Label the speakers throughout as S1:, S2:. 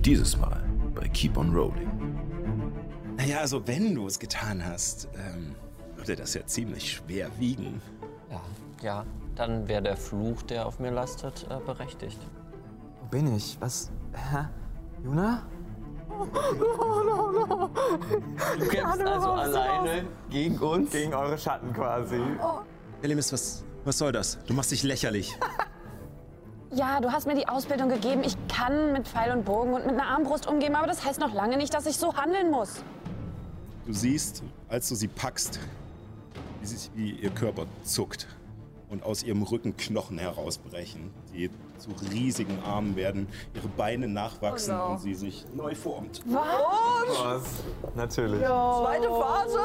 S1: Dieses Mal bei Keep on Rolling.
S2: Naja, also wenn du es getan hast, ähm, würde das ja ziemlich schwer wiegen.
S3: Ja, ja. Dann wäre der Fluch, der auf mir lastet, äh, berechtigt.
S4: Wo bin ich? Was? Hä? Juna?
S3: Du kämpfst also alleine gegen uns.
S4: Gegen eure Schatten quasi.
S2: Elimis, was, was soll das? Du machst dich lächerlich.
S5: Ja, du hast mir die Ausbildung gegeben. Ich kann mit Pfeil und Bogen und mit einer Armbrust umgehen, aber das heißt noch lange nicht, dass ich so handeln muss.
S2: Du siehst, als du sie packst, wie, sich, wie ihr Körper zuckt und aus ihrem Rücken Knochen herausbrechen, die zu riesigen Armen werden, ihre Beine nachwachsen
S6: Oh no.
S2: und sie sich neu formt.
S5: Oh.
S4: Oh, Was? Natürlich.
S6: Zweite Phase?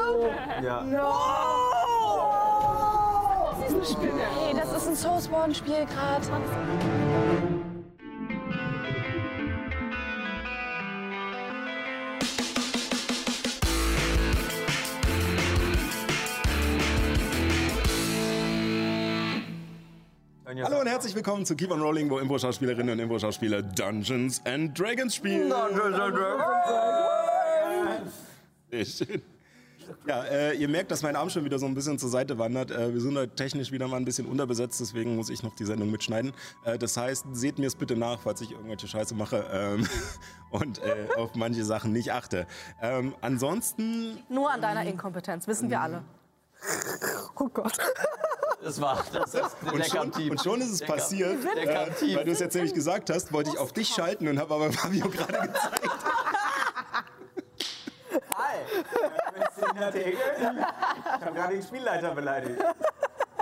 S4: Ja.
S5: Oh. Hey, das ist ein Soulsborne-Spiel gerade.
S2: Hallo und herzlich willkommen zu Keep on Rolling, wo Impro-Schauspielerinnen und Impro-Schauspieler Dungeons and Dragons spielen. Sehr schön. Ja, äh, ihr merkt, dass mein Arm schon wieder so ein bisschen zur Seite wandert. Äh, wir sind heute technisch wieder mal ein bisschen unterbesetzt, deswegen muss ich noch die Sendung mitschneiden. Äh, das heißt, seht mir es bitte nach, falls ich irgendwelche Scheiße mache ähm, und äh, auf manche Sachen nicht achte. Ähm, ansonsten
S6: Nur an deiner Inkompetenz, wissen wir alle. Oh Gott.
S3: Das war das ist der
S2: Und schon,
S3: Kampfteam.
S2: und schon ist es
S3: Der
S2: passiert,
S3: Kampf- der
S2: äh,
S3: Kampfteam.
S2: weil du es jetzt nämlich gesagt hast, wollte ich auf dich schalten und habe aber Fabio gerade gezeigt.
S4: Hi. Ich habe gerade den Spielleiter beleidigt.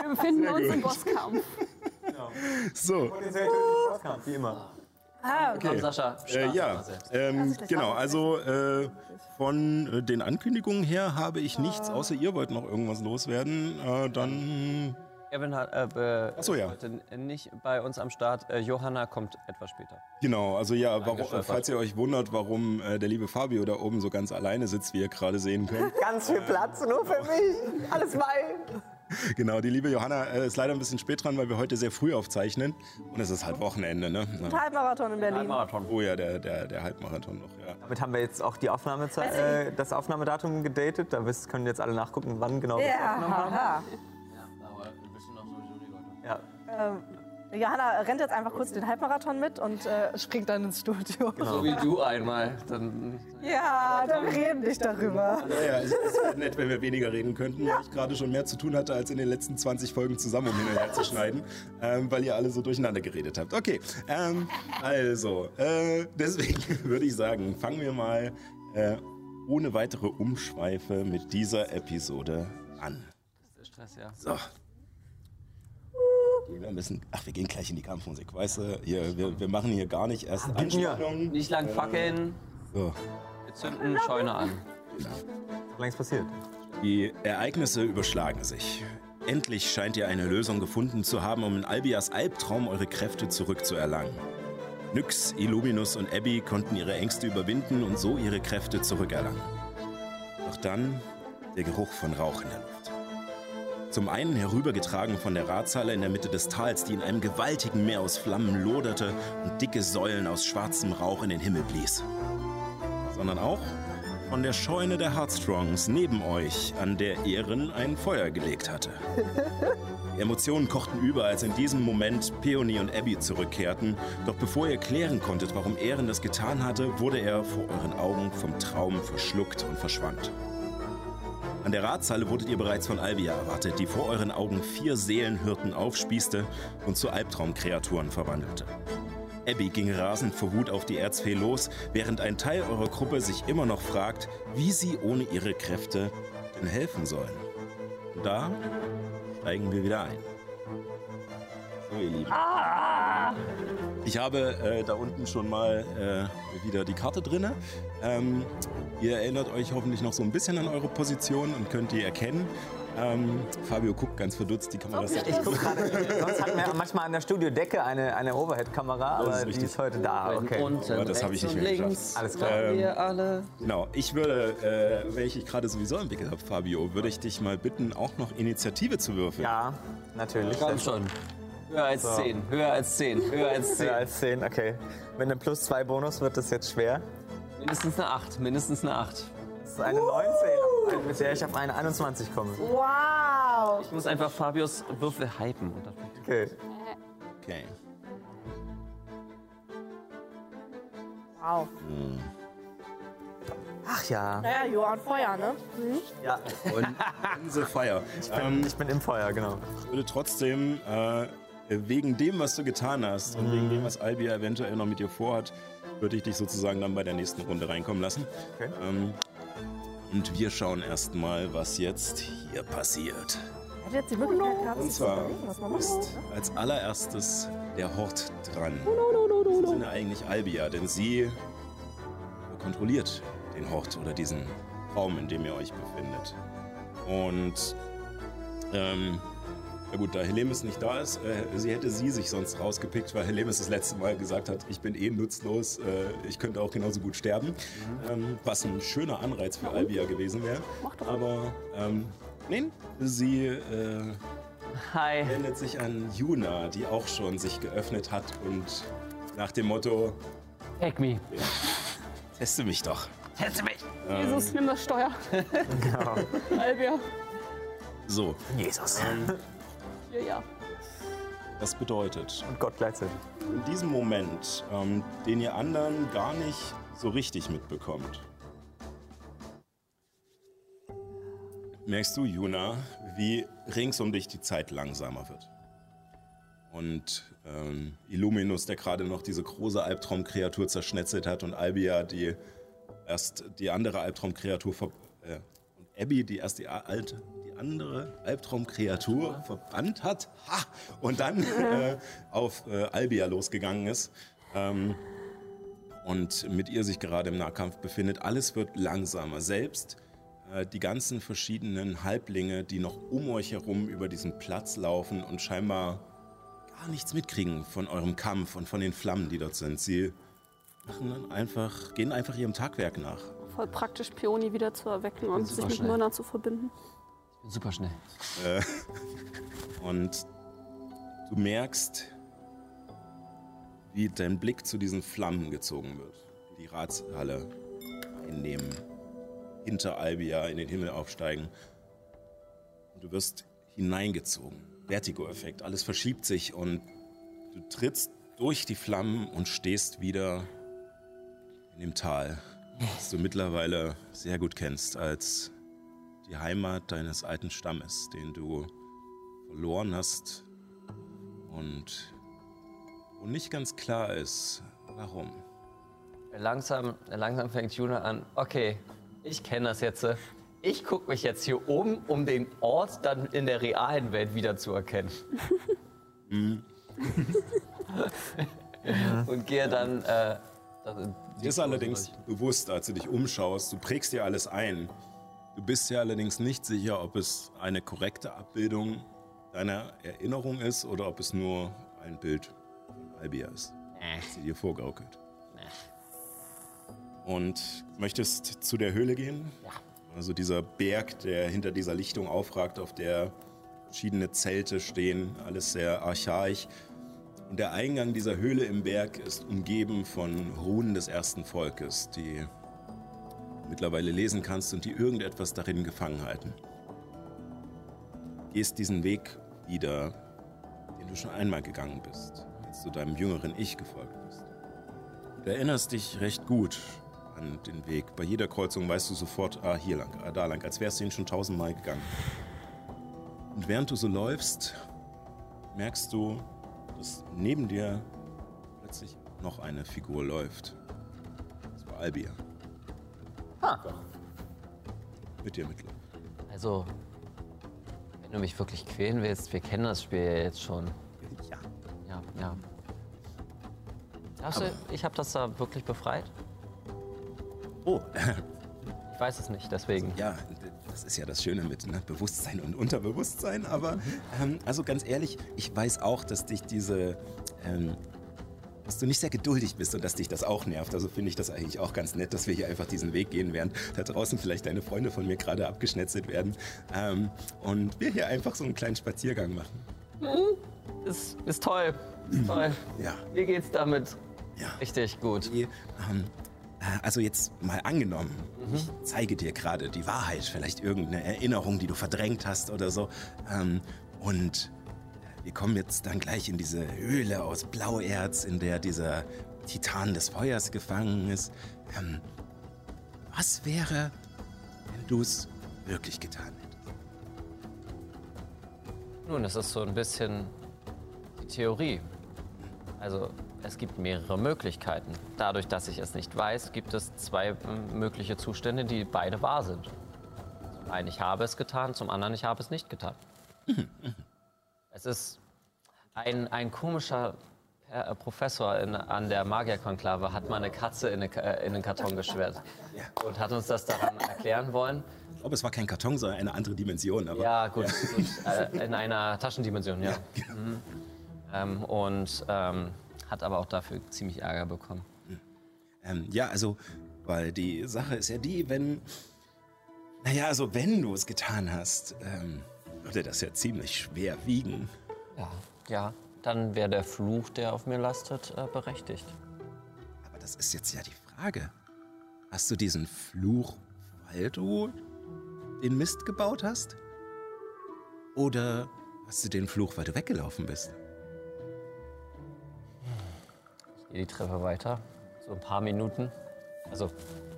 S7: Wir befinden uns im Bosskampf.
S2: So,
S4: Wie immer.
S3: Komm, Sascha,
S2: äh,
S3: start
S2: ja,
S3: mal selbst.
S2: ähm, genau, also äh, von äh, den Ankündigungen her habe ich nichts, außer ihr wollt noch irgendwas loswerden, äh, dann
S3: Kevin hat, äh, äh,
S2: so, ja.
S3: heute nicht bei uns am Start. Äh, Johanna kommt etwas später.
S2: Genau, also ja, warum,
S3: Eingeschlafen.
S2: falls ihr euch wundert, warum äh, der liebe Fabio da oben so ganz alleine sitzt, wie ihr gerade sehen könnt.
S4: Ganz viel Platz nur für mich. Alles mein.
S2: genau, die liebe Johanna äh, ist leider ein bisschen spät dran, weil wir heute sehr früh aufzeichnen und es ist halt Wochenende, ne? Na,
S6: Halbmarathon in Berlin.
S3: Marathon.
S2: Oh ja, der, der, der Halbmarathon noch, ja.
S4: Damit haben wir jetzt auch die Aufnahmezeit, äh, das Aufnahmedatum gedatet. Da wisst- können jetzt alle nachgucken, wann genau wir es aufgenommen haben.
S6: Ja.
S4: Ja.
S6: Johanna rennt jetzt einfach kurz den Halbmarathon mit und äh, springt dann ins Studio.
S3: So wie du einmal. Äh, Dann,
S6: Ja, dann reden nicht darüber.
S2: Ja, es es wäre nett, wenn wir weniger reden könnten, weil ich gerade schon mehr zu tun hatte, als in den letzten 20 Folgen zusammen, um hin und her zu schneiden, ähm, weil ihr alle so durcheinander geredet habt. Okay, ähm, also, äh, deswegen würde ich sagen, fangen wir mal äh, ohne weitere Umschweife mit dieser Episode an.
S3: der Stress, ja.
S2: So. Wir müssen, ach, wir gehen gleich in die Kampfmusik, weißt du? Hier, wir, wir machen hier gar nicht erst
S4: gib mir.
S2: Anspannung.
S3: Nicht lang fackeln,
S2: Äh, So.
S3: wir zünden Scheune an.
S4: Längst passiert.
S2: Die Ereignisse überschlagen sich. Endlich scheint ihr eine Lösung gefunden zu haben, um in Albias Albtraum eure Kräfte zurückzuerlangen. Nyx, Illuminus und Abby konnten ihre Ängste überwinden und so ihre Kräfte zurückerlangen. Doch dann der Geruch von Rauch in der Luft. Zum einen herübergetragen von der Ratshalle in der Mitte des Tals, die in einem gewaltigen Meer aus Flammen loderte und dicke Säulen aus schwarzem Rauch in den Himmel blies sondern auch von der Scheune der Heartstrongs neben euch, an der Ehren ein Feuer gelegt hatte. Die Emotionen kochten über, als in diesem Moment Peony und Abby zurückkehrten, doch bevor ihr klären konntet, warum Ehren das getan hatte, wurde er vor euren Augen vom Traum verschluckt und verschwand. An der Ratshalle wurdet ihr bereits von Albia erwartet, die vor euren Augen vier Seelenhirten aufspießte und zu Albtraumkreaturen verwandelte. Abby ging rasend vor Wut auf die Erzfee los, während ein Teil eurer Gruppe sich immer noch fragt, wie sie ohne ihre Kräfte denn helfen sollen. Und da steigen wir wieder ein. So, ihr Lieben. Ich habe äh, da unten schon mal äh, wieder die Karte drinne. Ähm, ihr erinnert euch hoffentlich noch so ein bisschen an eure Position und könnt die erkennen. Ähm, Fabio guckt ganz verdutzt, die Kamera ist
S4: Ich gucke gerade. Sonst hatten wir ja manchmal an der Studiodecke eine, eine Overhead-Kamera,
S2: Das ist
S4: aber die
S2: richtig.
S4: ist heute da. Okay.
S3: Unten,
S2: Aber das habe ich
S3: rechts
S2: nicht
S3: und
S2: mehr geschafft.
S3: links.
S2: Ähm,
S4: Alles klar.
S3: Waren Wir alle.
S2: Genau, ich würde, äh, welche ich gerade sowieso entwickelt habe, Fabio, würde ich dich mal bitten, auch noch Initiative zu würfeln.
S4: Ja, natürlich.
S3: Komm schon. Höher als
S4: So.
S3: 10, höher als 10, höher als 10.
S4: Höher als 10, okay. Mit einem plus 2 Bonus wird das jetzt schwer.
S3: Mindestens eine 8, mindestens eine 8.
S4: Das ist eine 19, mit der ich auf eine 21 komme.
S6: Wow!
S3: Ich muss einfach Fabius Würfel hypen. Und dann
S4: Okay.
S2: Okay.
S6: Wow.
S4: Ach ja.
S6: Naja, you're on fire, ne?
S4: ja.
S2: Und unsere Feier. Ähm,
S4: Ich bin im Feuer, genau.
S2: würde trotzdem äh, wegen dem, was du getan hast und wegen dem, was Albia eventuell noch mit dir vorhat, würde ich dich sozusagen dann bei der nächsten Runde reinkommen lassen.
S4: Okay.
S2: Ähm, und wir schauen erstmal, was jetzt hier passiert.
S6: Hätte jetzt die Möglichkeit gehabt,
S2: Und
S6: sich zu
S2: zwar
S6: überlegen, was man macht. ne?
S2: ist als allererstes der Hort dran. Das sind ja eigentlich Albia, denn sie kontrolliert den Hort oder diesen Raum, in dem ihr euch befindet. Und ähm, ja gut, da Helemis nicht da ist, äh, sie hätte sie sich sonst rausgepickt, weil Helemis das letzte Mal gesagt hat, ich bin eh nutzlos, äh, ich könnte auch genauso gut sterben.
S6: Mhm.
S2: Ähm, was ein schöner Anreiz für Albia gewesen wäre. Aber ähm, nein, sie äh,
S3: Hi.
S2: wendet sich an Juna, die auch schon sich geöffnet hat und nach dem Motto,
S3: Take me.
S2: teste mich doch.
S3: Tänze mich.
S7: Jesus, nimm das Steuer. Albia.
S2: So,
S4: Jesus.
S7: Ja, ja.
S2: das bedeutet,
S4: Und oh Gott gleichzeitig.
S2: in diesem Moment, ähm, den ihr anderen gar nicht so richtig mitbekommt, merkst du, Juna, wie rings um dich die Zeit langsamer wird. Und ähm, Illuminus, der gerade noch diese große Albtraumkreatur zerschnetzelt hat, und Albia, die erst die andere Albtraumkreatur ver äh, und Abby, die erst die a- alte, die andere Albtraumkreatur verbannt hat, ha! und dann äh, auf äh, Albia losgegangen ist. Ähm, und mit ihr sich gerade im Nahkampf befindet. Alles wird langsamer. Selbst äh, die ganzen verschiedenen Halblinge, die noch um euch herum über diesen Platz laufen und scheinbar gar nichts mitkriegen von eurem Kampf und von den Flammen, die dort sind. Sie machen dann einfach, gehen einfach ihrem Tagwerk nach.
S7: Voll praktisch, Peoni wieder zu erwecken und sich mit
S3: schnell.
S7: Myrna zu verbinden.
S3: Super schnell.
S2: Und du merkst, wie dein Blick zu diesen Flammen gezogen wird, die die Ratshalle einnehmen, hinter Albia in den Himmel aufsteigen. Und du wirst hineingezogen. Vertigo-Effekt, alles verschiebt sich und du trittst durch die Flammen und stehst wieder in dem Tal, das du mittlerweile sehr gut kennst als die Heimat deines alten Stammes, den du verloren hast und wo nicht ganz klar ist, warum.
S3: Langsam, langsam fängt Juna an. Okay, ich kenne das jetzt. Ich gucke mich jetzt hier um, um den Ort dann in der realen Welt wieder zu erkennen. Und gehe dann. Äh,
S2: Dir ist allerdings bewusst, als du dich umschaust, du prägst dir alles ein. Du bist dir allerdings nicht sicher, ob es eine korrekte Abbildung deiner Erinnerung ist oder ob es nur ein Bild von Albia ist, das sie dir vorgaukelt. Und möchtest zu der Höhle gehen? Ja. Also dieser Berg, der hinter dieser Lichtung aufragt, auf der verschiedene Zelte stehen, alles sehr archaisch. Und der Eingang dieser Höhle im Berg ist umgeben von Runen des ersten Volkes, die du mittlerweile lesen kannst und die irgendetwas darin gefangen halten. Gehst diesen Weg wieder, den du schon einmal gegangen bist, als du deinem jüngeren Ich gefolgt bist. Du erinnerst dich recht gut an den Weg. Bei jeder Kreuzung weißt du sofort, ah, hier lang, ah, da lang, als wärst du ihn schon tausendmal gegangen. Und während du so läufst, merkst du, dass neben dir plötzlich noch eine Figur läuft. Das war Albia. Ah. Mit dir mitläuft.
S3: also, wenn du mich wirklich quälen willst, wir kennen das Spiel ja jetzt schon.
S2: Ja.
S3: Ja, ja. Darfst du, ich habe das da wirklich befreit?
S2: Oh,
S3: Ich weiß es nicht, deswegen.
S2: ja, d- das ist ja das Schöne mit ne? Bewusstsein und Unterbewusstsein, aber ähm, also ganz ehrlich, ich weiß auch, dass dich diese, ähm, dass du nicht sehr geduldig bist und dass dich das auch nervt. Also finde ich das eigentlich auch ganz nett, dass wir hier einfach diesen Weg gehen, während da draußen vielleicht deine Freunde von mir gerade abgeschnetzelt werden ähm, und wir hier einfach so einen kleinen Spaziergang machen.
S3: Ist, ist toll. Ist toll.
S2: Ja.
S3: Mir geht's damit
S2: Ja.
S3: richtig gut.
S2: Die, ähm, äh, also jetzt mal angenommen, ich zeige dir gerade die Wahrheit, vielleicht irgendeine Erinnerung, die du verdrängt hast oder so. Ähm, und äh, wir kommen jetzt dann gleich in diese Höhle aus Blauerz, in der dieser Titan des Feuers gefangen ist. Ähm, was wäre, wenn du es wirklich getan hättest?
S3: Nun, das ist so ein bisschen die Theorie. Also es gibt mehrere Möglichkeiten. Dadurch, dass ich es nicht weiß, gibt es zwei ähm, mögliche Zustände, die beide wahr sind. Zum einen, ich habe es getan, zum anderen, ich habe es nicht getan.
S2: Mhm,
S3: es ist ein, ein komischer äh, Professor in, an der Magierkonklave hat mal eine Katze in, eine, Ka- äh, in einen Karton geschwärzt und hat uns das daran erklären wollen.
S2: Ich glaube, es war kein Karton, sondern eine andere Dimension. Aber
S3: Ja, gut. gut. Äh, in einer Taschendimension, ja. Mhm. Ähm, und ähm, hat aber auch dafür ziemlich Ärger bekommen.
S2: Ähm, ja, also, weil die Sache ist ja die, wenn. Naja, also, wenn du es getan hast, ähm, würde das ja ziemlich schwer wiegen.
S3: Ja, ja. Dann wäre der Fluch, der auf mir lastet, äh, berechtigt.
S2: Aber das ist jetzt ja die Frage. Hast du diesen Fluch, weil du den Mist gebaut hast? Oder hast du den Fluch, weil du weggelaufen bist?
S3: Ich gehe die Treppe weiter. So ein paar Minuten. Also,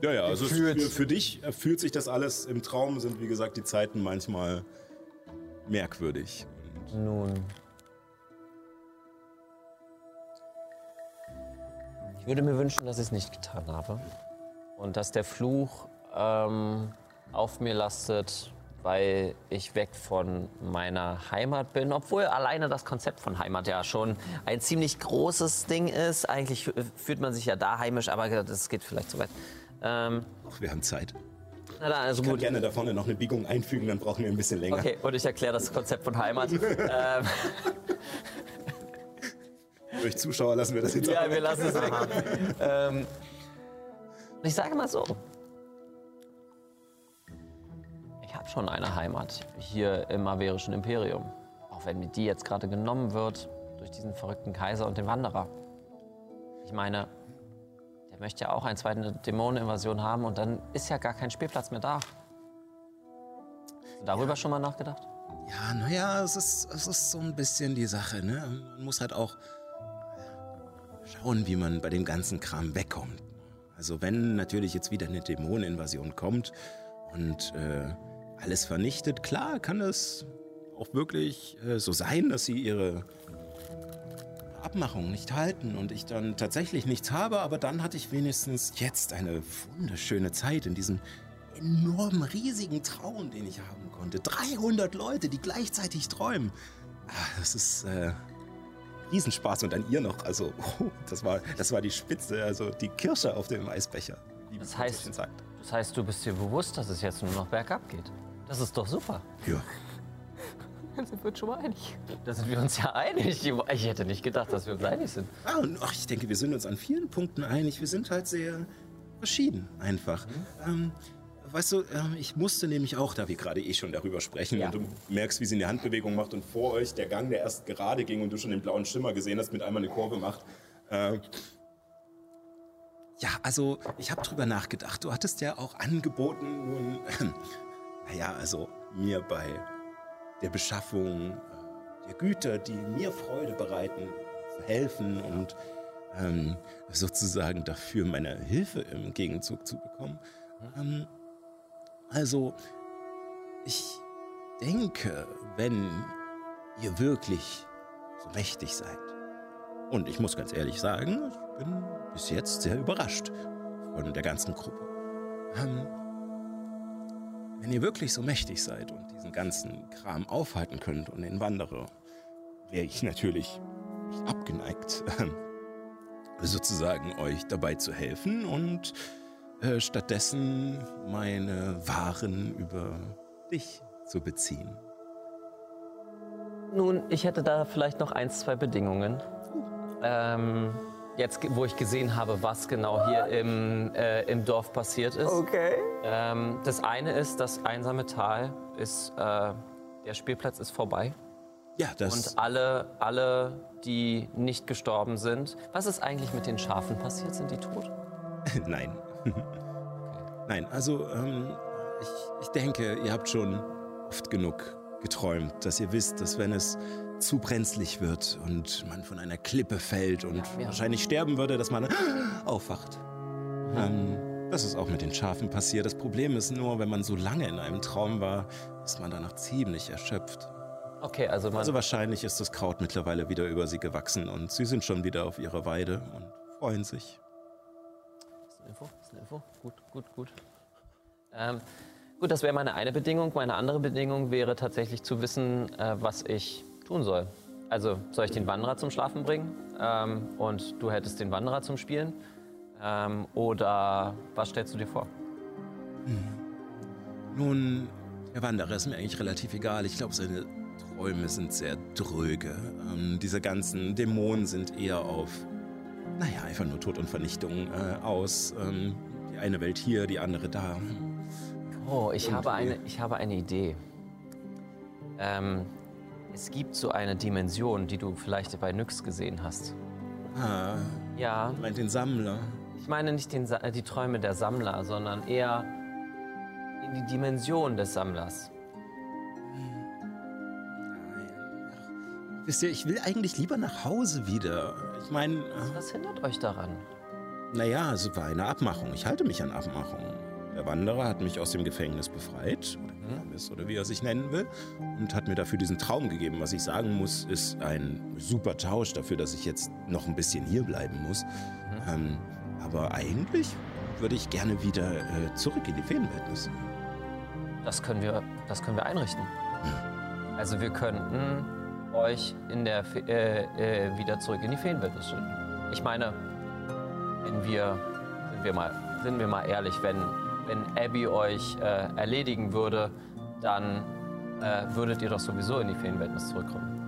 S8: Ja, ja, also es- für, für dich fühlt sich das alles im Traum, sind wie gesagt die Zeiten manchmal merkwürdig.
S3: nun. Ich würde mir wünschen, dass ich es nicht getan habe. Und dass der Fluch ähm, auf mir lastet, weil ich weg von meiner Heimat bin. Obwohl alleine das Konzept von Heimat ja schon ein ziemlich großes Ding ist. Eigentlich äh, fühlt man sich ja da heimisch, aber das geht vielleicht zu weit. Ähm,
S2: Ach, wir haben Zeit.
S3: na, na, also
S2: Ich kann
S3: gut.
S2: gerne da vorne noch eine Biegung einfügen, dann brauchen wir ein bisschen länger.
S3: Okay, und ich erkläre das Konzept von Heimat. ähm,
S2: Durch Zuschauer lassen wir das jetzt
S3: Ja,
S2: auch.
S3: wir lassen es weg. ähm, ich sage mal so. Ich habe schon eine Heimat hier im Averischen Imperium. Auch wenn mir die jetzt gerade genommen wird durch diesen verrückten Kaiser und den Wanderer. Ich meine, der möchte ja auch eine zweite Dämoneninvasion haben und dann ist ja gar kein Spielplatz mehr da. Hast du darüber schon mal nachgedacht?
S2: Ja, naja, es ist, es ist so ein bisschen die Sache, ne? Man muss halt auch schauen, wie man bei dem ganzen Kram wegkommt. Also wenn natürlich jetzt wieder eine Dämoneninvasion kommt und äh, alles vernichtet, klar kann es auch wirklich äh, so sein, dass sie ihre Abmachung nicht halten und ich dann tatsächlich nichts habe, aber dann hatte ich wenigstens jetzt eine wunderschöne Zeit in diesem enorm riesigen Traum, den ich haben konnte. 300 Leute, die gleichzeitig träumen. Ah, das ist äh, Riesenspaß und an ihr noch. Also, oh, das, war, das war die Spitze, also die Kirsche auf dem Eisbecher. Wie
S3: Das
S2: man so
S3: heißt-
S2: schön sagt.
S3: Das heißt, du bist dir bewusst, dass es jetzt nur noch bergab geht. Das ist doch super.
S2: Ja.
S7: Dann sind wir uns schon mal einig.
S3: Da sind wir uns ja einig. Ich hätte nicht gedacht, dass wir uns einig sind.
S2: Ah, und ach, ich denke, wir sind uns an vielen Punkten einig. Wir sind halt sehr verschieden, einfach. Ähm, weißt du, ähm, ich musste nämlich auch, da wir gerade eh schon darüber sprechen,
S3: Ja.
S2: und du merkst, wie sie eine Handbewegung macht und vor euch der Gang, der erst gerade ging und du schon den blauen Schimmer gesehen hast, mit einmal eine Kurve macht. Ähm, ja, also ich habe drüber nachgedacht. Du hattest ja auch angeboten, nun, naja, also mir bei der Beschaffung äh, der Güter, die mir Freude bereiten, zu helfen und ähm, sozusagen dafür meine Hilfe im Gegenzug zu bekommen. Ähm, also, ich denke, wenn ihr wirklich so mächtig seid, und ich muss ganz ehrlich sagen, ich bin bis jetzt sehr überrascht von der ganzen Gruppe. Ähm, wenn ihr wirklich so mächtig seid und diesen ganzen Kram aufhalten könnt und den Wanderer, wäre ich natürlich nicht abgeneigt, ähm, sozusagen euch dabei zu helfen und äh, stattdessen meine Waren über dich zu beziehen.
S3: Nun, ich hätte da vielleicht noch ein, zwei Bedingungen. Ähm, jetzt, ge- wo ich gesehen habe, was genau hier im, äh, im Dorf passiert ist.
S4: Okay.
S3: Ähm, das eine ist, das einsame Tal ist, äh, der Spielplatz ist vorbei.
S2: Ja, das.
S3: Und alle, alle, die nicht gestorben sind. Was ist eigentlich mit den Schafen passiert? Sind die tot?
S2: Nein. Nein, also ähm, ich, ich denke, ihr habt schon oft genug geträumt, dass ihr wisst, dass wenn es zu brenzlig wird und man von einer Klippe fällt und
S3: ja.
S2: wahrscheinlich sterben würde, dass man aufwacht.
S3: Mhm.
S2: Ähm, das ist auch mit den Schafen passiert. Das Problem ist nur, wenn man so lange in einem Traum war, ist man danach ziemlich erschöpft.
S3: Okay, also man.
S2: Also wahrscheinlich ist das Kraut mittlerweile wieder über sie gewachsen und sie sind schon wieder auf ihrer Weide und freuen sich.
S3: Ist eine Info? Ist eine Info? Gut, gut, gut. Ähm, gut, das wäre meine eine Bedingung. Meine andere Bedingung wäre tatsächlich zu wissen, äh, was ich tun soll. Also soll ich den Wanderer zum Schlafen bringen ähm, und du hättest den Wanderer zum Spielen? Ähm, oder was stellst du dir vor?
S2: Nun, der Wanderer ist mir eigentlich relativ egal. Ich glaube, seine Träume sind sehr dröge. Ähm, diese ganzen Dämonen sind eher auf, naja, einfach nur Tod und Vernichtung äh, aus. Ähm, die eine Welt hier, die andere da.
S3: Oh, ich habe eine, ich habe eine Idee. Ähm, es gibt so eine Dimension, die du vielleicht bei Nyx gesehen hast.
S2: Ah,
S3: Ja,
S2: meint den Sammler.
S3: ich meine nicht den, Sa- äh, die Träume der Sammler, sondern eher in die Dimension des Sammlers.
S2: Wisst ihr, ich will eigentlich lieber nach Hause wieder. Ich meine, äh,
S3: Also Was hindert euch daran?
S2: naja, es war eine Abmachung. Ich halte mich an Abmachungen. Der Wanderer hat mich aus dem Gefängnis befreit, oder Gefängnis, oder wie er sich nennen will, und hat mir dafür diesen Traum gegeben. Was ich sagen muss, ist ein super Tausch dafür, dass ich jetzt noch ein bisschen hier bleiben muss. Ähm, aber eigentlich würde ich gerne wieder äh, zurück in die Feenwelt müssen.
S3: Das können wir, das können wir einrichten. Also wir könnten euch in der Fe äh, äh, wieder zurück in die Feenwelt schicken. Ich meine, wenn wir sind wir mal sind wir mal ehrlich, wenn wenn Abby euch äh, erledigen würde, dann äh, würdet ihr doch sowieso in die Feenweltnis zurückkommen.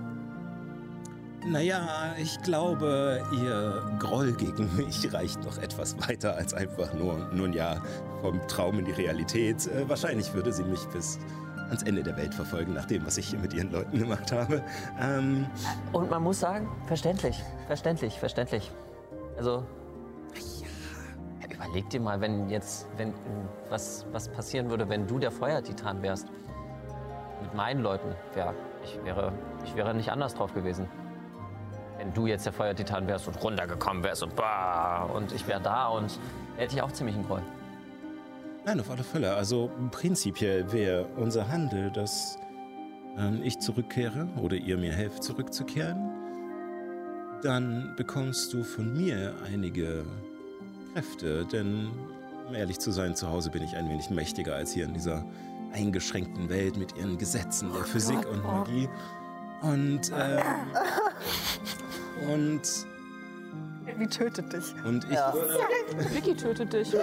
S2: Naja, ich glaube, ihr Groll gegen mich reicht noch etwas weiter als einfach nur, nun ja, vom Traum in die Realität. Äh, wahrscheinlich würde sie mich bis ans Ende der Welt verfolgen, nach dem, was ich hier mit ihren Leuten gemacht habe. Ähm,
S3: Und man muss sagen, verständlich, verständlich, verständlich. Also ja, überleg dir mal, wenn jetzt wenn was was passieren würde, wenn du der Feuertitan wärst. mit meinen Leuten, ja, ich wäre, ich wäre nicht anders drauf gewesen. Wenn du jetzt der Feuertitan wärst und runtergekommen wärst und bah, und ich wäre da und hätte ich auch ziemlich einen Groll.
S2: nein, auf alle Fälle. Also prinzipiell wäre unser Handel, dass ähm, ich zurückkehre oder ihr mir helft, zurückzukehren. Dann bekommst du von mir einige Kräfte, denn um ehrlich zu sein, zu Hause bin ich ein wenig mächtiger als hier in dieser eingeschränkten Welt mit ihren Gesetzen
S6: Oh
S2: der Physik und Magie. Und, ähm, und,
S6: Wie tötet dich?
S2: und ich würde
S7: Vicky tötet dich.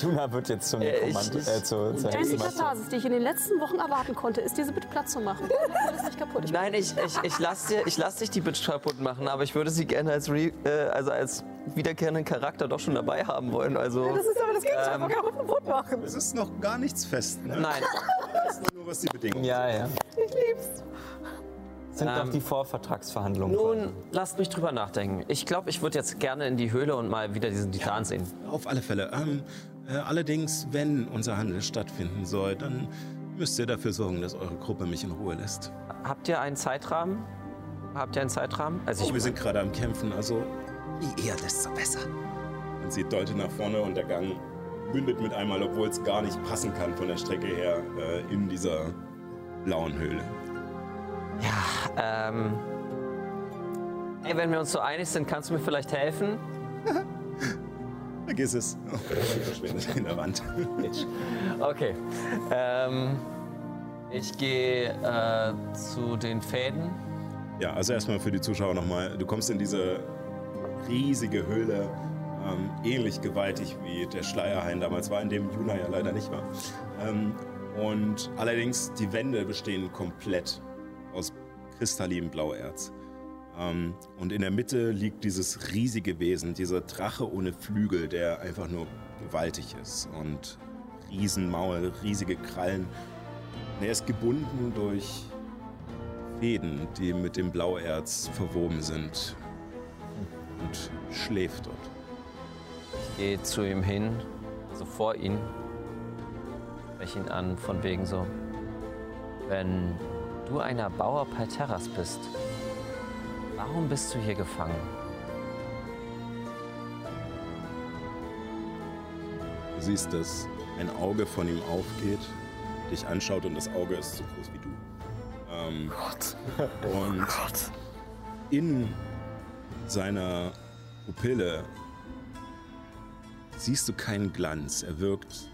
S4: Juna wird jetzt zum Nekromant,
S3: ich-
S4: äh, zu, zur
S7: Die
S4: Hexenmeister.
S7: Katharsis, die ich in den letzten Wochen erwarten konnte, ist diese bitte platt zu machen. Das ist nicht kaputt. Ich
S3: Nein, ich, ich, ich lasse dir, ich lass dich die Bitch kaputt machen, aber ich würde sie gerne als, re, äh, also als wiederkehrenden Charakter doch schon dabei haben wollen. Also
S6: Das ist aber das Gegenteil von kaputten Brot machen.
S8: Es ist noch gar nichts fest, ne?
S3: nein,
S8: Nur was die Bedingungen
S4: Ja, ja.
S6: Ich lieb's.
S4: Sind doch
S3: Ähm,
S4: die Vorvertragsverhandlungen.
S3: nun lasst mich drüber nachdenken. Ich glaube, ich würde jetzt gerne in die Höhle und mal wieder diesen Titan sehen.
S2: Auf alle Fälle. Ähm, äh, allerdings, wenn unser Handel stattfinden soll, dann müsst ihr dafür sorgen, dass eure Gruppe mich in Ruhe lässt.
S3: Habt ihr einen Zeitrahmen? Habt ihr einen Zeitrahmen? Also ich
S2: Oh, wir sind gerade am Kämpfen, also je eher, desto besser.
S8: Und sie deutet nach vorne und der Gang mündet mit einmal, obwohl es gar nicht passen kann von der Strecke her, äh, in dieser blauen Höhle.
S3: Ähm. Ey, wenn wir uns so einig sind, kannst du mir vielleicht helfen?
S8: Vergiss es.
S2: Oh,
S8: Verschwindet in der Wand.
S3: Okay. Ähm. Ich gehe äh, zu den Fäden.
S8: Ja, also erstmal für die Zuschauer nochmal. Du kommst in diese riesige Höhle, ähm, ähnlich gewaltig wie der Schleierhain damals war, in dem Juna ja leider nicht war. Ähm, und allerdings, die Wände bestehen komplett aus kristallinem Blauerz. Ähm, und in der Mitte liegt dieses riesige Wesen, dieser Drache ohne Flügel, der einfach nur gewaltig ist. Und Riesenmaul, riesige Krallen. Und Er ist gebunden durch
S2: Fäden, die mit dem Blauerz verwoben sind. Und schläft dort.
S3: Ich gehe zu ihm hin, so vor ihn, spreche ihn an, von wegen so. Wenn du einer Bauer Palteras bist, warum bist du hier gefangen?
S2: Du siehst, dass ein Auge von ihm aufgeht, dich anschaut und das Auge ist so groß wie du. Ähm, Und in seiner Pupille siehst du keinen Glanz. Er wirkt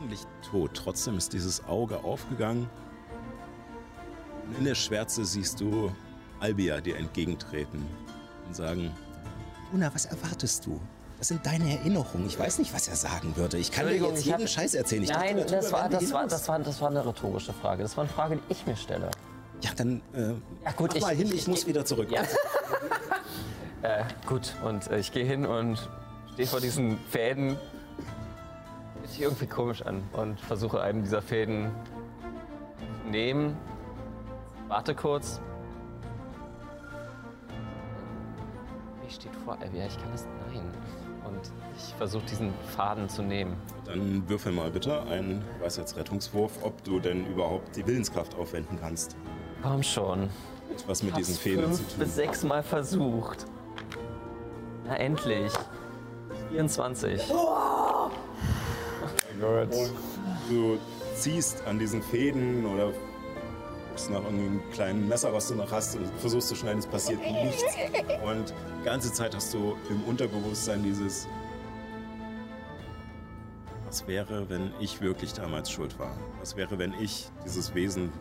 S2: eigentlich tot. Trotzdem ist dieses Auge aufgegangen. Und in der Schwärze siehst du Albia dir entgegentreten und sagen,
S9: Luna, was erwartest du? Das sind deine Erinnerungen. Ich weiß nicht, was er sagen würde. Ich kann dir
S3: Entschuldigung,
S9: jetzt
S3: ich hab-
S9: jeden Scheiß erzählen. Ich dachte,
S3: Nein,
S9: darüber
S3: das war,
S9: werden wir
S3: das, war,
S9: hinaus.
S3: das, war, das war eine rhetorische Frage. Das war eine Frage, die ich mir stelle.
S9: Ja, dann äh,
S3: Ja, gut,
S9: mach
S3: ich-
S9: mal hin, ich,
S3: ich-
S9: muss wieder zurück.
S3: Ja. äh, gut, und äh, ich gehe hin und stehe vor diesen Fäden. Fühlt sich irgendwie komisch an und versuche einen dieser Fäden zu nehmen. Warte kurz. Ich steht vor Elvia, ich kann das. Nein. Und ich versuche diesen Faden zu nehmen.
S2: dann würfel mal bitte einen Weisheitsrettungswurf, ob du denn überhaupt die Willenskraft aufwenden kannst.
S3: Komm schon.
S2: Was mit diesen
S3: Hab's
S2: Fäden zu
S3: fünf
S2: tun.
S3: bis sechs Mal versucht. Na endlich. 24.
S2: Du ziehst an diesen Fäden oder guckst nach irgendeinem kleinen Messer, was du noch hast, und versuchst zu schneiden, es passiert nichts. Und die ganze Zeit hast du im Unterbewusstsein dieses. Was wäre, wenn ich wirklich damals schuld war? Was wäre, wenn ich dieses Wesen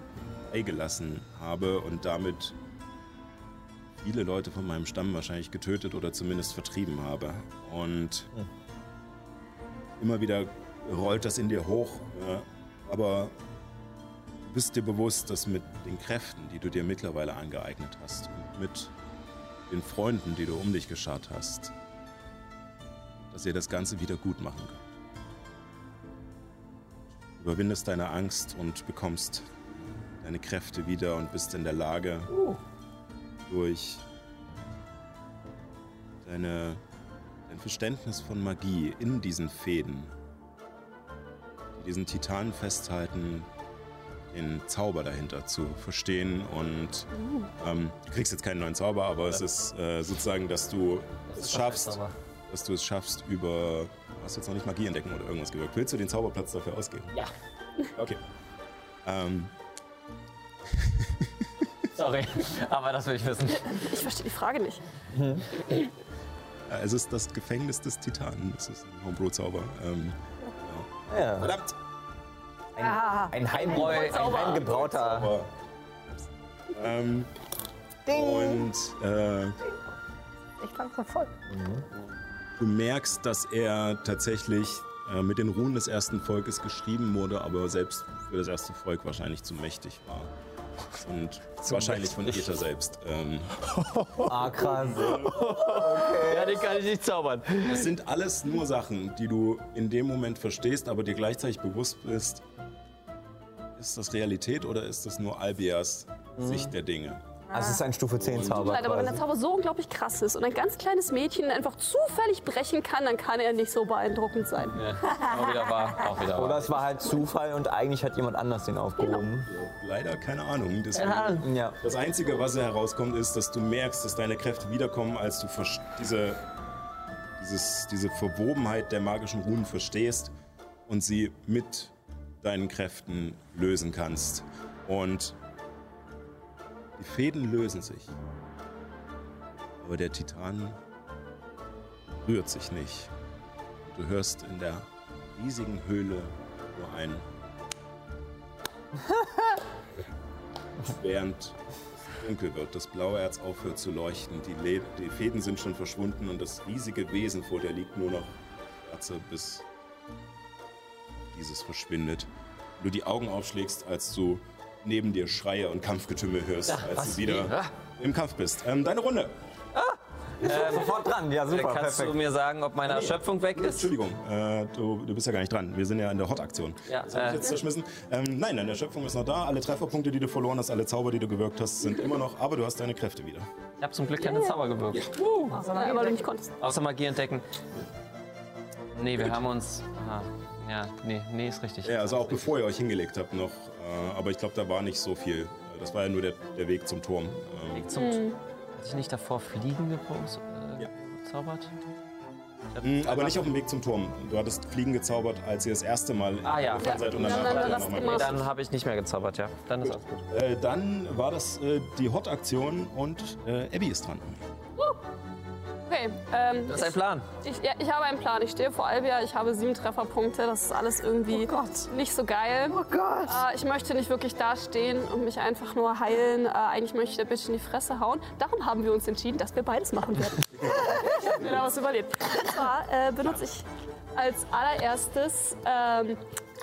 S2: freigelassen habe und damit viele Leute von meinem Stamm wahrscheinlich getötet oder zumindest vertrieben habe? Und immer wieder rollt das in dir hoch. Ja. Aber du bist dir bewusst, dass mit den Kräften, die du dir mittlerweile angeeignet hast und mit den Freunden, die du um dich geschart hast, dass ihr das Ganze wieder gut machen könnt. Überwindest deine Angst und bekommst deine Kräfte wieder und bist in der Lage,
S3: Uh.
S2: durch deine ein Verständnis von Magie in diesen Fäden, die diesen Titanen festhalten, den Zauber dahinter zu verstehen. Und
S3: Uh.
S2: ähm, du kriegst jetzt keinen neuen Zauber, aber es ist äh, sozusagen, dass du es schaffst,
S3: Zauber.
S2: dass du es schaffst über. Du hast jetzt noch nicht Magie entdecken oder irgendwas gewirkt. Willst du den Zauberplatz dafür ausgeben?
S3: Ja.
S2: Okay. ähm,
S3: Sorry, aber das will ich wissen.
S7: Ich verstehe die Frage nicht.
S2: äh, es ist das Gefängnis des Titanen. Das ist ein Homebrew-Zauber. Ähm,
S4: Ja.
S2: verdammt!
S4: Ein, Heimbrau ein heimgebrauter.
S2: Aber, ähm, Und äh, Mhm.
S6: Ich langsam voll.
S2: du merkst, dass er tatsächlich äh, mit den Runen des ersten Volkes geschrieben wurde, aber selbst für das erste Volk wahrscheinlich zu mächtig war. Und wahrscheinlich von Ether selbst. Ähm,
S4: Ah, krass.
S3: Ja, den kann ich nicht zaubern.
S2: das sind alles nur Sachen, die du in dem Moment verstehst, aber dir gleichzeitig bewusst bist, ist das Realität oder ist das nur Albias Sicht der Dinge?
S4: Also, es ist ein Stufe 10 Zauber.
S7: Leid, aber wenn
S4: Quasi.
S7: der Zauber so unglaublich krass ist und ein ganz kleines Mädchen einfach zufällig brechen kann, dann kann er nicht so beeindruckend sein.
S3: Auch wieder wahr, auch wieder
S4: Oder
S3: wahr.
S4: es war halt Zufall und eigentlich hat jemand anders den aufgehoben.
S2: Leider keine Ahnung. Deswegen
S4: Ja.
S2: Das Einzige, was herauskommt, ist, dass du merkst, dass deine Kräfte wiederkommen, als du verst- diese, dieses, diese Verwobenheit der magischen Runen verstehst und sie mit deinen Kräften lösen kannst. Und die Fäden lösen sich. Aber der Titan rührt sich nicht. Du hörst in der riesigen Höhle nur ein während es dunkel wird, das blaue Erz aufhört zu leuchten, die, Le die Fäden sind schon verschwunden und das riesige Wesen vor dir liegt nur noch Schwarze, bis dieses verschwindet. Du die Augen aufschlägst, als du neben dir Schreie und Kampfgetümmel hörst, als du wieder im Kampf bist. Ähm, deine Runde.
S4: Also, Sofort dran, ja
S3: Äh,
S4: super,
S3: Kannst
S4: perfekt.
S3: du mir sagen, ob meine Erschöpfung weg ist?
S2: Entschuldigung, äh, du, du bist ja gar nicht dran. Wir sind ja in der Hot-Aktion.
S3: Ja,
S2: das hab ich
S3: äh.
S2: jetzt zerschmissen. Ähm, nein, deine Erschöpfung ist noch da. Alle Trefferpunkte, die du verloren hast, alle Zauber, die du gewirkt hast, sind immer noch. Aber du hast deine Kräfte wieder.
S3: Ich habe zum Glück keine Zauber gewirkt.
S7: Ja, aber du nicht konntest.
S3: Außer Magie entdecken. Nee, wir haben uns. Ah, ja, nee, nee, ist richtig.
S2: Ja, also auch bevor ihr euch hingelegt habt noch. Äh, aber ich glaube, da war nicht so viel. Äh, Das war ja nur der, der Weg zum Turm. Ähm,
S3: Zum,
S7: Hm.
S3: Hatte ich nicht davor Fliegen gepos- äh,
S2: Ja.
S3: gezaubert? Ich hab-
S2: mh, aber nicht auf dem Weg zum Turm. Du hattest Fliegen gezaubert, als ihr das erste Mal
S3: Ah, ja.
S2: gefahren seid. Und
S7: Ja,
S2: danach
S7: dann-
S2: habt ihr
S7: dann
S2: nochmal
S7: lass-
S2: gemacht.
S3: Dann habe ich nicht mehr gezaubert, ja. Dann ist alles gut.
S2: äh, Dann war das äh, die Hot-Aktion und äh, Abby ist dran.
S7: Okay, ähm,
S3: Das ist ein Plan.
S7: ich, ja, ich habe einen Plan. Ich stehe vor Albia, ich habe sieben Trefferpunkte. Das ist alles irgendwie nicht so geil. Oh Gott. Äh, ich möchte nicht wirklich dastehen und mich einfach nur heilen. Äh, eigentlich möchte ich der Bitch in die Fresse hauen. Darum haben wir uns entschieden, dass wir beides machen werden. ich habe mir da was überlegt. Und zwar äh, benutze ich als allererstes, ähm,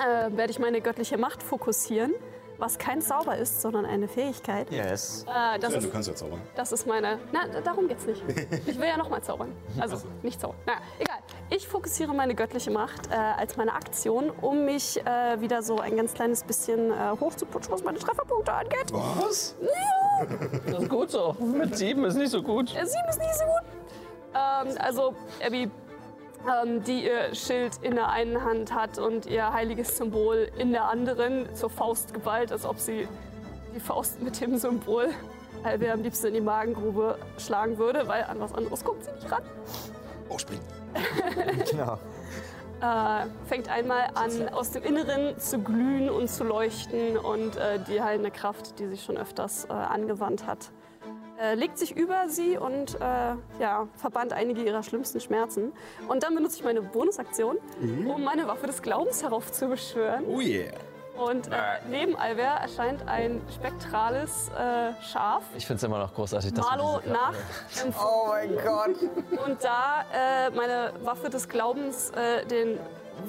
S7: äh, werde ich meine göttliche Macht fokussieren, was kein Zauber ist, sondern eine Fähigkeit.
S4: Yes.
S7: Äh, das
S2: Ja,
S7: ist
S2: du kannst ja zaubern.
S7: das ist meine. Na, darum geht's nicht. Ich will ja nochmal zaubern. Also, nicht zaubern. Na, egal. Ich fokussiere meine göttliche Macht äh, als meine Aktion, um mich äh, wieder so ein ganz kleines bisschen äh, hochzuputschen, was meine Trefferpunkte angeht.
S2: Was?
S3: Das ist gut so. Mit sieben ist nicht so gut.
S7: Äh, sieben ist nicht so gut. Ähm, also, Abby, ähm, die ihr Schild in der einen Hand hat und ihr heiliges Symbol in der anderen zur Faust geballt, als ob sie die Faust mit dem Symbol Albia am liebsten in die Magengrube schlagen würde, weil an was anderes kommt sie nicht ran.
S10: Oh, spring.
S4: Genau.
S7: äh, fängt einmal an, aus dem Inneren zu glühen und zu leuchten und äh, die heilende Kraft, die sie schon öfters äh, angewandt hat, äh, legt sich über sie und äh, ja, verbannt einige ihrer schlimmsten Schmerzen. Und dann benutze ich meine Bonusaktion, um meine Waffe des Glaubens heraufzubeschwören.
S2: Oh yeah.
S7: Und äh, neben Albert erscheint ein spektrales äh, Schaf.
S3: Ich finde es immer noch großartig, dass wir
S7: Marlo
S3: diese-
S7: nach.
S4: Oh mein Gott.
S7: Und da äh, meine Waffe des Glaubens äh, den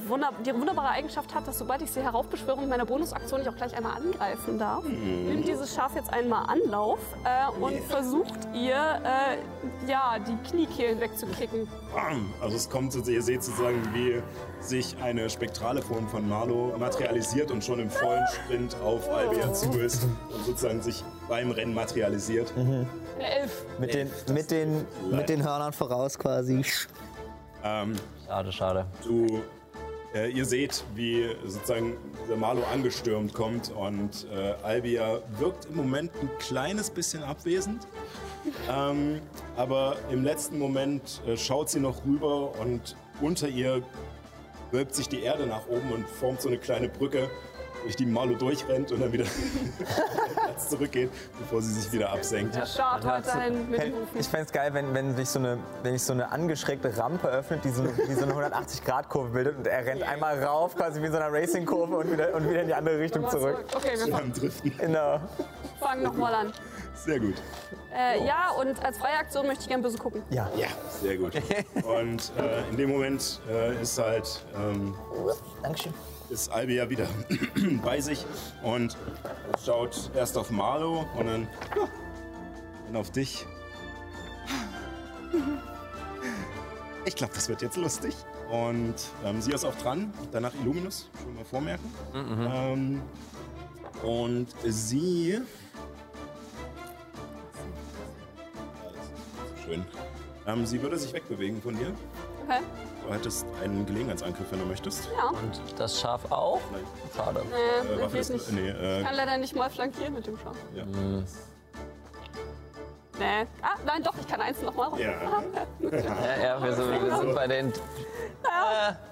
S7: wunder die wunderbare Eigenschaft hat, dass sobald ich sie heraufbeschwöre mit meiner Bonusaktion, ich auch gleich einmal angreifen darf,
S3: Mhm.
S7: nimmt dieses Schaf jetzt einmal Anlauf äh, und versucht ihr, äh, ja, die Kniekehlen wegzukicken.
S2: Bam! Also es kommt, sozusagen- ihr seht sozusagen, wie sich eine spektrale Form von Marlo materialisiert und schon im vollen Sprint auf Albia zu ist und sozusagen sich beim Rennen materialisiert.
S7: Eine Elf.
S4: Mit den, mit, den, mit den Hörnern voraus quasi.
S2: Ähm,
S3: Schade, schade.
S2: du, äh, ihr seht, wie sozusagen der Marlo angestürmt kommt und äh, Albia wirkt im Moment ein kleines bisschen abwesend. Ähm, aber im letzten Moment äh, schaut sie noch rüber und unter ihr wölbt sich die Erde nach oben und formt so eine kleine Brücke, durch die Marlo durchrennt und dann wieder zurückgeht, bevor sie sich wieder absenkt.
S7: Das Schaf weiterhin mit den Hufen.
S4: Ich fände es geil, wenn, wenn, sich so eine, wenn sich so eine angeschrägte Rampe öffnet, die so eine, die so eine 180-Grad-Kurve bildet und er rennt einmal rauf, quasi wie in so einer Racing-Kurve und wieder, und wieder in die andere Richtung zurück.
S7: Okay, wir
S2: Beim Driften.
S4: Genau.
S7: fangen nochmal an.
S2: Sehr gut.
S7: Äh, ja, und als freie Aktion möchte ich gerne böse gucken.
S4: Ja.
S2: Ja, sehr gut. Und äh, in dem Moment äh, ist halt ähm,
S4: Dankeschön.
S2: ist Albia wieder bei sich und schaut erst auf Marlo und dann, ja, dann auf dich. Ich glaube, das wird jetzt lustig. Und ähm, sie ist auch dran, danach Illuminus, schon mal vormerken. Ähm, und sie. Schön. Ähm, sie würde sich wegbewegen von dir.
S7: Okay.
S2: Du hättest einen Gelegenheitsangriff, wenn du möchtest. Äh,
S3: Und das Schaf auch?
S2: Nein.
S3: Schade.
S7: Äh,
S2: Äh, Waffe
S7: natürlich
S2: des,
S7: nicht.
S2: nee, äh,
S7: Ich kann leider nicht mal flankieren mit dem Schaf.
S2: Ja.
S7: Nee. Ah, nein, doch, ich kann eins nochmal.
S2: Ja.
S3: Ja, ja wir, sind, wir sind bei den.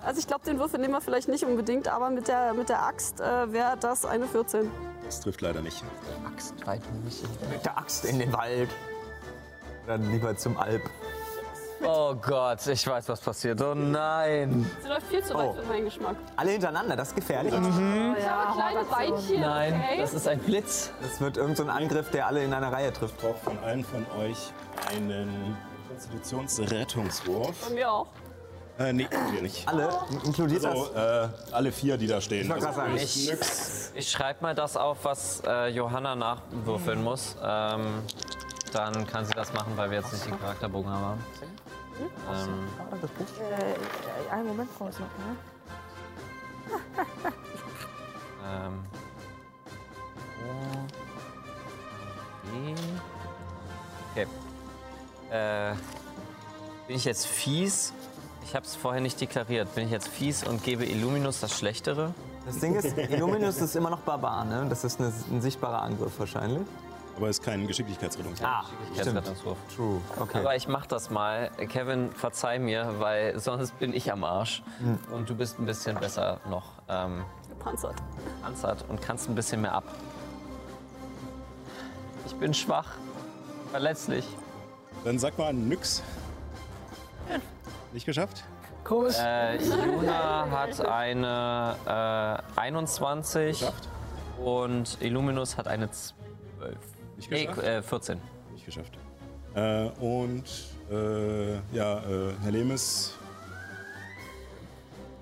S7: Also ich glaube, den Würfel nehmen wir vielleicht nicht unbedingt, aber mit der, mit der Axt äh, wäre das eine 14.
S2: das trifft leider nicht.
S3: Axt weit nicht.
S4: Mit der Axt in den Wald. Dann lieber zum Alp.
S3: Oh Gott, ich weiß, was passiert. Oh nein.
S7: Sie läuft viel zu
S2: Oh.
S7: weit für meinen Geschmack.
S4: Alle hintereinander, das ist gefährlich.
S7: Ich habe kleine Beinchen,
S3: Nein,
S7: okay?
S3: das ist ein Blitz.
S4: Das wird irgendein so ein Angriff, der alle in einer Reihe trifft.
S2: Braucht von allen von euch einen Konstitutionsrettungswurf.
S7: Von mir auch.
S2: Äh, nee, wir nicht.
S4: Alle, inkludiert
S2: Also,
S4: das.
S2: äh, alle vier, die da stehen.
S4: wollte gerade sagen.
S2: ich- nix.
S3: Ich schreibe mal das auf, was äh, Johanna nachwürfeln muss. Ähm, Dann kann sie das machen, weil wir jetzt nicht den Charakterbogen haben. Ähm,
S6: Äh, einen Moment brauche ich noch, ne?
S3: ähm, O, B. okay. Äh, bin ich jetzt fies? Ich habe es vorher nicht deklariert. Bin ich jetzt fies und gebe Illuminus das Schlechtere?
S4: Das Ding ist, Illuminus ist immer noch Barbar, ne? Das ist eine, ein sichtbarer Angriff wahrscheinlich.
S2: Aber ist kein Geschicklichkeitsrettung.
S4: Ah,
S3: Geschicklichkeitsrettungswurf.
S4: True. Okay.
S3: Aber ich mach das mal. Kevin, verzeih mir, weil sonst bin ich am Arsch. Und du bist ein bisschen besser noch ähm,
S7: gepanzert.
S3: gepanzert und kannst ein bisschen mehr ab. Ich bin schwach, verletzlich.
S2: Dann sag mal nix. Nicht geschafft?
S3: Äh, Juna hat eine äh, 21 und Illuminus hat eine 12.
S2: Nicht
S3: Nee,
S2: geschafft?
S3: äh, 14.
S2: Nicht geschafft. Äh, und äh, ja, äh, Herr Lemes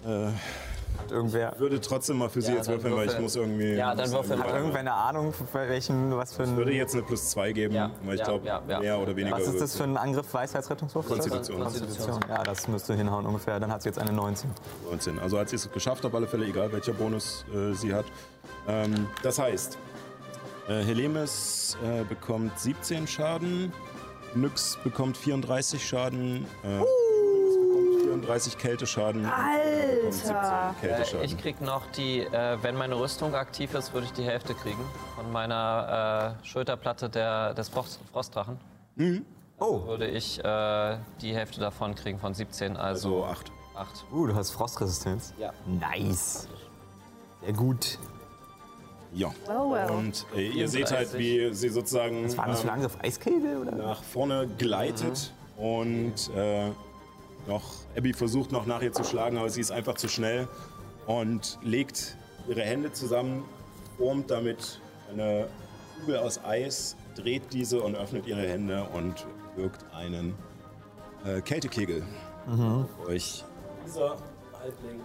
S4: Hat irgendwer, hat
S2: würde trotzdem mal für Sie jetzt
S3: dann
S2: würfeln, weil ich
S3: würfel.
S2: muss irgendwie.
S3: Ja, dann
S2: muss
S3: würfel
S2: irgendwie-
S3: mal.
S4: irgendwer eine Ahnung, bei welchen, was für
S2: Ich würde
S4: ein,
S2: jetzt eine plus 2 geben,
S3: Ja,
S2: weil ich
S3: ja,
S2: glaube,
S3: ja, ja.
S2: mehr oder weniger.
S4: was ist das
S2: würfeln.
S4: für ein Angriff? Weisheitsrettungswurf? ist das?
S2: Konstitution.
S4: Konstitution. Ja, das müsste hinhauen ungefähr. Dann hat sie jetzt eine 19.
S2: 19. Also hat sie es geschafft, auf alle Fälle, egal welcher Bonus äh, sie hat. Ähm, das heißt, äh, Helemes äh, bekommt 17 Schaden, Nyx bekommt 34 Schaden, äh, Julius bekommt 34 Kälteschaden. und Feuer bekommt 17
S3: Äh, Ich
S2: Kälteschaden.
S3: krieg noch die, äh, wenn meine Rüstung aktiv ist, würde ich die Hälfte kriegen von meiner äh, Schulterplatte der, des Frost, Frostdrachen.
S4: Oh.
S3: Also würde ich äh, die Hälfte davon kriegen von 17, also
S2: also 8.
S3: 8.
S4: Uh, du hast Frostresistenz. Ja. Nice. Sehr gut.
S2: Ja.
S6: Oh, well.
S2: Und äh, ihr seht halt, wie sie sozusagen. ähm,
S4: Was war denn das für ein Angriff? Eiskegel oder?
S2: nach vorne gleitet und äh, noch Abby versucht noch nach ihr zu schlagen, aber sie ist einfach zu schnell und legt ihre Hände zusammen, formt damit eine Kugel aus Eis, dreht diese und öffnet ihre Hände und wirkt einen äh, Kältekegel auf euch. Dieser Halbling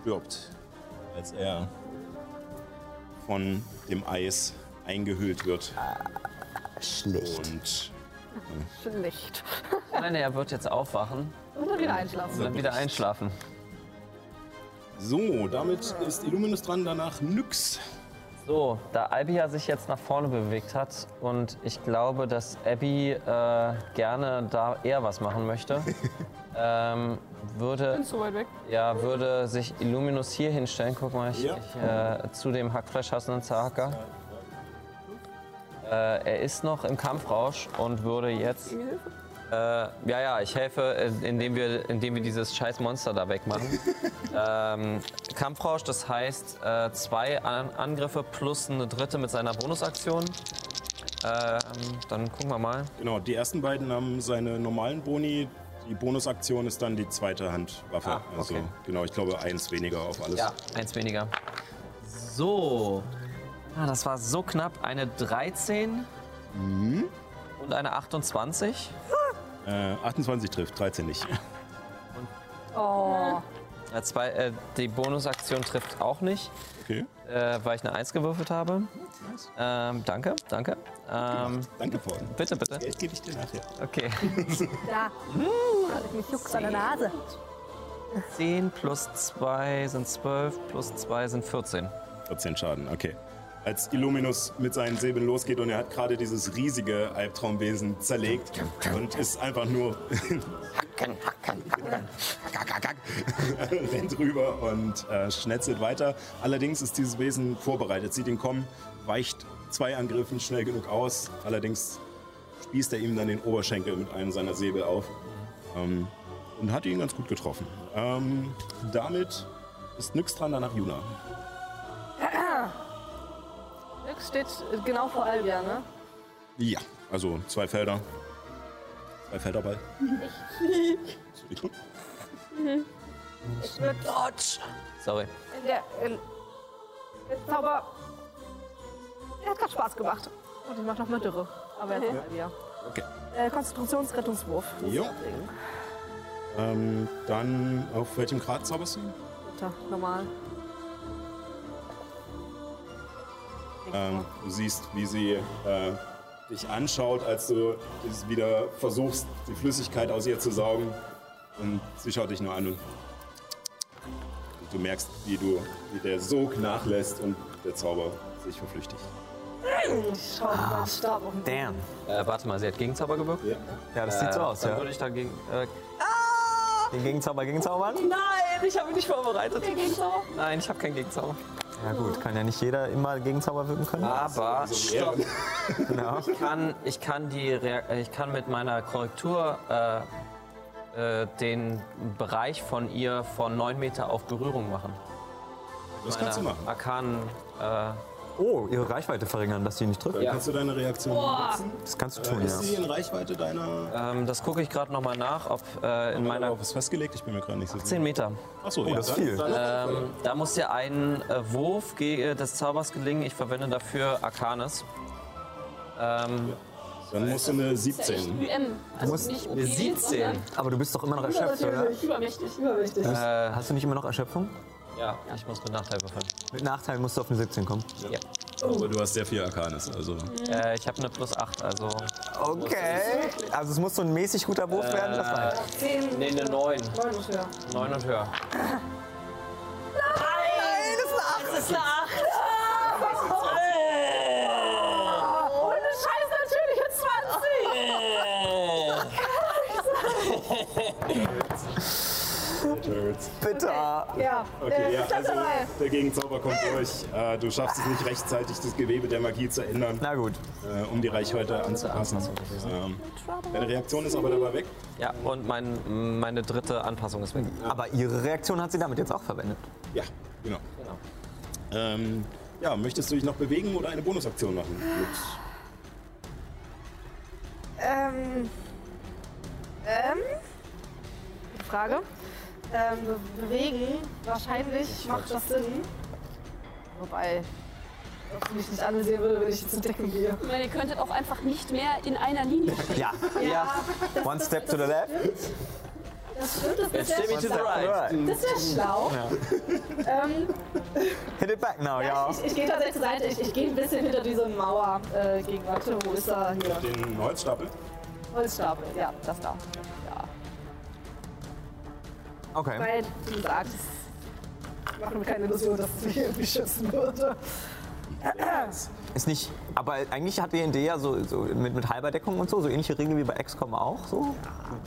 S2: stirbt, als er von dem Eis eingehüllt wird
S4: Schlecht.
S2: und
S6: Schlecht.
S3: Nein, er wird jetzt aufwachen
S6: Und dann wieder
S3: und
S6: einschlafen.
S3: dann wieder einschlafen.
S2: So, damit ist Illuminus dran, danach nix.
S3: So, da Albia sich jetzt nach vorne bewegt hat und ich glaube, dass Abby äh, gerne da eher was machen möchte, ähm, würde,
S7: Bin zu weit weg.
S3: ja, würde sich Illuminus hier hinstellen. Guck mal, ich,
S2: Ja.
S3: ich, äh, zu dem hackfleischhassenden Zerhacker. Äh, er ist noch im Kampfrausch und würde jetzt.
S7: Mir Hilfe.
S3: Äh, ja, ja, ich helfe, äh, indem wir, indem wir dieses scheiß Monster da wegmachen. ähm, Kampfrausch, das heißt äh, zwei An Angriffe plus eine dritte mit seiner Bonusaktion. Ähm, dann gucken wir mal.
S2: Genau, die ersten beiden haben seine normalen Boni. Die Bonusaktion ist dann die zweite Handwaffe.
S3: Ah,
S2: Also
S3: okay.
S2: genau, ich glaube eins weniger auf alles.
S3: Eins weniger. So. Ah, das war so knapp. Eine 13 Mhm. und eine 28.
S2: Äh, 28 trifft, 13 nicht.
S5: Oh.
S3: Äh, zwei, äh, die Bonusaktion trifft auch nicht.
S2: Okay.
S3: äh, weil ich eine 1 gewürfelt habe. Ähm, danke, danke. Ähm,
S2: Danke, Paul.
S3: bitte, bitte.
S2: Geld gebe ich dir nachher.
S3: Okay.
S6: Da.
S5: Hm.
S6: Mich juckt's an der Nase.
S3: 10 plus 2 sind 12, plus 2 sind 14.
S2: 14 Schaden, okay. Als Illuminus mit seinen Säbeln losgeht und er hat gerade dieses riesige Albtraumwesen zerlegt und ist einfach nur rennt rüber und äh, schnetzelt weiter. Allerdings ist dieses Wesen vorbereitet, sieht ihn kommen, weicht zwei Angriffen schnell genug aus. Allerdings spießt er ihm dann den Oberschenkel mit einem seiner Säbel auf ähm, und hat ihn ganz gut getroffen. Ähm, damit ist nix dran, danach Juna.
S6: Nix steht genau vor Albia, ne?
S2: Ja, also zwei Felder. Zwei Felder bei. Entschuldigung.
S6: Ich würd-
S3: Sorry.
S6: Der, äh, der Zauber. Der hat gerade Spaß gemacht. Und ich mach Oh, noch mal Dürre. Aber jetzt ist Albia.
S2: Okay.
S6: Äh, Konstitutionsrettungswurf.
S2: Jo. Ähm, dann auf welchem Grad zauberst du?
S6: Runter, normal.
S2: Ähm, du siehst, wie sie äh, dich anschaut, als du dieses wieder versuchst, die Flüssigkeit aus ihr zu saugen. Und sie schaut dich nur an und und du merkst, wie, du, wie der Sog nachlässt und der Zauber sich verflüchtigt.
S4: Damn.
S3: Äh, warte mal, sie hat Gegenzauber gewirkt? Ja,
S4: Ja, das sieht so aus,
S3: Dann
S4: ja.
S3: würde ich dagegen. Äh,
S4: Den Gegenzauber gegenzaubern?
S3: nein, ich habe mich nicht vorbereitet. Nein, ich habe keinen Gegenzauber.
S4: Ja gut, kann ja nicht jeder immer Gegenzauber wirken können.
S3: Aber stopp.
S4: Genau.
S3: Ich kann, ich kann, die Rea- äh, ich kann mit meiner Korrektur äh, äh, den Bereich von ihr von 9 Meter auf Berührung machen.
S2: Das kannst du machen.
S3: Arkanen. Äh,
S4: Oh, ihre Reichweite verringern, dass sie nicht trifft.
S2: Dann kannst du deine Reaktion nutzen.
S4: Das kannst du
S2: Äh,
S4: tun,
S2: Ist sie
S4: ja.
S2: in Reichweite deiner...
S3: ähm, das gucke ich gerade nochmal nach, ob äh, in meiner.
S2: Auf was festgelegt? Ich bin mir gerade nicht sicher.
S3: 10 Meter.
S2: Achso, ja,
S4: Oh, das ist
S2: dann-
S4: viel.
S2: dann-
S3: Ähm, da muss dir ein äh, Wurf ge- äh, des Zaubers gelingen. Ich verwende dafür Arcanes. Ähm,
S2: Dann musst du eine 17.
S7: UM. Also nicht OP,
S3: 17.
S7: sondern
S4: Aber du bist doch immer noch erschöpft, oder?
S7: Übermächtig, übermächtig.
S4: Hast du nicht immer noch Erschöpfung?
S3: Ja, ich muss mit Nachteil würfeln.
S4: Mit Nachteil musst du auf eine 17 kommen.
S2: Aber du hast sehr viel Arcanes, also...
S3: Äh, ich habe eine plus 8, also.
S4: Okay. Also es muss so ein mäßig guter Wurf werden. Das reicht.
S3: Nee, eine 9. 9 und höher.
S5: Ohne Scheiß natürlich jetzt
S3: Äh.
S5: 20!
S4: Bitter.
S5: Ja,
S2: Okay,
S5: äh,
S2: ja,
S5: ich bleib
S2: also
S5: dabei.
S2: der Gegenzauber kommt durch. Äh, du schaffst es nicht rechtzeitig, das Gewebe der Magie zu ändern,
S4: Na gut.
S2: äh, um die Reichweite anzupassen. Ähm, deine Reaktion ist aber dabei weg.
S3: Ja, und mein, meine dritte Anpassung ist weg.
S4: Aber ihre Reaktion hat sie damit jetzt auch verwendet.
S2: Ja, genau. Ähm, ja, möchtest du dich noch bewegen oder eine Bonusaktion machen? Gut.
S5: Ähm. Ähm. Die Frage. Ähm, be bewegen. Wahrscheinlich macht das Sinn. Wobei. Ob sie mich nicht ansehen würde, wenn ich jetzt in Decken gehe.
S7: Ich meine, ihr könntet auch einfach nicht mehr in einer Linie stehen.
S4: Ja.
S5: Ja.
S4: One step to the left.
S5: Das stimmt, das ist sehr,
S3: to the right.
S5: das ist sehr schlau. Ähm,
S4: Hit it back now, ja.
S5: ich, ich gehe tatsächlich zur Seite. Ich, ich gehe ein bisschen hinter diese Mauer äh, gegen. Warte, wo ist da hier?
S2: Den Holzstapel.
S5: Holzstapel. Ja, das da. Ja.
S4: Okay.
S5: Weil, wie gesagt, ich mache mir keine Illusion, dass es mich irgendwie schützen würde.
S4: Ist nicht. Aber eigentlich hat D&D ja so, so mit, mit halber Deckung und so, so ähnliche Regeln wie bei XCOM auch. So.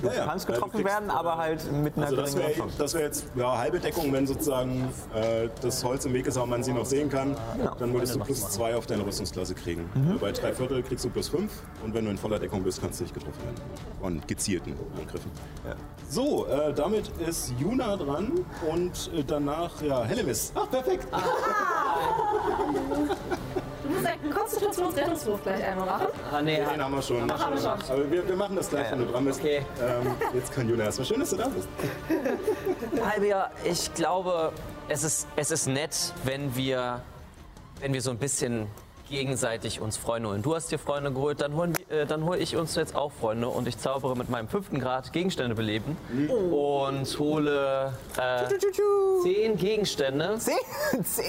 S4: Du
S2: Ah. Ja, ja.
S4: kannst
S2: Ja, du
S4: getroffen
S2: kriegst,
S4: werden, aber halt mit einer
S2: Also das
S4: geringeren
S2: wäre
S4: Chance.
S2: das wär jetzt ja, halbe Deckung, wenn sozusagen äh, das Holz im Weg ist, aber man sie noch sehen kann. Dann würdest du plus 2 auf deine Rüstungsklasse kriegen. Äh, Bei drei Viertel kriegst du plus 5 und wenn du in voller Deckung bist, kannst du nicht getroffen werden. Von gezielten Angriffen. So, äh, damit ist Juna dran und äh, danach, ja, Hellemis. Ach, perfekt.
S5: Du musst einen Konstitutionsrettungswurf gleich einmal machen.
S3: Ah, nee,
S2: Den haben wir schon. Aber wir, wir machen das gleich, wenn du dran bist.
S3: Okay.
S2: Ähm, jetzt kann Juna erstmal. Schön, dass du da bist.
S3: Albia, ich glaube, es ist, es ist nett, wenn wir, wenn wir so ein bisschen gegenseitig uns Freunde holen. Du hast dir Freunde geholt, dann hole äh, dann hol ich uns jetzt auch Freunde und ich zaubere mit meinem fünften Grad Gegenstände beleben und hole äh, zehn Gegenstände.
S4: 10? 10?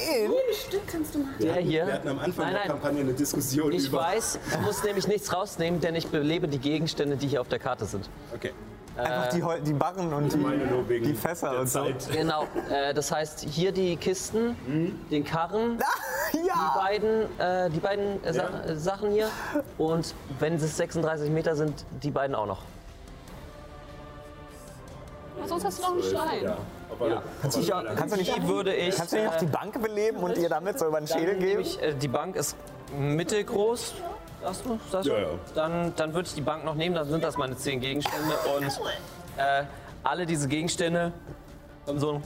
S3: Der hier.
S2: Wir hatten am Anfang
S3: nein,
S2: der
S3: nein,
S2: Kampagne eine Diskussion
S3: ich
S2: über...
S3: weiß, ich muss nämlich nichts rausnehmen, denn ich belebe die Gegenstände, die hier auf der Karte sind.
S2: Okay.
S4: Einfach die, Hol- die Barren und
S2: Äh, Meine
S4: die,
S2: nur wegen
S4: die Fässer
S2: der
S4: und so.
S2: Zeit.
S3: Genau, äh, das heißt hier die Kisten,
S4: Mhm.
S3: den Karren, die
S4: Ja!
S3: beiden, äh, die beiden äh, Sa äh, Sachen hier und wenn es 36 Meter sind, die beiden auch noch.
S7: Aber Sonst hast du noch einen Stein.
S2: Ja. Aber
S4: Kannst du nicht, auch- kannst du nicht,
S3: Die würde ich.
S4: kannst du nicht auch die Bank beleben und ihr damit so über den
S3: dann
S4: Schädel
S3: nehme
S4: geben?
S3: ich, äh, die Bank ist mittelgroß. Sagst du? Sagst du?
S2: Ja, ja.
S3: Dann, dann würde ich die Bank noch nehmen, dann sind das meine zehn Gegenstände und äh, alle diese Gegenstände haben so ein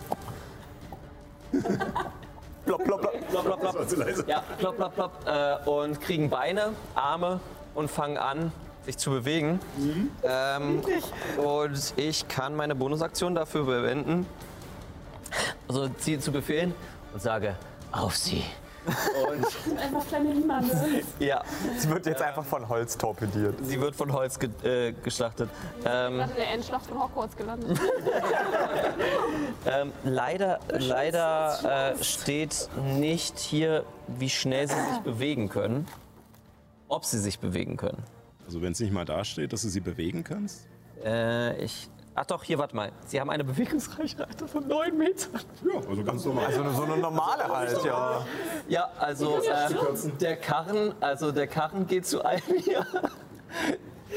S4: Blop, blop, blop.
S3: plopp,
S2: Das
S3: plopp, plopp.
S2: war zu leise.
S3: Ja, plopp, plopp, plopp. Äh, und kriegen Beine, Arme und fangen an, sich zu bewegen. Ähm, und ich kann meine Bonusaktion dafür verwenden, also sie zu befehlen und sage, auf sie.
S7: Einfach kleine Niemanden.
S3: Ja,
S4: Sie wird jetzt einfach von Holz torpediert.
S3: sie wird von Holz ge äh, geschlachtet. Ähm,
S7: Gerade in der Endschlacht von Hogwarts gelandet.
S3: ähm, leider leider äh, steht nicht hier, wie schnell sie sich bewegen können. ob sie sich bewegen können.
S2: Also wenn es nicht mal dasteht, dass du sie bewegen kannst?
S3: Äh, ich. Ach doch, hier, warte mal. Sie haben eine Bewegungsreichweite von 9 Metern.
S2: Ja, also ganz normal.
S4: So eine, so eine normale halt, ja.
S3: Ja, also äh, der Karren, also der Karren geht zu einem hier.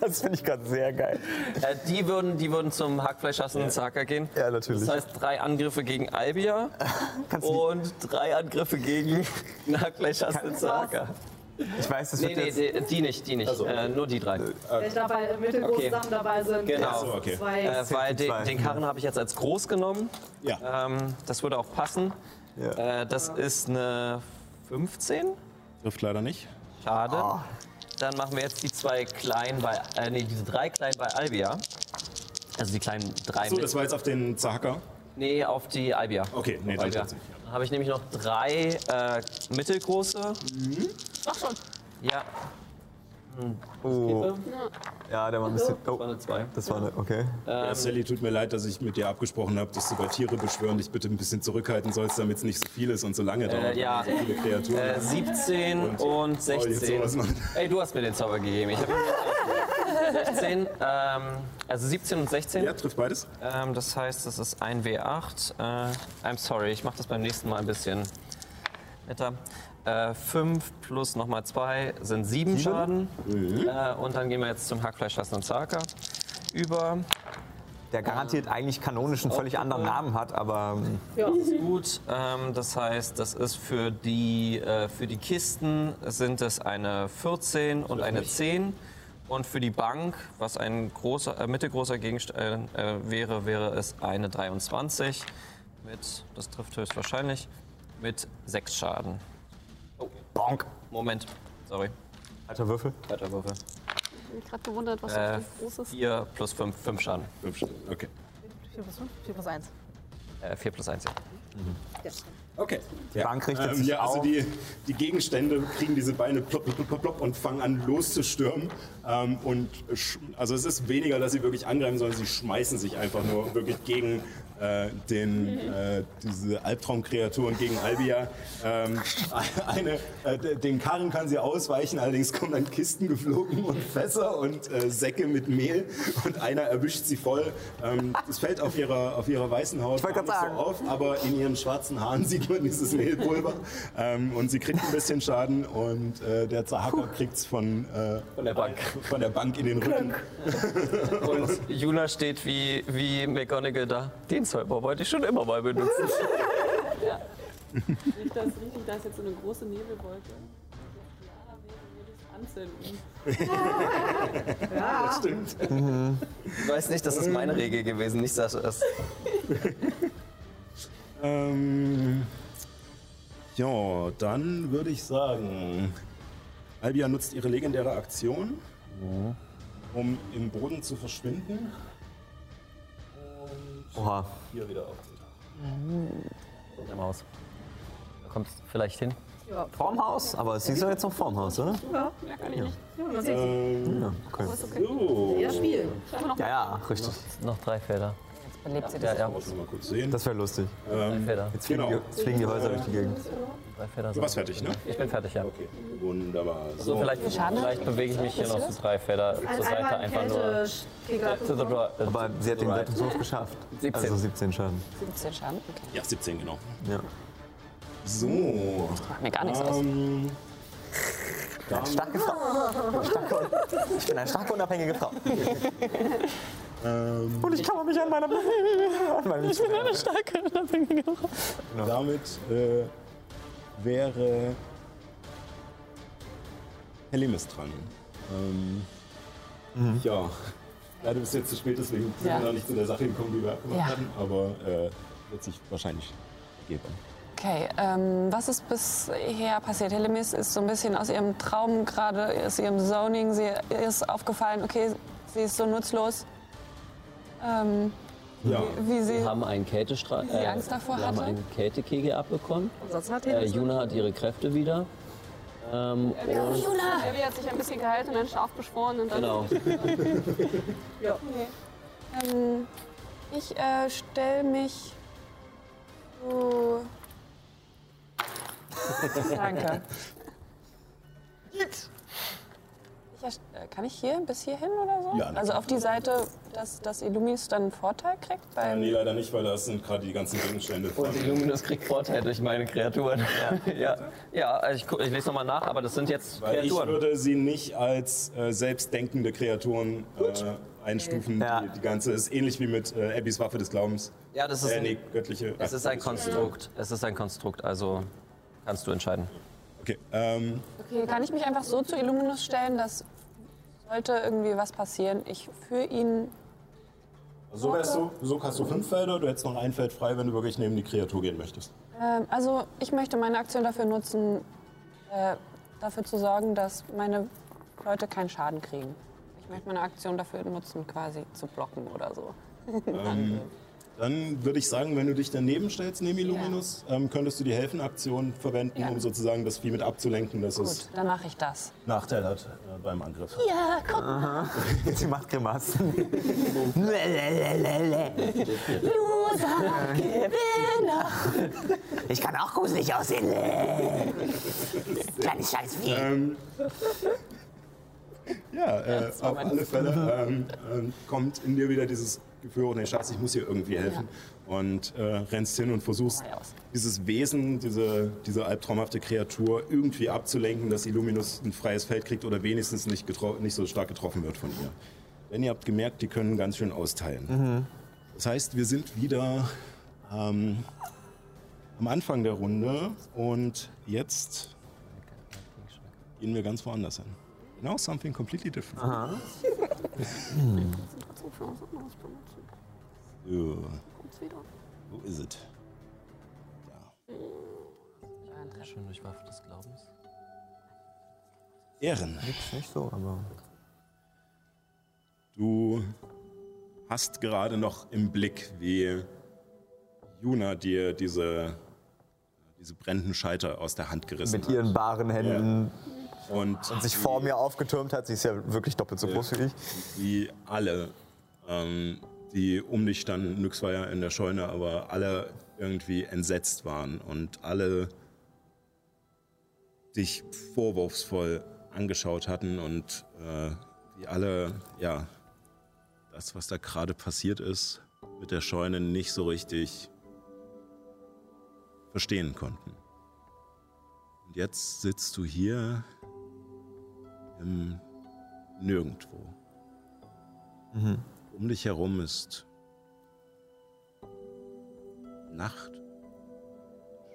S4: Das finde ich gerade sehr geil.
S3: Äh, die würden, die würden zum Hackfleischhassen und Zaka gehen.
S4: Ja, natürlich.
S3: Das heißt drei Angriffe gegen Albia
S4: Kannst du-
S3: und drei Angriffe gegen den Hackfleischhassen und Zaka.
S4: Ich weiß, das
S3: Nee,
S4: wird
S3: nee,
S4: jetzt. Also,
S3: die, die nicht, die nicht. Äh, nur die drei.
S6: Welche dabei im Mittelgroß
S3: Okay.
S6: zusammen dabei sind.
S3: Genau.
S2: so, okay.
S6: Zwei.
S3: Äh, weil den,
S4: zwei.
S3: den Karren habe ich jetzt als groß genommen.
S2: Ja.
S3: Ähm, das würde auch passen.
S4: Ja.
S3: Äh, das ist eine 15.
S2: Trifft leider nicht.
S3: Schade. Dann machen wir jetzt die zwei kleinen bei, äh, nee, diese drei kleinen bei Albia. Also die kleinen drei
S2: So,
S3: mit-
S2: das war jetzt auf den Zahacker.
S3: Nee, auf die Albia.
S2: Okay, nee,
S3: Auf
S2: dann
S3: Albia.
S2: trifft's nicht, ja.
S3: Dann habe ich nämlich noch drei äh, mittelgroße.
S7: Ach schon.
S3: Ja,
S4: Oh.
S3: das
S4: Ja, der war ein bisschen.
S3: war
S4: Oh,
S3: eine zwei.
S4: das war eine. Okay.
S2: Ja, Sally, tut mir leid, dass ich mit dir abgesprochen habe, dass du bei Tiere beschwören dich bitte ein bisschen zurückhalten sollst, damit es nicht so viel ist und so lange dauert.
S3: ja.
S2: So viele Kreaturen.
S3: Äh, 17 und
S2: Oh, jetzt
S3: 16.
S2: sowas machen.
S3: Ey, du hast mir den Zauber gegeben. Ich habe 16, ähm, also 17 und 16.
S2: ja, trifft beides.
S3: Ähm, das heißt, das ist ein W8. Äh, I'm sorry, ich mache das beim nächsten Mal ein bisschen netter. Äh, 5 plus nochmal 2 sind 7 Schaden. Äh, und dann gehen wir jetzt zum Hackfleischhassen und Zaka über.
S4: Der garantiert eigentlich kanonisch einen völlig anderen Namen hat, aber. ähm,
S3: Gut, ähm, das heißt, das ist für die, äh, für die Kisten sind es eine 14 und eine 10. Und für die Bank, was ein großer, äh, mittelgroßer Gegenstand äh, äh, wäre, wäre es eine 23. Mit, das trifft höchstwahrscheinlich, mit 6 Schaden.
S4: Oh. Bonk.
S3: Moment, sorry,
S4: Alter Würfel.
S3: weiter Würfel.
S7: Ich habe mich gerade gewundert, was
S3: Äh,
S7: das für ein großes.
S3: 4 plus 5, 5 Schaden.
S2: Fünf Stück, Okay.
S6: 4 plus 5, 4 plus 1.
S3: Äh, 4 plus 1, ja.
S2: Okay. Die
S4: Bank richtet sich
S2: ja, also
S4: auf.
S2: Die, die Gegenstände kriegen diese Beine plopp, plopp, plopp, plopp und fangen an loszustürmen. Ähm, und sch- also es ist weniger, dass sie wirklich angreifen, sondern sie schmeißen sich einfach nur wirklich gegen äh, den, äh, diese Albtraumkreaturen, gegen Albia. Ähm, eine, äh, d- den Karren kann sie ausweichen, allerdings kommen dann Kisten geflogen und Fässer und äh, Säcke mit Mehl und einer erwischt sie voll. Ähm, das fällt auf ihrer, auf ihrer weißen Haut
S4: Ich wollte
S2: gar
S4: gerade
S2: nicht so auf, aber in ihren schwarzen Haaren sieht man dieses Mehlpulver. ähm, und sie kriegt ein bisschen Schaden und äh, der Zahacker kriegt's von, äh, von,
S3: der Bank.
S2: von der Bank in den Rücken.
S3: Und Juna steht wie, wie McGonagall da. Den Zauber wollte ich schon immer mal benutzen.
S7: Riecht das richtig, da ist jetzt so eine große Nebelwolke. Anzünden.
S2: Das stimmt.
S3: Ich weiß nicht, das ist meine Regel gewesen, nicht Saschas.
S2: Ähm, ja, dann würde ich sagen, Albia nutzt ihre legendäre Aktion, um im Boden zu verschwinden.
S4: Oha.
S2: Hier wieder aufzutreten.
S3: Der Maus. Da kommst du vielleicht hin.
S4: Vorm Haus? Aber sie ist doch jetzt noch vorm Haus, oder? Ähm, Ja, okay.
S2: So,
S6: Ja, Spiel.
S4: Ja, ja, richtig.
S3: Noch drei Felder.
S5: Belebt sie
S3: Ja,
S5: das?
S3: ja,
S2: mal kurz sehen.
S4: Das wäre lustig.
S3: drei Felder.
S4: Jetzt fliegen,
S2: Genau.
S4: die, jetzt fliegen die Häuser durch die Gegend.
S3: Drei Felder.
S2: Du warst fertig, ne?
S3: Ich bin fertig, ja.
S2: Okay, wunderbar.
S3: So, vielleicht, vielleicht bewege ich mich hier noch zu drei Felder zur Seite
S6: Einmal
S3: einfach nur. Äh,
S6: Kälte. Gegner-
S3: To the right.
S4: Aber sie hat den
S3: Right.
S4: dritten Wurf geschafft.
S3: 17.
S4: Also 17 Schaden.
S5: 17 Schaden? Okay.
S2: Ja, 17, genau.
S4: Ja.
S2: So,
S5: Macht mir gar
S7: Ah.
S5: nichts aus.
S2: Ähm,
S4: Starke Frau. Starke, ich bin eine starke, unabhängige Frau. Und ich klammere mich an meiner an meinem
S2: damit äh, wäre Helimis dran. Ähm,
S3: Mhm.
S2: Ja, leider bist du jetzt zu spät, deswegen sind wir noch nicht zu der Sache gekommen, die wir abgemacht
S5: Ja.
S2: hatten, aber äh, wird sich wahrscheinlich geben.
S5: Okay, ähm, was ist bisher passiert? Helemis ist so ein bisschen aus ihrem Traum gerade, aus ihrem Zoning. Sie ist aufgefallen, okay, sie ist so nutzlos. Ähm,
S2: Ja,
S5: wie sie.
S3: Wir haben einen Kältestrahl.
S5: sie Angst davor
S3: wir haben
S5: hatte?
S3: einen Kältekegel abbekommen.
S6: Sonst hat
S3: Äh,
S6: er
S3: Juna hat ihre Kräfte wieder. Ähm,
S5: genau.
S3: und,
S7: Abby hat sich ein bisschen geheilt und dann scharf beschworen und dann
S3: genau.
S5: Ähm, ich äh, stelle mich zu Danke.
S11: Jetzt.
S5: Ich erst- äh, Kann ich hier bis hierhin oder so?
S2: Ja, na
S5: also
S2: klar.
S5: auf die Seite, dass, dass Illumis dann einen Vorteil kriegt?
S2: Äh,
S5: Weil
S2: nee, leider nicht, weil das sind gerade die ganzen Gegenstände.
S3: Und Illuminus kriegt Vorteil durch meine Kreaturen. Ja, ja. also ich, gu- ich lese nochmal nach, aber das sind jetzt
S2: Weil ich
S3: Kreaturen.
S2: würde sie nicht als äh, selbstdenkende Kreaturen äh, einstufen.
S4: Ja.
S2: Die, die ganze ist ähnlich wie mit äh, Abbys Waffe des Glaubens.
S3: Ja, das ist,
S2: Äh, nee,
S3: ein,
S2: göttliche.
S3: es ist ein Konstrukt. Es ist ein Konstrukt, also kannst du entscheiden.
S2: Okay, ähm,
S5: okay, kann ich mich einfach so zu Illuminus stellen, dass sollte irgendwie was passieren, ich für ihn
S2: so, wärst du, so kannst du fünf Felder, du hättest noch ein Feld frei, wenn du wirklich neben die Kreatur gehen möchtest.
S5: Ähm, also ich möchte meine Aktion dafür nutzen, äh, dafür zu sorgen, dass meine Leute keinen Schaden kriegen. Ich möchte meine Aktion dafür nutzen, quasi zu blocken oder so.
S2: Dann würde ich sagen, wenn du dich daneben stellst, neben Illuminus, ähm, könntest du die Helfenaktion verwenden,
S5: Ja.
S2: um sozusagen das Vieh mit abzulenken, dass es
S5: Gut, dann mache ich das.
S2: Nachteil hat äh, beim Angriff.
S4: Sie macht Grimassen. Lalalala. ich kann auch gruselig aussehen. Kleines Scheißvieh.
S2: Ähm, ja, äh, auf alle Fälle ähm, ähm, kommt in dir wieder dieses Gefühl, oh nee, scheiße, ich muss hier irgendwie helfen. Und äh, rennst hin und versuchst, dieses Wesen, diese, diese albtraumhafte Kreatur irgendwie abzulenken, dass Illuminus ein freies Feld kriegt oder wenigstens nicht, getro- nicht so stark getroffen wird von ihr. Denn ihr habt gemerkt, die können ganz schön austeilen. Das heißt, wir sind wieder ähm, am Anfang der Runde und jetzt gehen wir ganz woanders hin. Now something completely different.
S12: So für was anderes benutzen.
S2: Ja,
S12: Kommt's wieder.
S2: wo ist es?
S3: Schon durch Waffe des Glaubens.
S2: Ehren,
S4: Nicht so, aber.
S2: du hast gerade noch im Blick, wie Juna dir diese, diese brennenden Scheiter aus der Hand gerissen
S4: Mit ihren baren Händen
S2: hat. Und,
S4: sich vor mir aufgetürmt hat. Sie ist ja wirklich doppelt so groß wie ich.
S2: wie alle, ähm, die um dich standen, Nyx war ja in der Scheune, aber alle irgendwie entsetzt waren und alle dich vorwurfsvoll angeschaut hatten und äh, die alle, ja, das, was da gerade passiert ist, mit der Scheune nicht so richtig verstehen konnten. Und jetzt sitzt du hier im Nirgendwo. Um dich herum ist Nacht,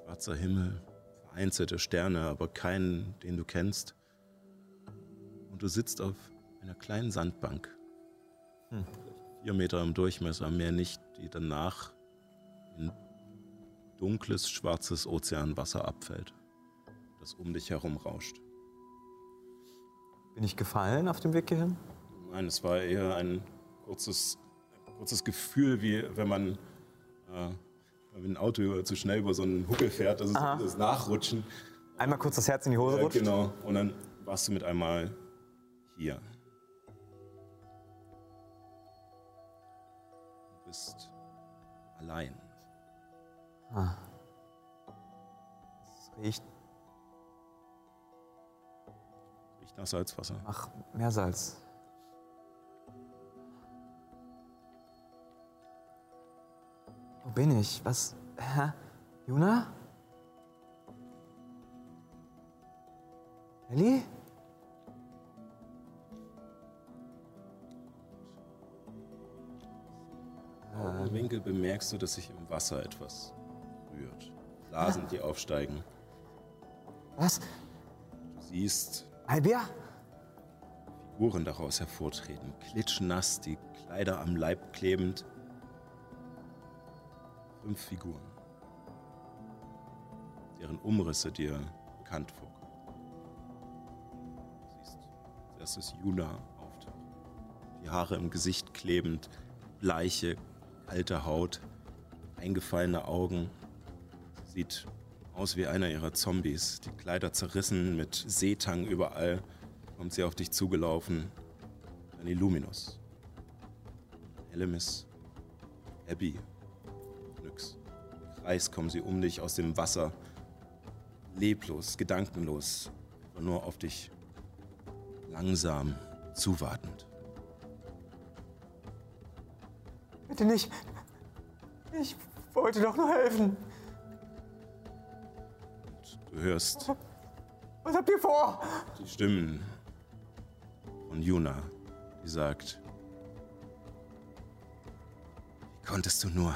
S2: schwarzer Himmel, vereinzelte Sterne, aber keinen, den du kennst. Und du sitzt auf einer kleinen Sandbank, vier Meter im Durchmesser, mehr nicht, die danach in dunkles, schwarzes Ozeanwasser abfällt, das um dich herum rauscht.
S4: Bin ich gefallen auf dem Weg hierhin?
S2: Nein, es war eher ein kurzes, kurzes Gefühl, wie wenn man äh, wenn ein Auto zu schnell über so einen Huckel fährt, also so dieses Nachrutschen.
S4: Einmal kurz das Herz in die Hose
S2: Äh,
S4: rutscht.
S2: genau, und dann warst du mit einmal hier. Du bist allein.
S4: Es Ah. riecht
S2: Riecht nach Salzwasser.
S4: nach Meersalz. Wo bin ich? Was? Hä? Juna? Ellie?
S2: Im Winkel bemerkst du, dass sich im Wasser etwas rührt. Blasen, die aufsteigen.
S4: Was?
S2: Du siehst
S4: Albia?
S2: Uhren daraus hervortreten, klitschnass, die Kleider am Leib klebend. Fünf Figuren, deren Umrisse dir bekannt vorkommen. Du Siehst, das ist Juna auftauchen. Die Haare im Gesicht klebend, bleiche, alte Haut, eingefallene Augen. Sie sieht aus wie einer ihrer Zombies, die Kleider zerrissen, mit Seetang überall kommt sie auf dich zugelaufen. Ein Illuminus. Elemis. Abby. Nyx. Im Kreis kommen sie um dich aus dem Wasser. leblos, gedankenlos, und nur auf dich langsam zuwartend.
S4: Bitte nicht. Ich wollte doch nur helfen.
S2: Du hörst
S4: Was habt ihr vor?
S2: die Stimmen von Juna, die sagt, wie konntest du nur?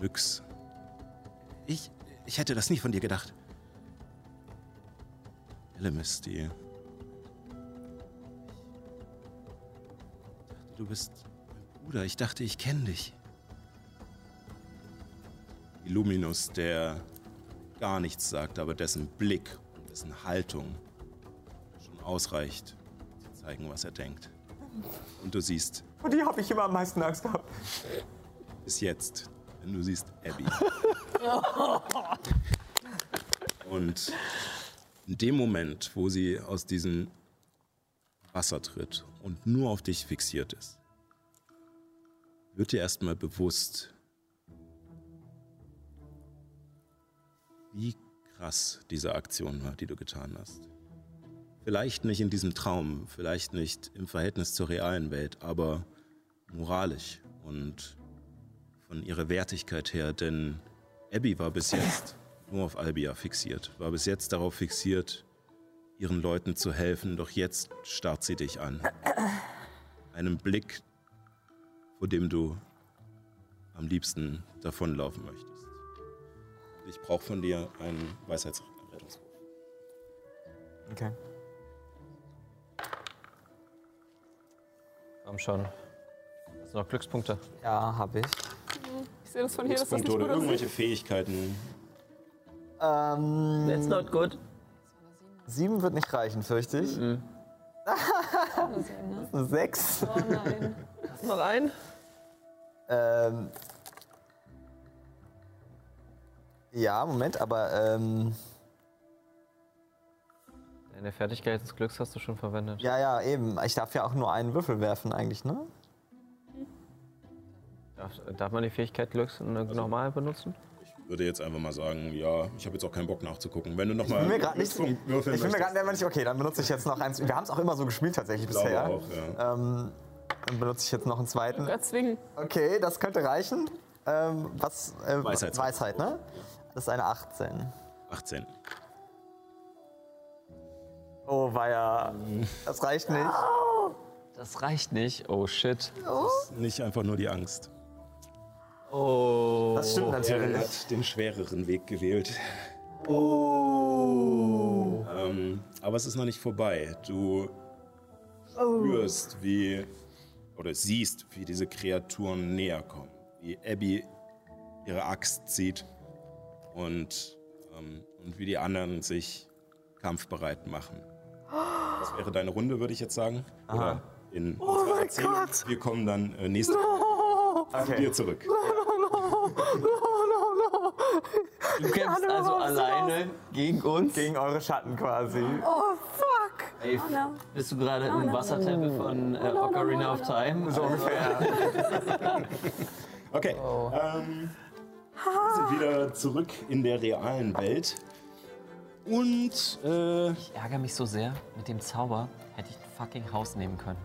S2: Nix. Ich, ich hätte das nie von dir gedacht. Elemis, die... Ich dachte, du bist mein Bruder. Ich dachte, ich kenne dich. Illuminus, der gar nichts sagt, aber dessen Blick und dessen Haltung schon ausreicht, um zu zeigen, was er denkt. Und du siehst
S4: Vor die habe ich immer am meisten Angst gehabt.
S2: bis jetzt, wenn du siehst Abby. Und in dem Moment, wo sie aus diesem Wasser tritt und nur auf dich fixiert ist, wird dir erstmal bewusst, wie krass diese Aktion war, die du getan hast. Vielleicht nicht in diesem Traum, vielleicht nicht im Verhältnis zur realen Welt, aber moralisch und von ihrer Wertigkeit her, denn Abby war bis jetzt nur auf Albia fixiert, war bis jetzt darauf fixiert, ihren Leuten zu helfen, doch jetzt starrt sie dich an. Einem Blick, vor dem du am liebsten davonlaufen möchtest. Ich brauche von dir einen Weisheitsrettungswurf.
S4: Okay.
S3: Komm schon. Hast du noch Glückspunkte?
S4: Ja, habe ich.
S7: Ich sehe das von hier, das ist nicht
S2: Punkte oder
S7: gut. aussieht.
S2: irgendwelche Fähigkeiten.
S4: Ähm,
S3: That's not good.
S4: sieben wird nicht reichen, fürchte ich. Das ist eine Sechs.
S3: Noch ein?
S4: Ähm, ja, Moment, aber ähm,
S3: Deine Fertigkeit des Glücks hast du schon verwendet.
S4: ja, ja, eben. Ich darf ja auch nur einen Würfel werfen eigentlich, ne?
S3: Darf, darf man die Fähigkeit Glücks n- normal benutzen?
S2: Würde jetzt einfach mal sagen, ja, ich habe jetzt auch keinen Bock nachzugucken. Wenn du
S4: Ich
S2: nochmal
S4: bin mir gerade nicht.
S2: Punkt Äh, würfeln
S4: Ich bin mir
S2: möchtest,
S4: gerade immer nicht. Okay, dann benutze ich jetzt noch eins. Wir haben es auch immer so gespielt tatsächlich
S2: glaube
S4: bisher.
S2: auch, ja.
S4: Ähm, dann benutze ich jetzt noch einen zweiten.
S7: Erzwingen.
S4: Okay, das könnte reichen. Ähm, was? Äh,
S2: Weisheit.
S4: Weisheit, ne? Das ist eine 18.
S2: 18.
S4: Oh, weia. Das reicht nicht.
S3: Das reicht nicht. Oh shit.
S2: Nicht einfach nur die Angst.
S3: Oh.
S4: Das stimmt
S2: Er
S4: natürlich.
S2: hat den schwereren Weg gewählt. Oh. Ähm, aber es ist noch nicht vorbei. Du spürst, wie oder siehst, wie diese Kreaturen näher kommen. Wie Abby ihre Axt zieht und, ähm, und wie die anderen sich kampfbereit machen. Das wäre deine Runde, würde ich jetzt sagen. Oder in oh mein Gott. Wir kommen dann äh, nächste zu dir zurück.
S3: Du kämpfst also alleine gegen uns.
S4: Gegen eure Schatten quasi.
S6: Oh, fuck!
S3: Ey, bist du gerade im Wassertempel von äh, Ocarina of Time? So ungefähr.
S2: Okay. Ähm, wir sind wieder zurück in der realen Welt. Und äh,
S3: Ich ärgere mich so sehr. Mit dem Zauber hätte ich ein fucking Haus nehmen können.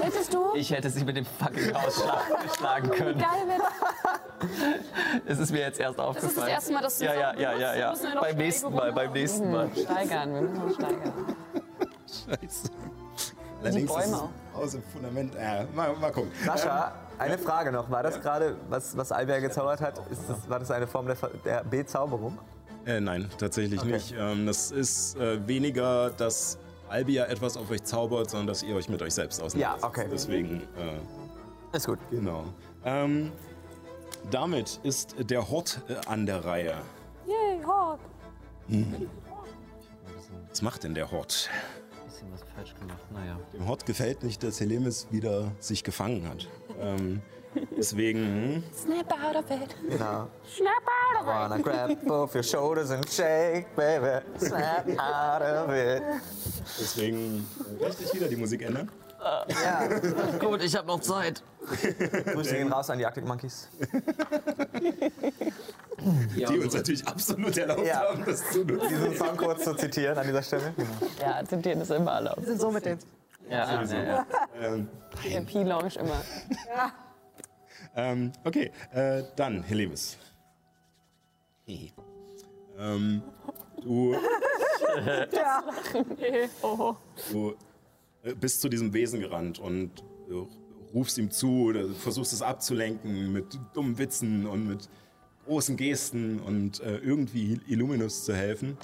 S6: Hättest du?
S3: Ich hätte sie mit dem fucking Haus schla- schlagen können.
S6: Geil, wenn
S3: Es ist mir jetzt erst
S7: Das
S3: aufgefallen.
S7: ist das erste Mal, dass du
S3: ja,
S7: die
S3: ja,
S7: Sachen
S3: ja, ja,
S7: benutzt.
S3: ja.
S7: Müssen wir noch
S3: Beim nächsten Mal, beim nächsten Mal.
S5: Steigern, wir müssen uns steigern.
S2: Scheiße. Allerdings
S5: Bäume
S2: ist
S5: auch.
S2: aus dem Fundament. Äh, mal, mal gucken.
S4: Sascha, eine Frage noch. War das gerade, was, was Albert gezaubert hat, ist das, war das eine Form der, Ver- der Bezauberung?
S2: Äh, nein, tatsächlich nicht. Ähm, das ist äh, weniger, dass Albia etwas auf euch zaubert, sondern dass ihr euch mit euch selbst auseinandersetzt.
S4: okay.
S2: Deswegen, äh,
S4: Ist gut.
S2: genau. Ähm, damit ist der Hort äh, an der Reihe.
S7: Yay, Hawk.
S2: Was macht denn der Hort?
S3: Bisschen was falsch gemacht, naja.
S2: Dem Hort gefällt nicht, dass Helemis wieder sich gefangen hat. Ähm, deswegen,
S5: Snap out of it.
S4: Genau.
S7: Snap out of
S4: Wanna grab both your shoulders and shake, baby. Snap out of it.
S2: deswegen, darf ich wieder die Musik ändern?
S7: it.
S3: Gut, ich habe noch Zeit.
S4: Grüße gehen raus an die Arctic Monkeys.
S2: die uns natürlich absolut erlaubt
S4: Ja.
S2: haben, das zu nutzen.
S4: Diesen Song kurz zu zitieren an dieser Stelle.
S5: Ja, zitieren ist immer erlaubt.
S6: Wir sind so mit den.
S3: Ja, nee, ja.
S2: Ähm,
S5: Der P-Lounge immer.
S2: ähm, okay, äh, dann, Helemis. ähm, du
S7: Nee, oho.
S2: Du äh, bist zu diesem Wesen gerannt und äh, rufst ihm zu oder versuchst es abzulenken mit dummen Witzen und mit großen Gesten und äh, irgendwie Illuminus zu helfen.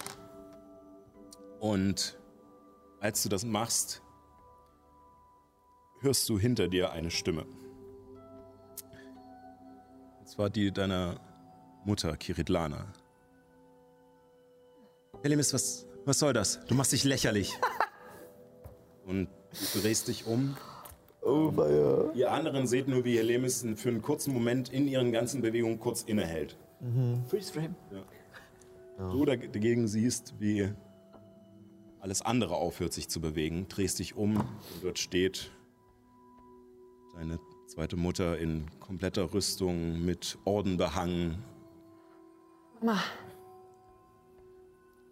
S2: Und als du das machst, hörst du hinter dir eine Stimme. Und zwar die deiner Mutter, Kiritlana. Helimis, was, was soll das? Du machst dich lächerlich. Und du drehst dich um. Oh, Ihr anderen seht nur, wie Helemis für einen kurzen Moment in ihren ganzen Bewegungen kurz innehält. Mhm. Freeze Frame. Ja. Du dag- dagegen siehst, wie alles andere aufhört, sich zu bewegen. Drehst dich um und dort steht deine zweite Mutter in kompletter Rüstung mit Orden behangen.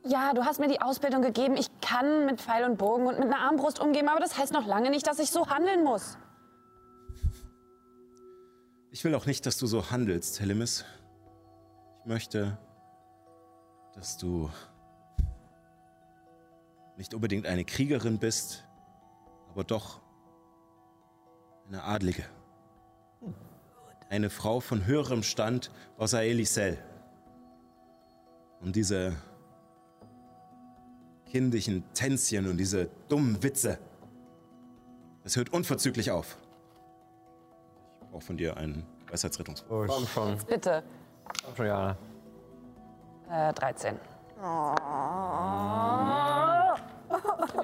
S5: Ja, du hast mir die Ausbildung gegeben. Ich kann mit Pfeil und Bogen und mit einer Armbrust umgehen, aber das heißt noch lange nicht, dass ich so handeln muss.
S2: Ich will auch nicht, dass du so handelst, Helemis. Ich möchte, dass du nicht unbedingt eine Kriegerin bist, aber doch eine Adlige. Eine Frau von höherem Stand außer Elisel. Und diese kindischen Tänzchen und diese dummen Witze, das hört unverzüglich auf. Ich brauche von dir einen Weisheitsrettungswurf.
S5: Bitte.
S3: Juliane.
S5: Äh, 13.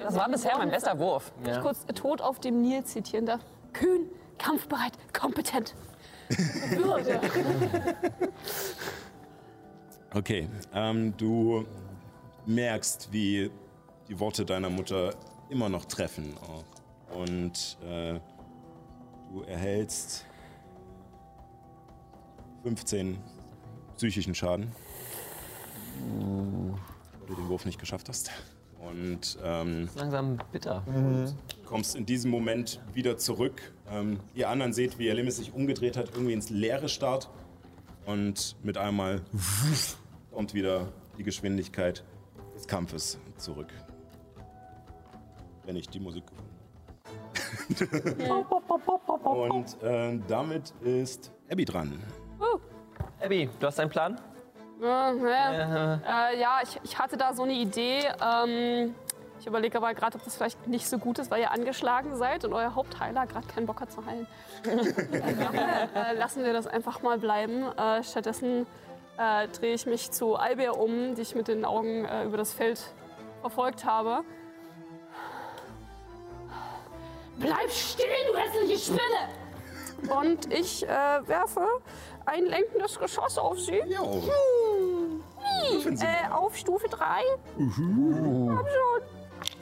S5: Das war bisher mein bester Wurf.
S3: Ja.
S7: Kurz tot auf dem Nil zitieren darf. Kühn, kampfbereit, kompetent. Würde.
S2: Okay, ähm, du merkst, wie die Worte deiner Mutter immer noch treffen. auch. Und äh, du erhältst 15 psychischen Schaden, weil du den Wurf nicht geschafft hast. Und ähm,
S3: Langsam bitter.
S2: kommst in diesem Moment wieder zurück. Ähm, ihr anderen seht, wie Elimis sich umgedreht hat, irgendwie ins Leere starrt und mit einmal kommt wieder die Geschwindigkeit des Kampfes zurück. Wenn ich die Musik gefunden habe. und ähm, damit ist Abby dran.
S3: Abby, du hast einen Plan?
S7: Ja, ne? äh, ja ich, ich hatte da so eine Idee. Ähm, ich überlege aber gerade, ob das vielleicht nicht so gut ist, weil ihr angeschlagen seid und euer Hauptheiler gerade keinen Bock hat zu heilen. äh, lassen wir das einfach mal bleiben. Äh, stattdessen äh, drehe ich mich zu Albea um, die ich mit den Augen äh, über das Feld verfolgt habe. Bleib stehen, du hässliche Spinne! Und ich äh, werfe ein lenkendes Geschoss auf sie.
S2: Jo.
S7: Wie? Hm. Äh, auf Stufe 3? Komm schon.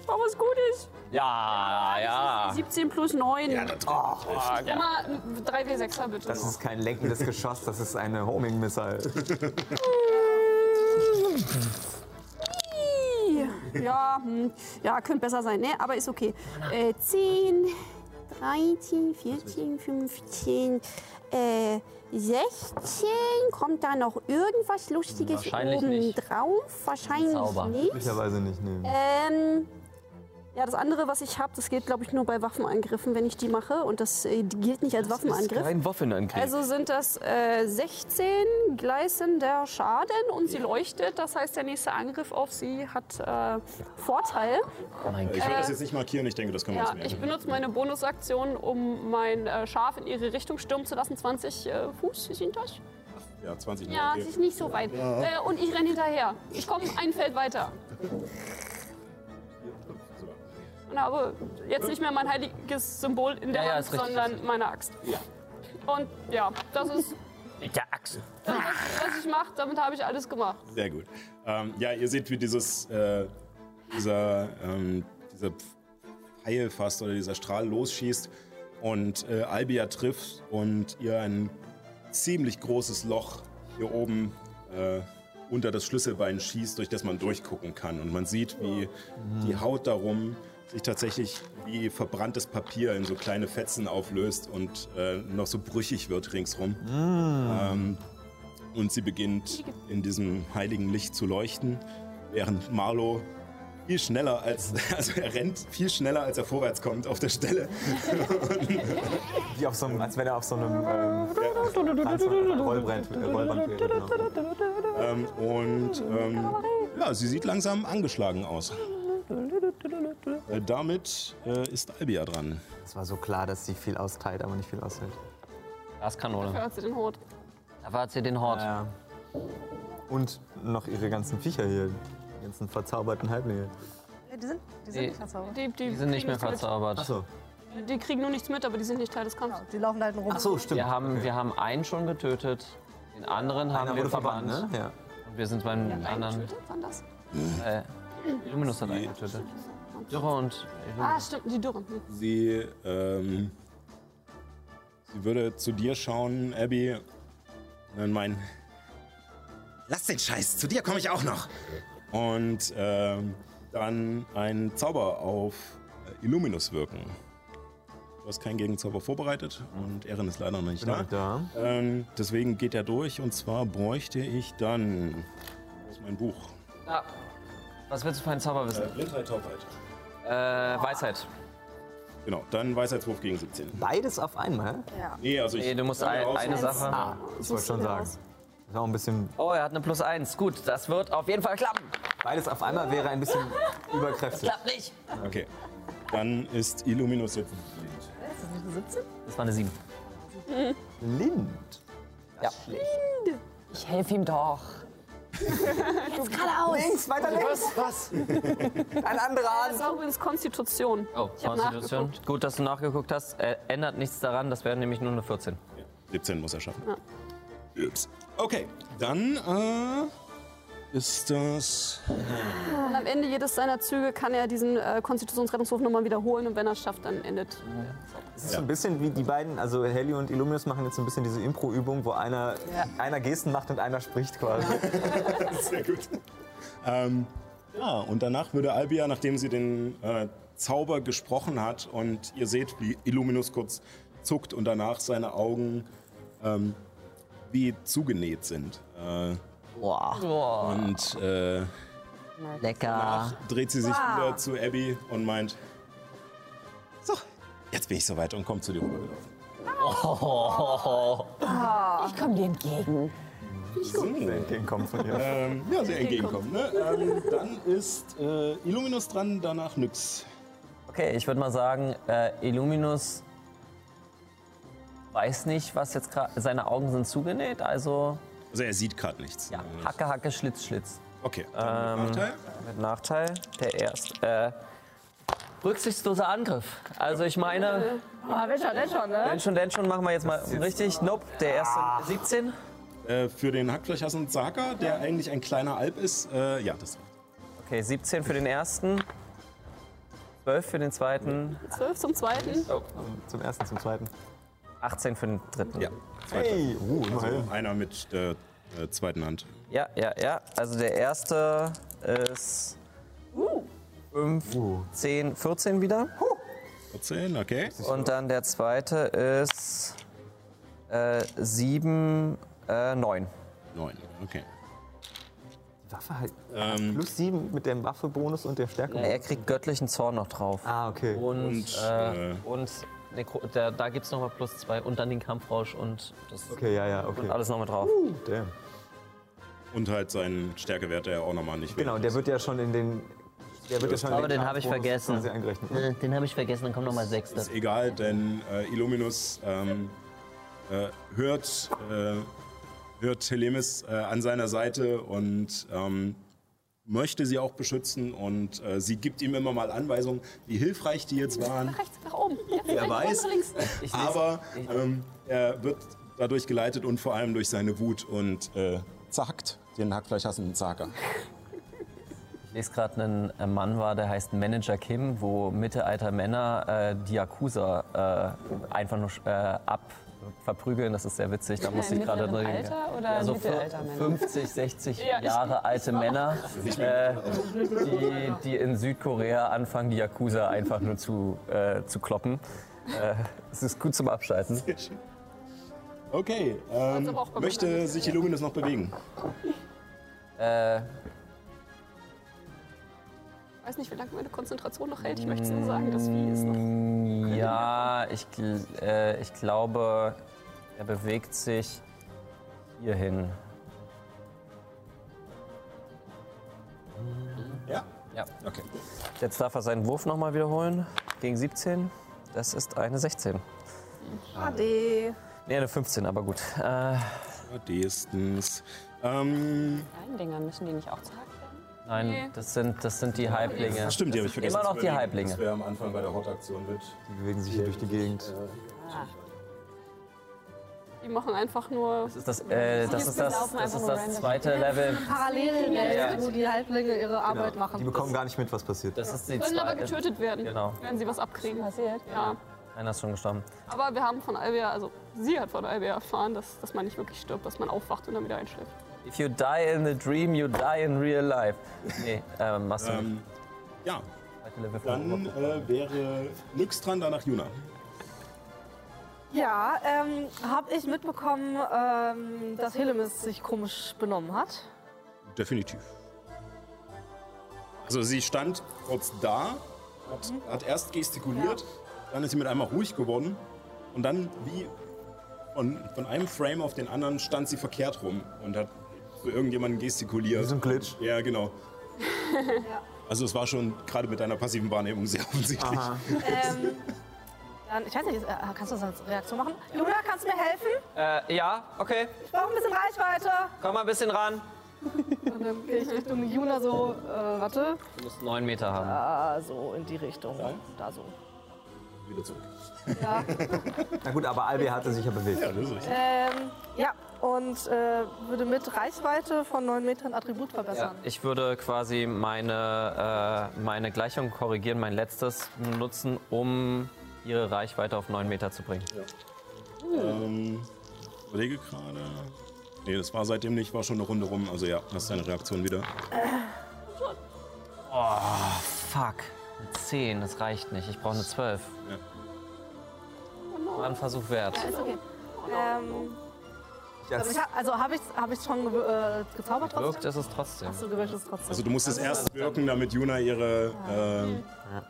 S7: Mach was Gutes.
S3: Ja, ja.
S7: 17 plus 9. Ja,
S4: Oh,
S7: Immer 3W6er bitte.
S4: das ist kein lenkendes Geschoss, das ist eine Homing-Missile.
S7: ja, hm, ja, könnte besser sein, ne? Aber ist okay. Äh, 10, 13, 14, 15, äh, 16. Kommt da noch irgendwas Lustiges
S3: Wahrscheinlich
S7: oben
S3: nicht.
S7: drauf? Wahrscheinlich
S3: Zauber.
S7: nicht.
S4: Möglicherweise nicht, nee.
S7: Ähm, ja, das andere, was ich habe, das geht, glaube ich, nur bei Waffenangriffen, wenn ich die mache. Und das äh, gilt nicht als Waffenangriff.
S13: Kein Waffenangriff.
S7: Also sind das äh, 16 gleißender Schaden und sie leuchtet. Das heißt, der nächste Angriff auf sie hat äh, Vorteil.
S2: Ich werde das jetzt nicht markieren, ich denke, das können wir
S7: Äh, Ja,
S2: uns
S7: ich
S2: merken.
S7: benutze meine Bonusaktion, um mein äh, Schaf in ihre Richtung stürmen zu lassen. 20 äh, Fuß sind das?
S2: Ja, 20
S7: Ja,
S2: Minuten.
S7: sie ist nicht so weit. Äh, und ich renne hinterher. Ich komme ein Feld weiter. Und habe jetzt nicht mehr mein heiliges Symbol in der
S3: Ja, ja,
S7: Hand,
S3: ist richtig,
S7: sondern
S3: ist
S7: meine Axt. Und ja, das ist,
S3: Mit der Axt.
S7: was ich mache. Damit habe ich alles gemacht.
S2: Sehr gut. Ähm, ja, ihr seht, wie dieses, äh, dieser, ähm, dieser Pfeil fast oder dieser Strahl losschießt und äh, Albia trifft und ihr ein ziemlich großes Loch hier oben äh, unter das Schlüsselbein schießt, durch das man durchgucken kann. Und man sieht, wie die Haut darum sich tatsächlich wie verbranntes Papier in so kleine Fetzen auflöst und äh, noch so brüchig wird ringsrum. Ähm, und sie beginnt in diesem heiligen Licht zu leuchten, während Marlo viel schneller als, also er rennt viel schneller als er vorwärts kommt auf der Stelle.
S4: Wie auf so einem, als wenn er auf so einem ähm, Tanzband- Rollbrett, äh, Rollband wäre. Genau.
S2: Ähm, und ähm, ja, sie sieht langsam angeschlagen aus. Äh, damit äh, ist Albia dran.
S4: Es war so klar, dass sie viel austeilt, aber nicht viel aushält.
S3: Gaskanone.
S7: Hört sie den Hut.
S3: Da hat sie den Hort.
S4: Ja. Und noch ihre ganzen Viecher hier. Die ganzen verzauberten Halbnähe.
S6: Ja, die sind, die sind
S3: Nee.
S6: nicht verzaubert.
S7: Die, die
S3: Die sind nicht mehr
S7: kriegen nichts mit.
S3: verzaubert.
S4: Achso.
S7: Die kriegen nur nichts mit, aber die sind nicht Teil des Kampfes.
S6: Die laufen halt rum.
S4: Achso, stimmt.
S3: Wir haben, wir haben einen schon getötet, den anderen haben
S4: Einer
S3: wir
S4: wurde verbannt,
S3: verbannt.
S4: ne? Ja.
S3: Und wir sind beim anderen.
S7: Getötet waren das?
S3: Äh, Luminus hat einen getötet. Dürre und.
S7: Ah, stimmt, die Dürren.
S2: Sie, ähm, sie würde zu dir schauen, Abby. Und dann meinen,
S14: Lass den Scheiß, zu dir komme ich auch noch.
S2: Und ähm, dann einen Zauber auf äh, Illuminus wirken. Du hast keinen Gegenzauber vorbereitet und Erin ist leider noch nicht da.
S3: halt
S4: Genau, da.
S2: Ähm, deswegen geht er durch und zwar bräuchte ich dann. Wo ist mein Buch?
S3: Ah, was willst du für einen Zauber wissen?
S2: Blindheit, Taubheit.
S3: Äh, Weisheit.
S2: Genau, dann Weisheitswurf gegen 17.
S4: Beides auf einmal?
S2: Nee, also ich.
S3: Nee, du musst
S2: Ja,
S3: ein,
S2: raus-
S3: eine Sache.
S4: Ah, ich wollte schon sagen. Das war auch ein bisschen.
S3: Oh, er hat eine plus eins. Gut, das wird auf jeden Fall klappen.
S4: Beides auf einmal wäre ein bisschen überkräftig.
S3: Klappt nicht.
S2: Okay. Dann ist Illuminus jetzt blind.
S3: Das war eine sieben.
S4: Lind.
S3: Ja.
S5: Ich helfe ihm doch.
S4: Links, weiter links. Was? Ein anderer Arm.
S7: Das war übrigens Konstitution.
S3: Oh,
S7: hab
S3: Konstitution. Gut, dass du nachgeguckt hast. Äh, ändert nichts daran, das wäre nämlich nur eine 14.
S2: 17 muss er schaffen. Ups. Okay, dann äh, ist das.
S7: Und am Ende jedes seiner Züge kann er diesen äh, Konstitutionsrettungswurf nochmal wiederholen und wenn er es schafft, dann endet.
S4: Das ist ein bisschen wie die beiden, also Heli und Illuminus machen jetzt so ein bisschen diese Impro-Übung, wo einer, einer Gesten macht und einer spricht quasi.
S2: Sehr gut. Ähm, ja, und danach würde Albia, nachdem sie den äh, Zauber gesprochen hat und ihr seht, wie Illuminus kurz zuckt und danach seine Augen ähm, wie zugenäht sind. Äh, Und äh,
S3: Lecker.
S2: dreht sie sich wieder zu Abby und meint, so, jetzt bin ich soweit und kommt zu dir rübergelaufen.
S5: Ich komme dir entgegen.
S4: Den kommt von ihr.
S2: Ähm, ja, sehr entgegenkommen. Ne? Ähm, dann ist äh, Illuminus dran, danach nix.
S3: Okay, ich würde mal sagen, äh, Illuminus weiß nicht, was jetzt gerade. Seine Augen sind zugenäht, also
S2: Also er sieht gerade nichts. Äh,
S3: ja, Hacke, Hacke, Schlitz, Schlitz.
S2: Okay, dann mit Nachteil.
S3: Mit Nachteil, der erst. Äh, rücksichtsloser Angriff. Also ich meine,
S6: Ah, wenn schon, denn schon, ne?
S3: wenn schon, denn schon, machen wir jetzt mal richtig. Nope, der erste 17.
S2: Äh, für den Hackfleischhassen Zaka, der eigentlich ein kleiner Alp ist, äh, ja, das
S3: Okay, 17 für den ersten. 12 für den zweiten,
S7: Zwölf zum zweiten.
S4: Zum ersten, zum zweiten.
S3: 18 für den dritten.
S2: ja, zweiter.
S4: Hey, uh, immerhin.
S2: Also einer mit der äh, zweiten Hand.
S3: ja, ja. ja. Also der erste ist 5, 10, 14 wieder.
S2: 14, okay.
S3: Und dann der zweite ist äh, 7, äh, 9.
S2: 9, okay.
S4: Die Waffe halt.
S2: Ähm,
S4: Plus sieben mit dem Waffebonus und der Stärke.
S3: Er kriegt göttlichen Zorn noch drauf.
S4: Ah, okay.
S3: Und,
S2: Und,
S3: äh,
S2: äh,
S3: und Nekro da, da gibt es nochmal plus zwei und dann den Kampfrausch und das
S4: Okay, ja, ja, okay.
S3: alles nochmal drauf.
S4: Damn.
S2: und halt seinen Stärkewert, der auch nochmal nicht
S4: Genau, der wird ja schon in den. Der wird ja schon in
S3: Aber den hab ich
S4: Kampfbonus
S3: vergessen.
S4: quasi eingerechnet. ne?
S3: Äh, Den habe ich vergessen, dann kommt nochmal sechs.
S2: Ist egal, denn äh, Illuminus ähm, äh, hört, äh, hört Telemis äh, an seiner Seite und ähm, möchte sie auch beschützen und äh, sie gibt ihm immer mal Anweisungen, wie hilfreich die jetzt waren.
S7: Nach rechts, nach oben. Jetzt
S2: Wer weiß.
S7: rechts, nach links.
S2: Aber ähm, er wird dadurch geleitet und vor allem durch seine Wut und äh, zerhackt den Hackfleischhassenden Zaker.
S4: Ich
S3: lese gerade einen äh, Mann war, der heißt Manager Kim, wo Mittelalter Männer äh, die Yakuza äh, einfach nur äh, abverprügeln. Das ist sehr witzig. Da muss
S5: Im
S3: ich gerade
S5: mittleren
S3: drin.
S5: Alter oder
S3: also
S5: mittelalter Männer?
S3: 50, 60
S7: Ja, ich-
S3: Jahre alte Männer, äh, die, die in Südkorea anfangen, die Yakuza einfach nur zu, äh, zu kloppen. Äh, Es ist gut zum Abschalten.
S2: Okay, ähm,
S7: aber auch bei
S2: möchte sich Illuminus noch bewegen?
S3: Äh,
S7: Ich weiß nicht, wie lange meine Konzentration noch hält. Ich möchte nur sagen, das Vieh ist noch.
S3: Mm, Ja, ich, gl- äh, ich glaube, er bewegt sich hierhin.
S2: Ja.
S3: Ja.
S2: Okay.
S3: Jetzt darf er seinen Wurf nochmal wiederholen. Gegen 17. Das ist eine 16.
S6: Ah, Ade.
S3: Nee, eine 15, aber gut. Äh,
S2: Destens. Ähm,
S5: Kleinen Dinger müssen die nicht auch zerhackt werden?
S3: nein,
S7: Nee.
S3: das, sind, das sind die Halblinge.
S2: stimmt, die habe ich vergessen.
S3: immer noch
S2: zu
S3: die
S2: überlegen.
S3: Halblinge.
S2: Das wäre am Anfang bei der Hot-Aktion mit.
S4: Die bewegen sich hier durch die Gegend.
S7: Die machen einfach nur.
S3: Das ist das, äh, das, ist das, das, ist das zweite Level.
S6: Parallelwelt,
S3: Ja.
S6: äh, wo die Halblinge ihre Arbeit machen.
S4: Die bekommen gar nicht mit, was passiert.
S3: Das ist die
S7: Können aber
S3: zweite.
S7: getötet werden,
S3: Genau,
S7: wenn sie was abkriegen.
S5: Passiert.
S7: Ja.
S3: einer ist schon gestorben.
S7: Aber wir haben von Albia, also sie hat von Albia erfahren, dass, dass man nicht wirklich stirbt, dass man aufwacht und dann wieder einschläft.
S3: If you die in a dream, you die in real life. Nee, ähm, machst du nicht.
S2: Ähm, ja,
S3: Zweite Level
S2: dann äh, wäre Nyx dran, danach Juna.
S6: Ja, ähm, habe ich mitbekommen, ähm, dass Helemis sich komisch benommen hat.
S2: Definitiv. Also sie stand kurz da, hat, hat erst gestikuliert, dann ist sie mit einmal ruhig geworden und dann wie von, von einem Frame auf den anderen stand sie verkehrt rum und hat zu irgendjemandem gestikuliert.
S4: Wie so ein Glitch.
S2: Ja, genau. Also es war schon gerade mit deiner passiven Wahrnehmung sehr offensichtlich.
S6: Ähm, dann, ich weiß nicht, äh, kannst du das als Reaktion machen? Luna, kannst du mir helfen?
S3: Äh, ja, okay.
S6: Ich brauche ein bisschen Reichweite.
S3: Komm mal ein bisschen ran.
S6: Und dann gehe ich Richtung Juna so, äh, warte.
S3: Du musst neun Meter haben.
S6: Ah, so in die Richtung. Da so.
S2: Wieder zurück.
S4: Na gut, aber Albi hatte sich ja bewegt.
S2: Ja, das ist richtig.
S6: Ähm, ja, und äh, würde mit Reichweite von 9 Metern Attribut verbessern.
S3: Ich würde quasi meine, äh, meine Gleichung korrigieren, mein letztes nutzen, um ihre Reichweite auf 9 Meter zu bringen.
S2: Ähm, überlege gerade. Nee, das war seitdem nicht, war schon eine Runde rum. Also ja, hast deine Reaktion wieder.
S3: Oh, fuck. Eine 10, das reicht nicht. Ich brauche eine 12.
S2: Ja.
S3: War ein Versuch wert.
S6: Ähm, also ich hab, also habe ich es hab ich's schon ge äh, gezaubert trotzdem?
S3: Wirkt ist es trotzdem.
S6: So gewirkt ist trotzdem.
S2: Also du musst es erst wirken, damit Juna ihre ähm,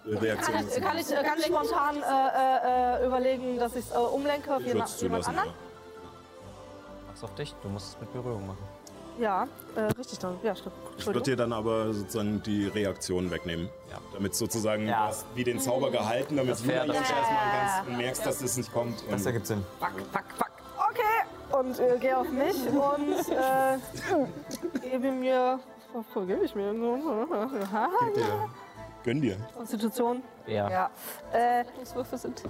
S2: Reaktion
S6: Kann ich, kann ich, kann ich spontan äh, äh, überlegen, dass ich es äh, umlenke auf jemand,
S2: Schutz
S6: jemand
S2: zulassen.
S6: anderen?
S3: Mach's auf dich. Du musst es mit Berührung machen.
S6: Ja, äh, richtig dann. Ja, stimmt.
S2: Ich würde
S6: Entschuldigung.
S2: dir dann aber sozusagen die Reaktion wegnehmen. Damit sozusagen
S4: Ja.
S2: du hast wie den Zauber gehalten, damit Juna
S3: fair,
S2: jetzt
S3: das fair.
S2: erstmal ganz und merkst, dass das nicht kommt. Und
S4: Das ergibt Sinn.
S6: Okay, und äh, gehe auf mich und äh, gebe mir. Wofür gebe ich mir? denn so? Haha,
S2: gönn dir.
S6: Konstitution.
S3: Ja.
S6: Ja. Äh,
S7: Rettungswürfe sind.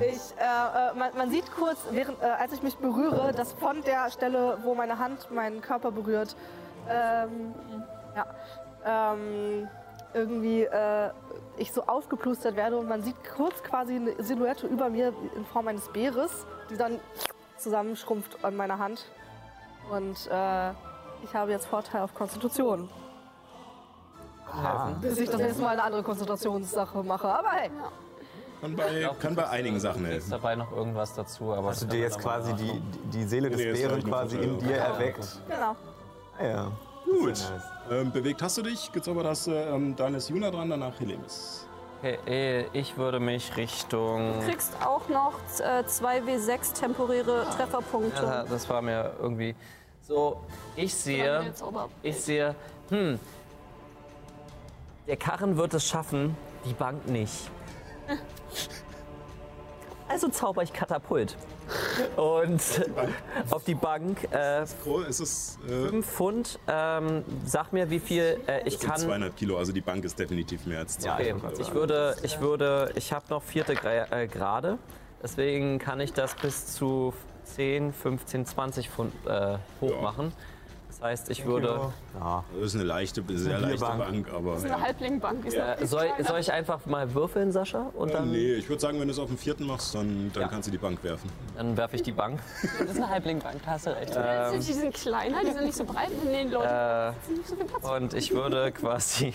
S6: Ich, äh, äh, man, man sieht kurz, während, äh, als ich mich berühre, dass von der Stelle, wo meine Hand meinen Körper berührt, ähm, ja, ähm, irgendwie äh, ich so aufgeplustert werde und man sieht kurz quasi eine Silhouette über mir in Form eines Bäres, die dann zusammenschrumpft an meiner Hand. Und äh, ich habe jetzt Vorteil auf Konstitution. Bis ich das nächste Mal eine andere Konzentrationssache mache. Aber hey,
S2: Kann bei, kann bei einigen Sachen
S3: Ist
S2: helfen.
S3: dabei noch irgendwas dazu, aber
S4: Hast du dir jetzt quasi die, die Seele des
S2: Nee, das war
S4: Bären
S2: nicht
S4: quasi
S2: gut,
S4: in
S2: also.
S4: dir erweckt?
S6: genau.
S4: Ah, ja.
S2: Gut.
S4: Nice.
S2: Ähm, bewegt hast du dich, gezaubert hast du, ähm, dann ist Juna dran, danach Helemis.
S3: Okay, äh, ich würde mich Richtung.
S7: Du kriegst auch noch äh, 2W6 temporäre Trefferpunkte.
S3: Ja, das war mir irgendwie so. Ich
S7: Oder
S3: sehe,
S7: mit der Zauber-
S3: ich sehe, hm, der Karren wird es schaffen, die Bank nicht. Also zauber ich Katapult. Und auf die Bank. Äh,
S2: Oh, es ist äh,
S3: fünf Pfund, ähm, sag mir, wie viel äh, ich
S2: sind
S3: kann.
S2: 200 Kilo, also die Bank ist definitiv mehr als 200
S3: Okay, ich würde, ich würde, ich habe noch vierte Gra- äh, Grade, deswegen kann ich das bis zu 10, 15, 20 Pfund äh, hoch machen. Das heißt, ich
S4: Genau.
S3: würde.
S2: Das ist eine leichte, sehr leichte
S4: Bierbank.
S2: Bank, aber.
S7: Eine Halblingbank ist
S3: Äh, soll, soll ich einfach mal würfeln, Sascha? Und
S2: Ja,
S3: dann,
S2: nee, ich würde sagen, wenn du es auf den vierten machst, dann, dann kannst du die Bank werfen.
S3: dann werfe ich die Bank.
S5: Das ist eine Halblingbank, da hast du recht.
S7: Die sind kleiner, die sind nicht so breit. Nee, Leute,
S3: ähm, Äh,
S7: die sind nicht so viel Platz.
S3: Und ich würde quasi.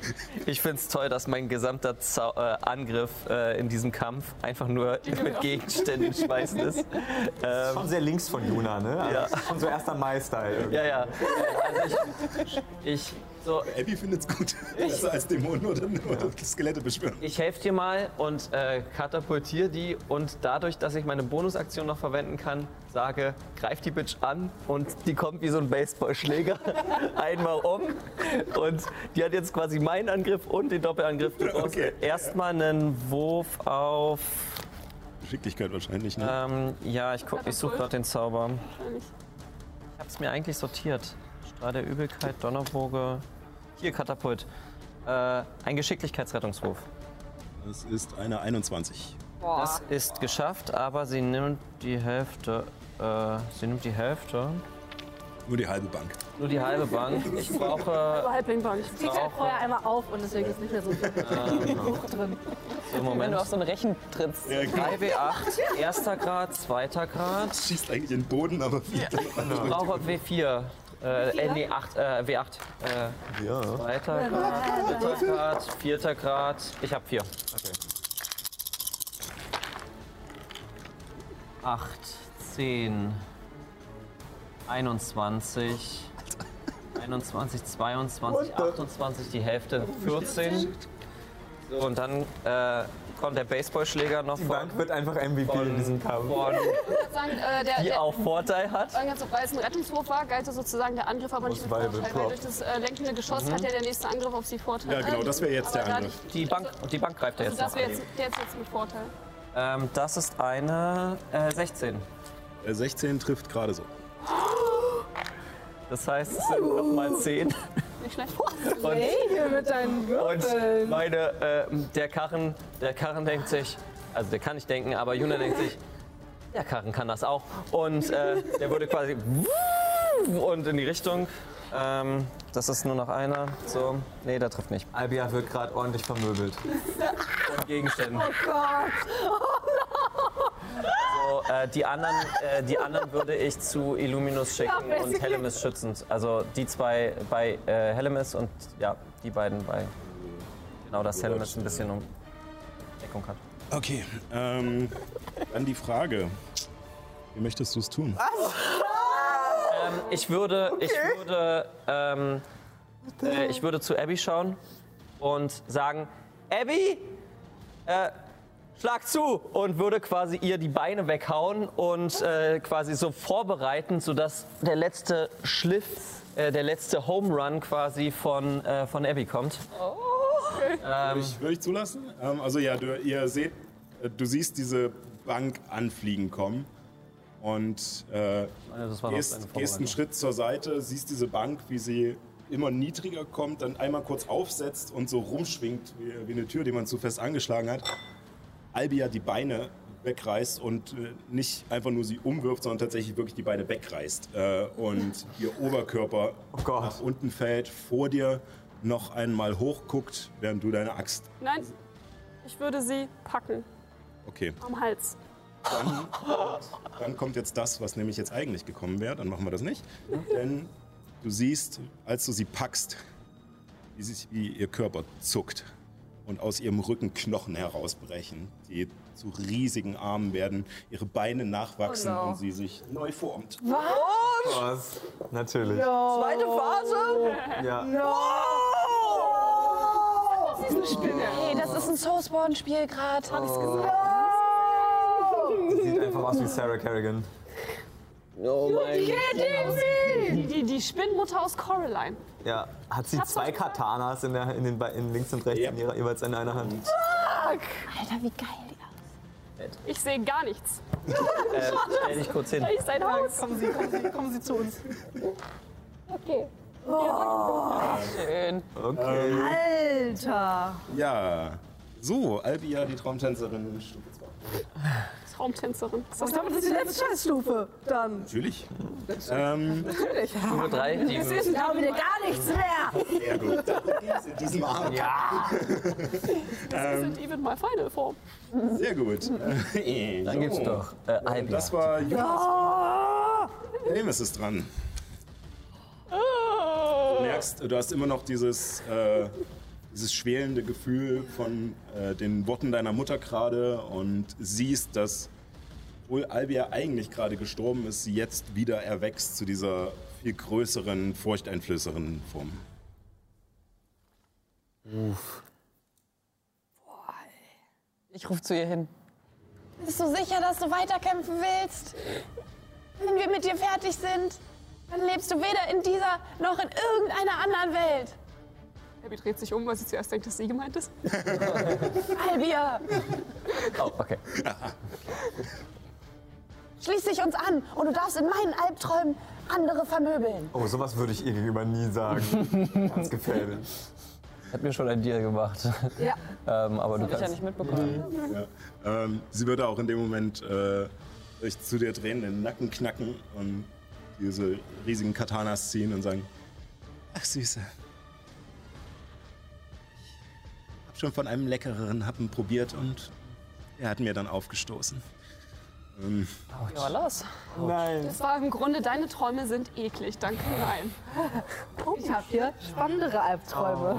S3: Ich finde es toll, dass mein gesamter Zau äh, Angriff äh, in diesem Kampf einfach nur mit Gegenständen schmeißen ist. Ähm,
S4: Das ist schon sehr links von Juna, ne? Also
S3: Ja.
S4: das ist schon so erster Mai-Style.
S3: Ja, ja. Also ich, ich, so,
S2: Abby findet's gut. Besser als Dämonen oder, oder Skelette beschwören.
S3: ich helfe dir mal und äh, katapultiere die. Und dadurch, dass ich meine Bonusaktion noch verwenden kann, sage, greif die Bitch an und die kommt wie so ein Baseballschläger einmal um. Und die hat jetzt quasi meinen Angriff und den Doppelangriff. Du brauchst
S2: Okay.
S3: erstmal einen Wurf auf.
S2: Geschicklichkeit wahrscheinlich, ne?
S3: Ähm, ja, ich, guck- ich suche gerade den Zauber. Ich habe es mir eigentlich sortiert. Strahl der Übelkeit, Donnerboge. Hier, Katapult. Äh, ein Geschicklichkeitsrettungswurf.
S2: Das ist eine 21.
S3: Das ist geschafft, aber sie nimmt die Hälfte. Äh, sie nimmt die Hälfte.
S2: Nur die halbe Bank.
S3: Nur die halbe Bank. Ich brauche.
S7: Halblingbank.
S6: Kriegt halt vorher einmal auf und deswegen ist nicht mehr so viel
S3: Ah, genau.
S6: Buch
S3: Im
S6: drin.
S5: Wenn
S3: Moment.
S5: du auf so einen Rechen trittst.
S3: 3W8, erster Grad, zweiter Grad.
S2: Schießt eigentlich in den Boden, aber viel.
S3: Ich brauche W4. Äh, äh, nee, 8, äh, W8. Äh,
S4: Ja.
S3: Zweiter Grad, dritter Grad, vierter Grad. Ich hab vier. Acht, zehn, 21, 21, 22, 28, die
S4: Oh,
S3: Hälfte, 14. So, und dann äh, kommt der Baseballschläger noch
S4: Die
S3: von-
S4: Bank wird einfach MVP in diesem Kampf.
S3: von,
S7: Sagen, äh, der,
S3: die
S7: der,
S3: auch Vorteil hat.
S7: Sagen wir so, also weil es ein Rettungswurf war, galt ja sozusagen der Angriff aber nicht mit
S4: Survival
S7: Vorteil, weil
S4: Prop.
S7: durch das äh, lenkende Geschoss hat ja der nächste Angriff auf sie Vorteil.
S2: Ja, genau, das wäre jetzt
S7: Aber
S2: der
S7: dadurch-
S2: Angriff.
S3: Die Bank, die Bank greift er
S7: Also
S3: jetzt
S7: das
S3: noch
S7: wäre
S3: an.
S7: jetzt, der ist jetzt mit Vorteil.
S3: Ähm, das ist eine äh, 16.
S2: Äh, 16 trifft gerade so.
S3: Das heißt, es sind nochmal 10.
S7: Nicht schlecht.
S6: Hey, hier mit deinen
S3: Und meine, äh, der Karren, der Karren denkt sich, also der kann nicht denken, aber Juna denkt sich, der Karren kann das auch. Und äh, der wurde quasi und in die Richtung. Ähm, das ist nur noch einer. So, nee, der trifft nicht.
S4: Albia wird gerade ordentlich vermöbelt.
S3: Gegenstände. Oh Gott! So, äh, die, anderen, äh, die anderen würde ich zu Illuminus schicken und Hellemis schützend. Also die zwei bei äh, Hellemis und ja, die beiden bei. Genau, dass Hellemis ein bisschen um Deckung hat.
S2: Okay, ähm, dann die Frage. Wie möchtest du es tun?
S3: Ähm, ich würde, ich würde, ähm, äh, ich würde zu Abby schauen und sagen, Abby, äh, schlag zu und würde quasi ihr die Beine weghauen und äh, quasi so vorbereiten, sodass der letzte Schliff, äh, der letzte Home Run quasi von, äh, von Abby kommt.
S2: Ich würde ich zulassen. Ähm, also ja, du, ihr seht, äh, du siehst diese Bank anfliegen kommen und äh,
S3: Das war
S2: gehst, gehst einen Schritt zur Seite, siehst diese Bank, wie sie immer niedriger kommt, dann einmal kurz aufsetzt und so rumschwingt wie, wie eine Tür, die man zu fest angeschlagen hat. Albia die Beine wegreißt und äh, nicht einfach nur sie umwirft, sondern tatsächlich wirklich die Beine wegreißt äh, und ihr Oberkörper
S4: Gott.
S2: nach unten fällt, vor dir noch einmal hochguckt, während du deine Axt
S7: Nein, ich würde sie packen
S2: Okay,
S7: am Hals.
S2: dann, dann kommt jetzt das, was nämlich jetzt eigentlich gekommen wäre. Dann machen wir das nicht. Denn du siehst, als du sie packst, wie, sich, wie ihr Körper zuckt und aus ihrem Rücken Knochen herausbrechen, die zu riesigen Armen werden, ihre Beine nachwachsen und sie sich neu formt.
S4: Was? Natürlich.
S3: Zweite Phase?
S4: Ja.
S5: Hey, das ist ein Soulspawn-Spiel gerade. Hab ich's gesagt.
S4: Sie Sieht einfach aus wie Sarah Kerrigan.
S3: Oh mein
S7: Die, die, die Spinnmutter aus Coraline.
S4: Ja. Hat sie
S7: hab's
S4: zwei
S7: doch gesagt.
S4: Katanas in, der, in, den, bei- in links und rechts
S2: Ja.
S4: in ihrer, jeweils in einer Hand?
S5: Alter, wie geil.
S7: Ich sehe gar nichts.
S3: Äh, Stell dich kurz hin.
S7: Da ist ein Haus.
S6: Kommen Sie, kommen Sie, kommen Sie zu uns.
S5: Schön.
S4: Okay.
S6: Alter.
S2: Ja, So, Albia, die Traumtänzerin, Stufe 2.
S7: Traumtänzerin.
S3: Oh
S7: Ist das
S6: Ich glaube, das ist die letzte Scheißstufe. Dann.
S2: Natürlich. Ähm,
S3: Stufe 3, die,
S6: Ich glaube dir gar nichts mehr.
S2: sehr gut. In diesem Abend. Ähm.
S7: sind even my final form?
S2: Sehr gut.
S1: Dann gibt's doch äh, Albia.
S2: Das war Jonas. Lemis ist dran. Du merkst, du hast immer noch dieses, äh, dieses schwelende Gefühl von äh, den Worten deiner Mutter gerade und siehst, dass obwohl Albia eigentlich gerade gestorben ist, sie jetzt wieder erwächst zu dieser viel größeren, furchteinflößeren Form.
S5: Ich rufe zu ihr hin.
S15: Bist du sicher, dass du weiterkämpfen willst? Wenn wir mit dir fertig sind, dann lebst du weder in dieser noch in irgendeiner anderen Welt.
S7: Abby dreht sich um, weil sie zuerst denkt, dass sie gemeint ist.
S15: Albia,
S3: oh, okay.
S15: schließ dich uns an und du darfst in meinen Albträumen andere vermöbeln.
S4: Oh, sowas würde ich ihr gegenüber nie sagen. Ganz gefährlich.
S3: Hat mir schon ein Deal gemacht.
S6: Ja.
S3: ähm, aber du
S5: Hab ich ja
S3: kannst.
S5: nicht mitbekommen.
S2: Ja. Ähm, sie würde auch in dem Moment äh, euch zu dir drehen, den Nacken knacken und diese riesigen Katanas ziehen und sagen: Ach, Süße. Ich hab schon von einem leckereren Happen probiert und er hat mir dann aufgestoßen. Ähm,
S5: Ja, los.
S4: Nein.
S7: Das war im Grunde, deine Träume sind eklig, danke, nein.
S6: Ich habe hier spannendere
S3: Oh,
S6: Albträume.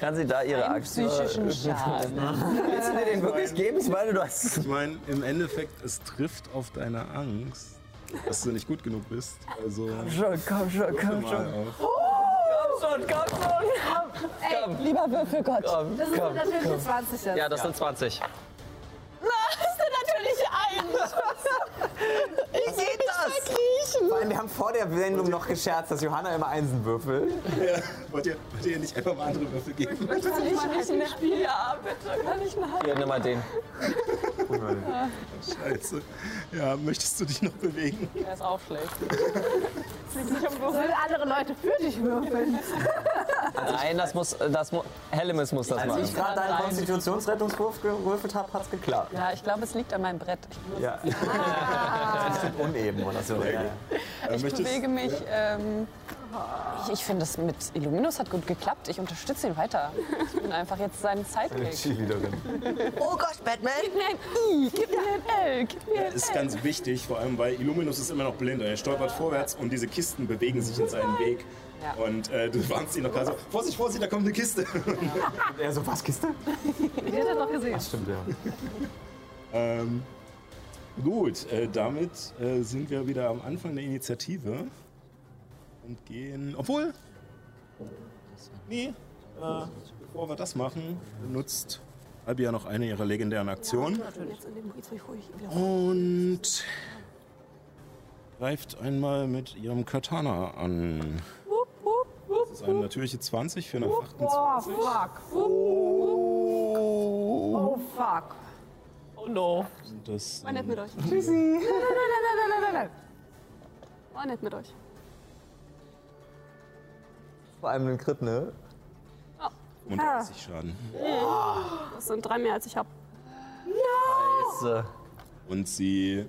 S3: Kann sie da ihre Axt
S5: Psychischen Schaden.
S1: Willst du dir den wirklich geben? Ich meine, du hast.
S2: ich meine, im Endeffekt, es trifft auf deine Angst, dass du nicht gut genug bist. Also,
S1: Schon, komm schon, komm
S2: mal auf.
S3: schon, komm schon!
S5: Lieber Würfel Gott.
S3: Komm,
S6: Das sind
S3: komm.
S6: natürlich die 20 jetzt.
S3: Ja, das sind 20.
S4: Vor allem, wir haben vor der Sendung noch gescherzt, dass Johanna immer Einsen würfelt.
S2: Ja, wollt, ihr, wollt ihr nicht einfach mal andere Würfel geben?
S3: Hier, nimm mal den.
S2: Scheiße. Ja, möchtest du dich noch bewegen?
S5: Der ist auch schlecht.
S6: Sollen andere Leute für dich würfeln?
S3: Nein, das muss. äh, Das mu Hellemis muss das
S4: Als ich
S3: machen.
S4: gerade deinen Konstitutionsrettungswurf gewürfelt habe, hat's geklappt.
S5: Ja, ich glaube, es liegt an meinem Brett.
S4: Ja.
S6: Ah.
S4: Das ist uneben oder so. Ja.
S2: Äh,
S5: Ich bewege mich. Ähm, ich ich finde, das mit Illuminus hat gut geklappt. Ich unterstütze ihn weiter. Ich bin einfach jetzt sein Sidekick.
S4: Cheerleaderin.
S2: ist ganz wichtig, vor allem weil Illuminus ist immer noch blind und er stolpert vorwärts und diese Kisten bewegen sich in seinen Weg.
S5: Ja.
S2: Und äh, du warnst ihn noch gerade so, Vorsicht, Vorsicht, da kommt eine Kiste.
S4: Und er so, was, Kiste?
S6: Ich hätte noch gesehen.
S4: Stimmt, ja.
S2: ähm, gut, äh, damit äh, sind wir wieder am Anfang der Initiative und gehen, obwohl, nee, äh, bevor wir das machen, benutzt Albia noch eine ihrer legendären Aktionen. Und greift einmal mit ihrem Katana an. Das ist eine natürliche 20 für eine 28.
S6: Oh, fuck. Oh, fuck.
S3: Oh no.
S2: Und Das,
S7: War nett
S2: ähm,
S7: mit euch.
S6: Nein, nein, nein, nein, nein, nein.
S7: War Oh, nett mit euch.
S4: Vor allem den Crit, ne?
S2: 35 Schaden.
S7: Das sind drei mehr, als ich habe.
S3: Äh,
S2: Und sie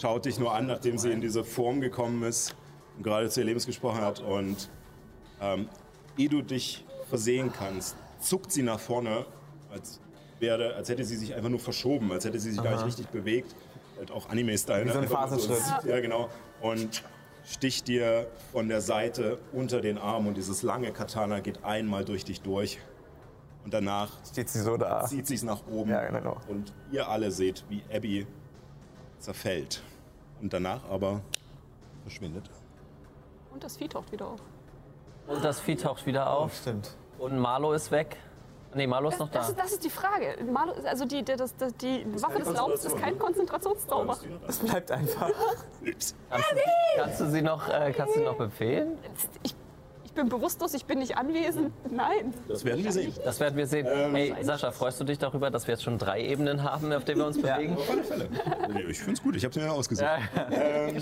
S2: schaut dich nur an, nachdem sie in diese Form gekommen ist und gerade zu ihr Lebens gesprochen hat. Und ähm, ehe du dich versehen kannst, zuckt sie nach vorne, als, wäre, als hätte sie sich einfach nur verschoben, als hätte sie sich gar nicht richtig bewegt. Halt auch Anime-Style.
S4: Wie so ein
S2: ne? Einfach nur
S4: Phasenschritt.
S2: Ja, genau. Und sticht dir von der Seite unter den Arm und dieses lange Katana geht einmal durch dich durch. Und danach
S4: Steht sie so da.
S2: zieht sich nach oben.
S4: Ja, genau.
S2: Und ihr alle seht, wie Abby zerfällt. Und danach aber verschwindet.
S7: Und das Vieh taucht wieder auf.
S3: Und das Vieh taucht wieder auf.
S4: Oh, Stimmt.
S3: Und Marlo ist weg. Nee, Marlo ist noch
S7: Das
S3: da.
S7: ist, das ist die Frage. Malo, also die, die, das, das, die Waffe des Laubs ist kein Konzentrationszauber.
S4: Es bleibt einfach.
S2: Ups.
S3: Kannst du, kannst du sie noch, äh, kannst du sie noch befehlen?
S7: Ich, ich bin bewusstlos, ich bin nicht anwesend. Nein.
S2: Das werden wir sehen.
S3: Das werden wir sehen. hey, Sascha, freust du dich darüber, dass wir jetzt schon drei Ebenen haben, auf denen wir uns bewegen?
S2: Auf alle Fälle. Nee, Ich find's gut, ich hab's mir ja ausgesucht. Ähm,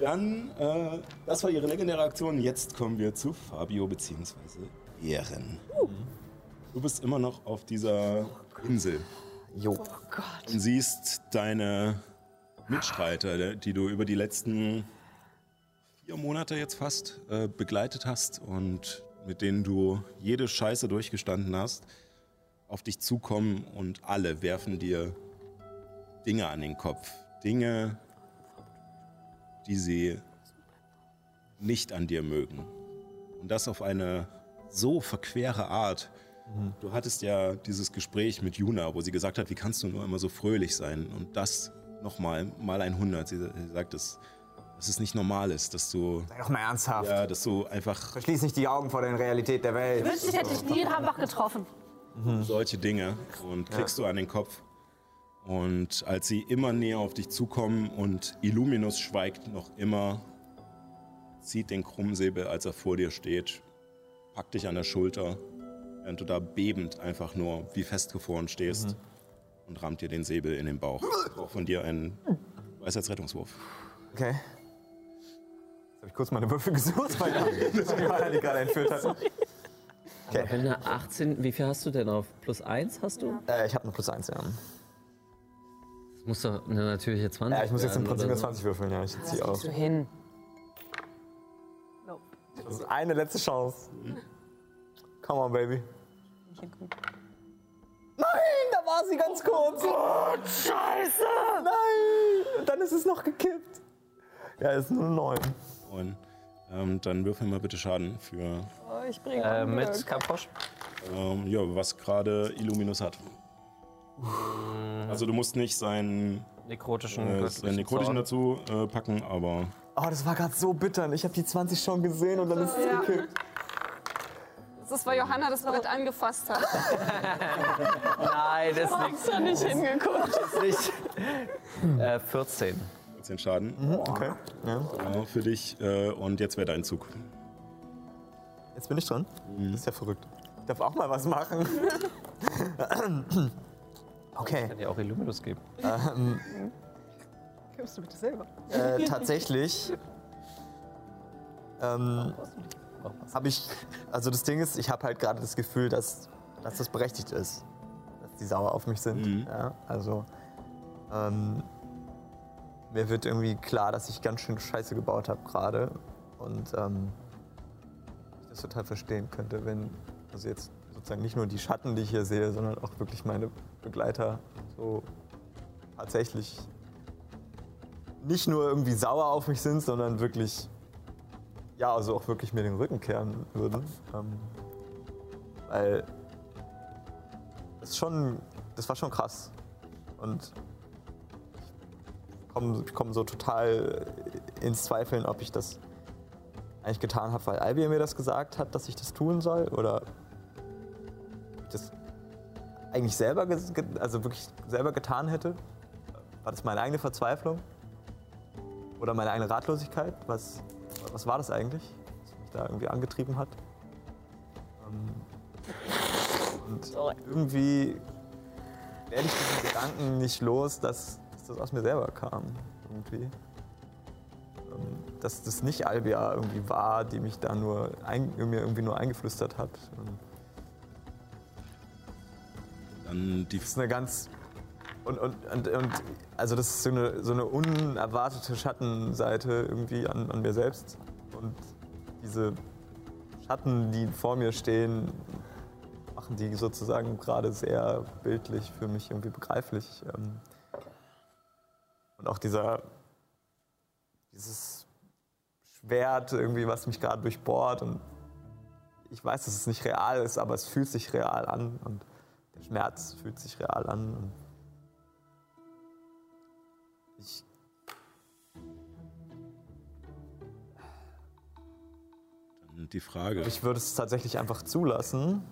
S2: Dann, äh, das war ihre legendäre Aktion. Jetzt kommen wir zu Fabio bzw. Ehren. Du bist immer noch auf dieser Insel.
S4: Jo.
S2: Und siehst deine Mitstreiter, die du über die letzten vier Monate jetzt fast äh, begleitet hast und mit denen du jede Scheiße durchgestanden hast, auf dich zukommen und alle werfen dir Dinge an den Kopf. Dinge, die sie nicht an dir mögen. Und das auf eine so verquere Art. Du hattest ja dieses Gespräch mit Juna, wo sie gesagt hat, wie kannst du nur immer so fröhlich sein? Und das nochmal, mal 100. Sie sie sagt, dass, dass es nicht normal ist, dass du,
S4: Sei doch mal ernsthaft.
S2: ja, dass du einfach
S4: Verschließ nicht die Augen vor der Realität der Welt.
S6: Wünschte ich hätte dich nie in Hambach getroffen.
S2: solche Dinge und kriegst du an den Kopf. Und als sie immer näher auf dich zukommen und Illuminus schweigt noch immer, zieht den Krummsäbel, als er vor dir steht, packt dich an der Schulter, während du da bebend einfach nur wie festgefroren stehst und rammt dir den Säbel in den Bauch. Auch von dir einen Weisheitsrettungswurf.
S4: Okay. Jetzt habe ich kurz meine Würfel gesucht, weil die Mana die gerade entführt hat.
S16: Wenn eine 18, wie viel hast du denn auf? Plus 1 hast du?
S4: Äh, ich habe eine plus eins, ja.
S16: Das muss doch eine natürliche 20
S4: ja. Ich muss jetzt im
S16: werden,
S4: Prinzip
S16: oder
S4: nur
S16: so.
S4: 20 würfeln, ja. Ich ziehe aus.
S5: So hin.
S4: Das ist eine letzte Chance. Come on, baby. Nein, da war sie ganz kurz. Oh Gott, scheiße. Nein, und dann ist es noch gekippt. Ja, ist nur neun.
S2: Und ähm, dann würfel mal bitte Schaden für
S3: Äh, mit Kaposch.
S2: Ähm, ja, was gerade Illuminus hat. Also du musst nicht seinen,
S3: Nekrotischen.
S2: äh,
S3: göttlichen
S2: seinen Nekrotischen
S3: Zorn.
S2: dazu äh, packen, aber
S4: Oh, das war gerade so bitter. und Ich habe die 20 schon gesehen und dann ist es gekippt.
S7: Das ist, weil Johanna das Brett angefasst hat.
S3: Nein, das ist nicht.
S17: Extra nicht hingeguckt.
S3: nicht. äh, 14.
S2: 14 Schaden
S4: Okay. Ja.
S2: äh, für dich. Äh, und jetzt wäre dein Zug.
S4: Jetzt bin ich dran. Das ist ja verrückt. Ich darf auch mal was machen. okay.
S3: Kann dir auch Illuminus geben.
S6: Gibst du bitte selber.
S4: Äh, tatsächlich ähm, habe ich, also das Ding ist, ich habe halt gerade das Gefühl, dass, dass das berechtigt ist, dass die sauer auf mich sind. Ja, also ähm, mir wird irgendwie klar, dass ich ganz schön Scheiße gebaut habe gerade und ähm, ich das total verstehen könnte, wenn also jetzt sozusagen nicht nur die Schatten, die ich hier sehe, sondern auch wirklich meine Begleiter so tatsächlich nicht nur irgendwie sauer auf mich sind, sondern wirklich, ja, also auch wirklich mir den Rücken kehren würden. Ähm, weil das ist schon, das war schon krass. Und ich komme ich komm so total ins Zweifeln, ob ich das eigentlich getan habe, weil Albi mir das gesagt hat, dass ich das tun soll oder ob ich das eigentlich selber, ges- ge- also wirklich selber getan hätte. War das meine eigene Verzweiflung? Oder meine eigene Ratlosigkeit? Was, was war das eigentlich, was mich da irgendwie angetrieben hat? Ähm, und irgendwie werde ich diesen Gedanken nicht los, dass, dass das aus mir selber kam. Irgendwie. Ähm, dass das nicht Albia irgendwie war, die mich da nur ein, mir irgendwie nur eingeflüstert hat. Und
S2: Dann die
S4: Das ist eine ganz. Und, und, und, und also das ist so eine, so eine unerwartete Schattenseite irgendwie an, an mir selbst. Und diese Schatten, die vor mir stehen, machen die sozusagen gerade sehr bildlich für mich irgendwie begreiflich. Ähm, Und auch dieser dieses Schwert irgendwie, was mich gerade durchbohrt. Und ich weiß, dass es nicht real ist, aber es fühlt sich real an. Und der Schmerz fühlt sich real an. Und ich.
S2: die Frage.
S4: Ich würde es tatsächlich einfach zulassen.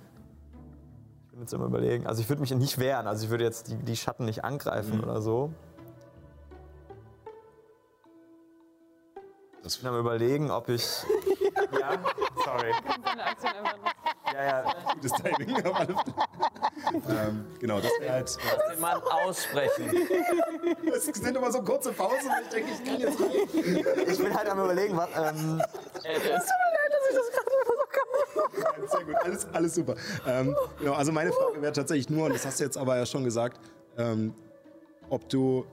S4: Ich bin jetzt immer überlegen. Also ich würde mich nicht wehren. Also ich würde jetzt die, die Schatten nicht angreifen oder so.
S2: Das-
S4: ich bin am überlegen, ob ich. ja, sorry. Ja, ja.
S2: Gutes Timing. auf alle Fälle. ähm, genau, das wäre halt. äh,
S3: Lass den Mann aussprechen.
S2: Es sind immer so kurze Pausen, weil ich denke, ich kann jetzt rein.
S4: Ich bin halt am überlegen, was. Ähm,
S6: Tut mir leid, dass ich das gerade wieder so
S2: Nein, Sehr gut, alles, alles super. Ähm, genau, also meine Frage wäre tatsächlich nur, und das hast du jetzt aber ja schon gesagt, ähm, ob du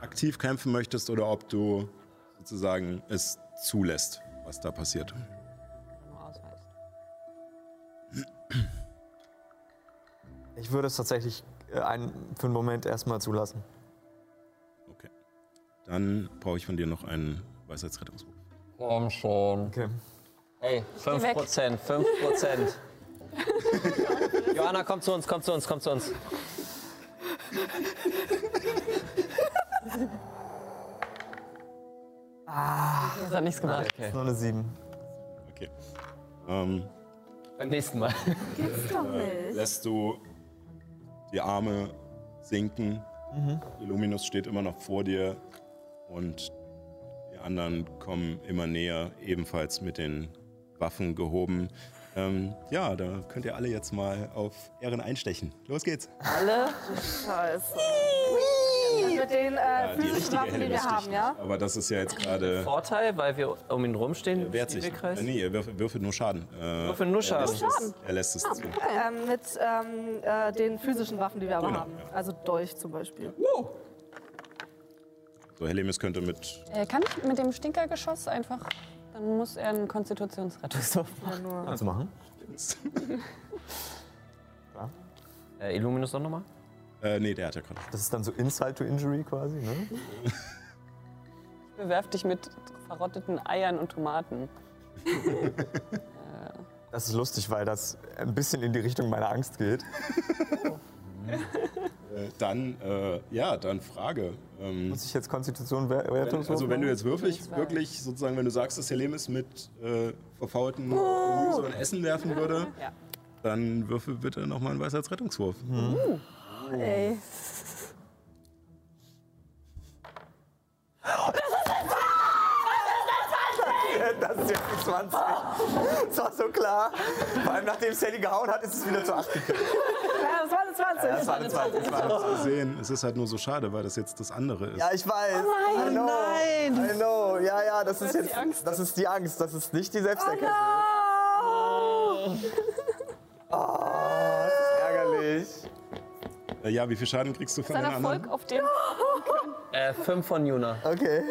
S2: aktiv kämpfen möchtest oder ob du sozusagen es zulässt, was da passiert.
S4: Ich würde es tatsächlich äh, ein, für einen Moment erstmal zulassen.
S2: Dann brauche ich von dir noch einen Weisheitsrettungswurf.
S3: Komm schon.
S4: Okay.
S3: Ey, 5 Prozent, 5 Prozent. Johanna, komm zu uns, komm zu uns, komm zu uns.
S5: Das hat nichts gemacht.
S4: Nur eine 7.
S2: Okay. Ähm, äh,
S3: Beim nächsten Mal.
S2: lässt du die Arme sinken. Illuminus steht immer noch vor dir und die anderen kommen immer näher, ebenfalls mit den Waffen gehoben. Ähm, ja, da könnt ihr alle jetzt mal auf Ehren einstechen. Los geht's.
S6: Scheiße. Das Mit den äh, physischen Waffen, die wir
S2: Hellemis
S6: haben,
S2: sticht
S6: ja?
S2: nicht, Aber das ist ja jetzt gerade.
S3: Vorteil, weil wir um ihn rumstehen.
S2: Wehrt sich.
S3: Spielkreis.
S2: Äh, nee, ihr würf- würfelt nur Schaden. Äh,
S3: Würfel nur Schaden.
S2: Er lässt es, er lässt es zu.
S6: Ähm, mit ähm, äh, den physischen Waffen, die wir aber
S2: Genau,
S6: haben. Also Dolch zum Beispiel.
S2: So, Hellemis könnte mit.
S5: Äh, kann ich mit dem Stinkergeschoss einfach. Dann muss er einen Konstitutionsrettungswurf machen.
S4: Kannst du machen?
S3: Äh, Illuminus noch nochmal?
S2: Äh, nee, der hat ja gerade.
S4: Das ist dann so Insult to Injury quasi, ne?
S5: Ich bewerf dich mit verrotteten Eiern und Tomaten.
S4: Das ist lustig, weil das ein bisschen in die Richtung meiner Angst geht.
S2: Äh, dann, äh, ja, dann Frage. Ähm,
S4: Muss ich jetzt Konstitution wer- Wertungswurf
S2: also, wenn du
S4: machen?
S2: jetzt wirklich, wirklich sozusagen, wenn du sagst, dass Hellemis mit äh, verfaulten Gemüse und Essen werfen würde, dann würfel bitte nochmal einen Weisheitsrettungswurf.
S4: Mhm.
S6: Ey.
S4: Das ist jetzt die 20. Das war so klar. Vor allem, nachdem Sally gehauen hat, ist es wieder zu 8 gekommen.
S6: Ja, das war eine 20.
S4: Das war eine 20. Das war eine 20.
S2: Sehen, es ist halt nur so schade, weil das jetzt das andere ist.
S4: Ja, ich weiß. Oh nein, I know. nein. I know. Ja, ja, das ist jetzt das ist die Angst, das ist nicht die Selbsterkenntnis. Oh, das ist ärgerlich.
S2: Äh, ja, wie viel Schaden kriegst du von den anderen?
S7: Erfolg auf dem.
S16: Äh, fünf von Juna.
S4: Okay.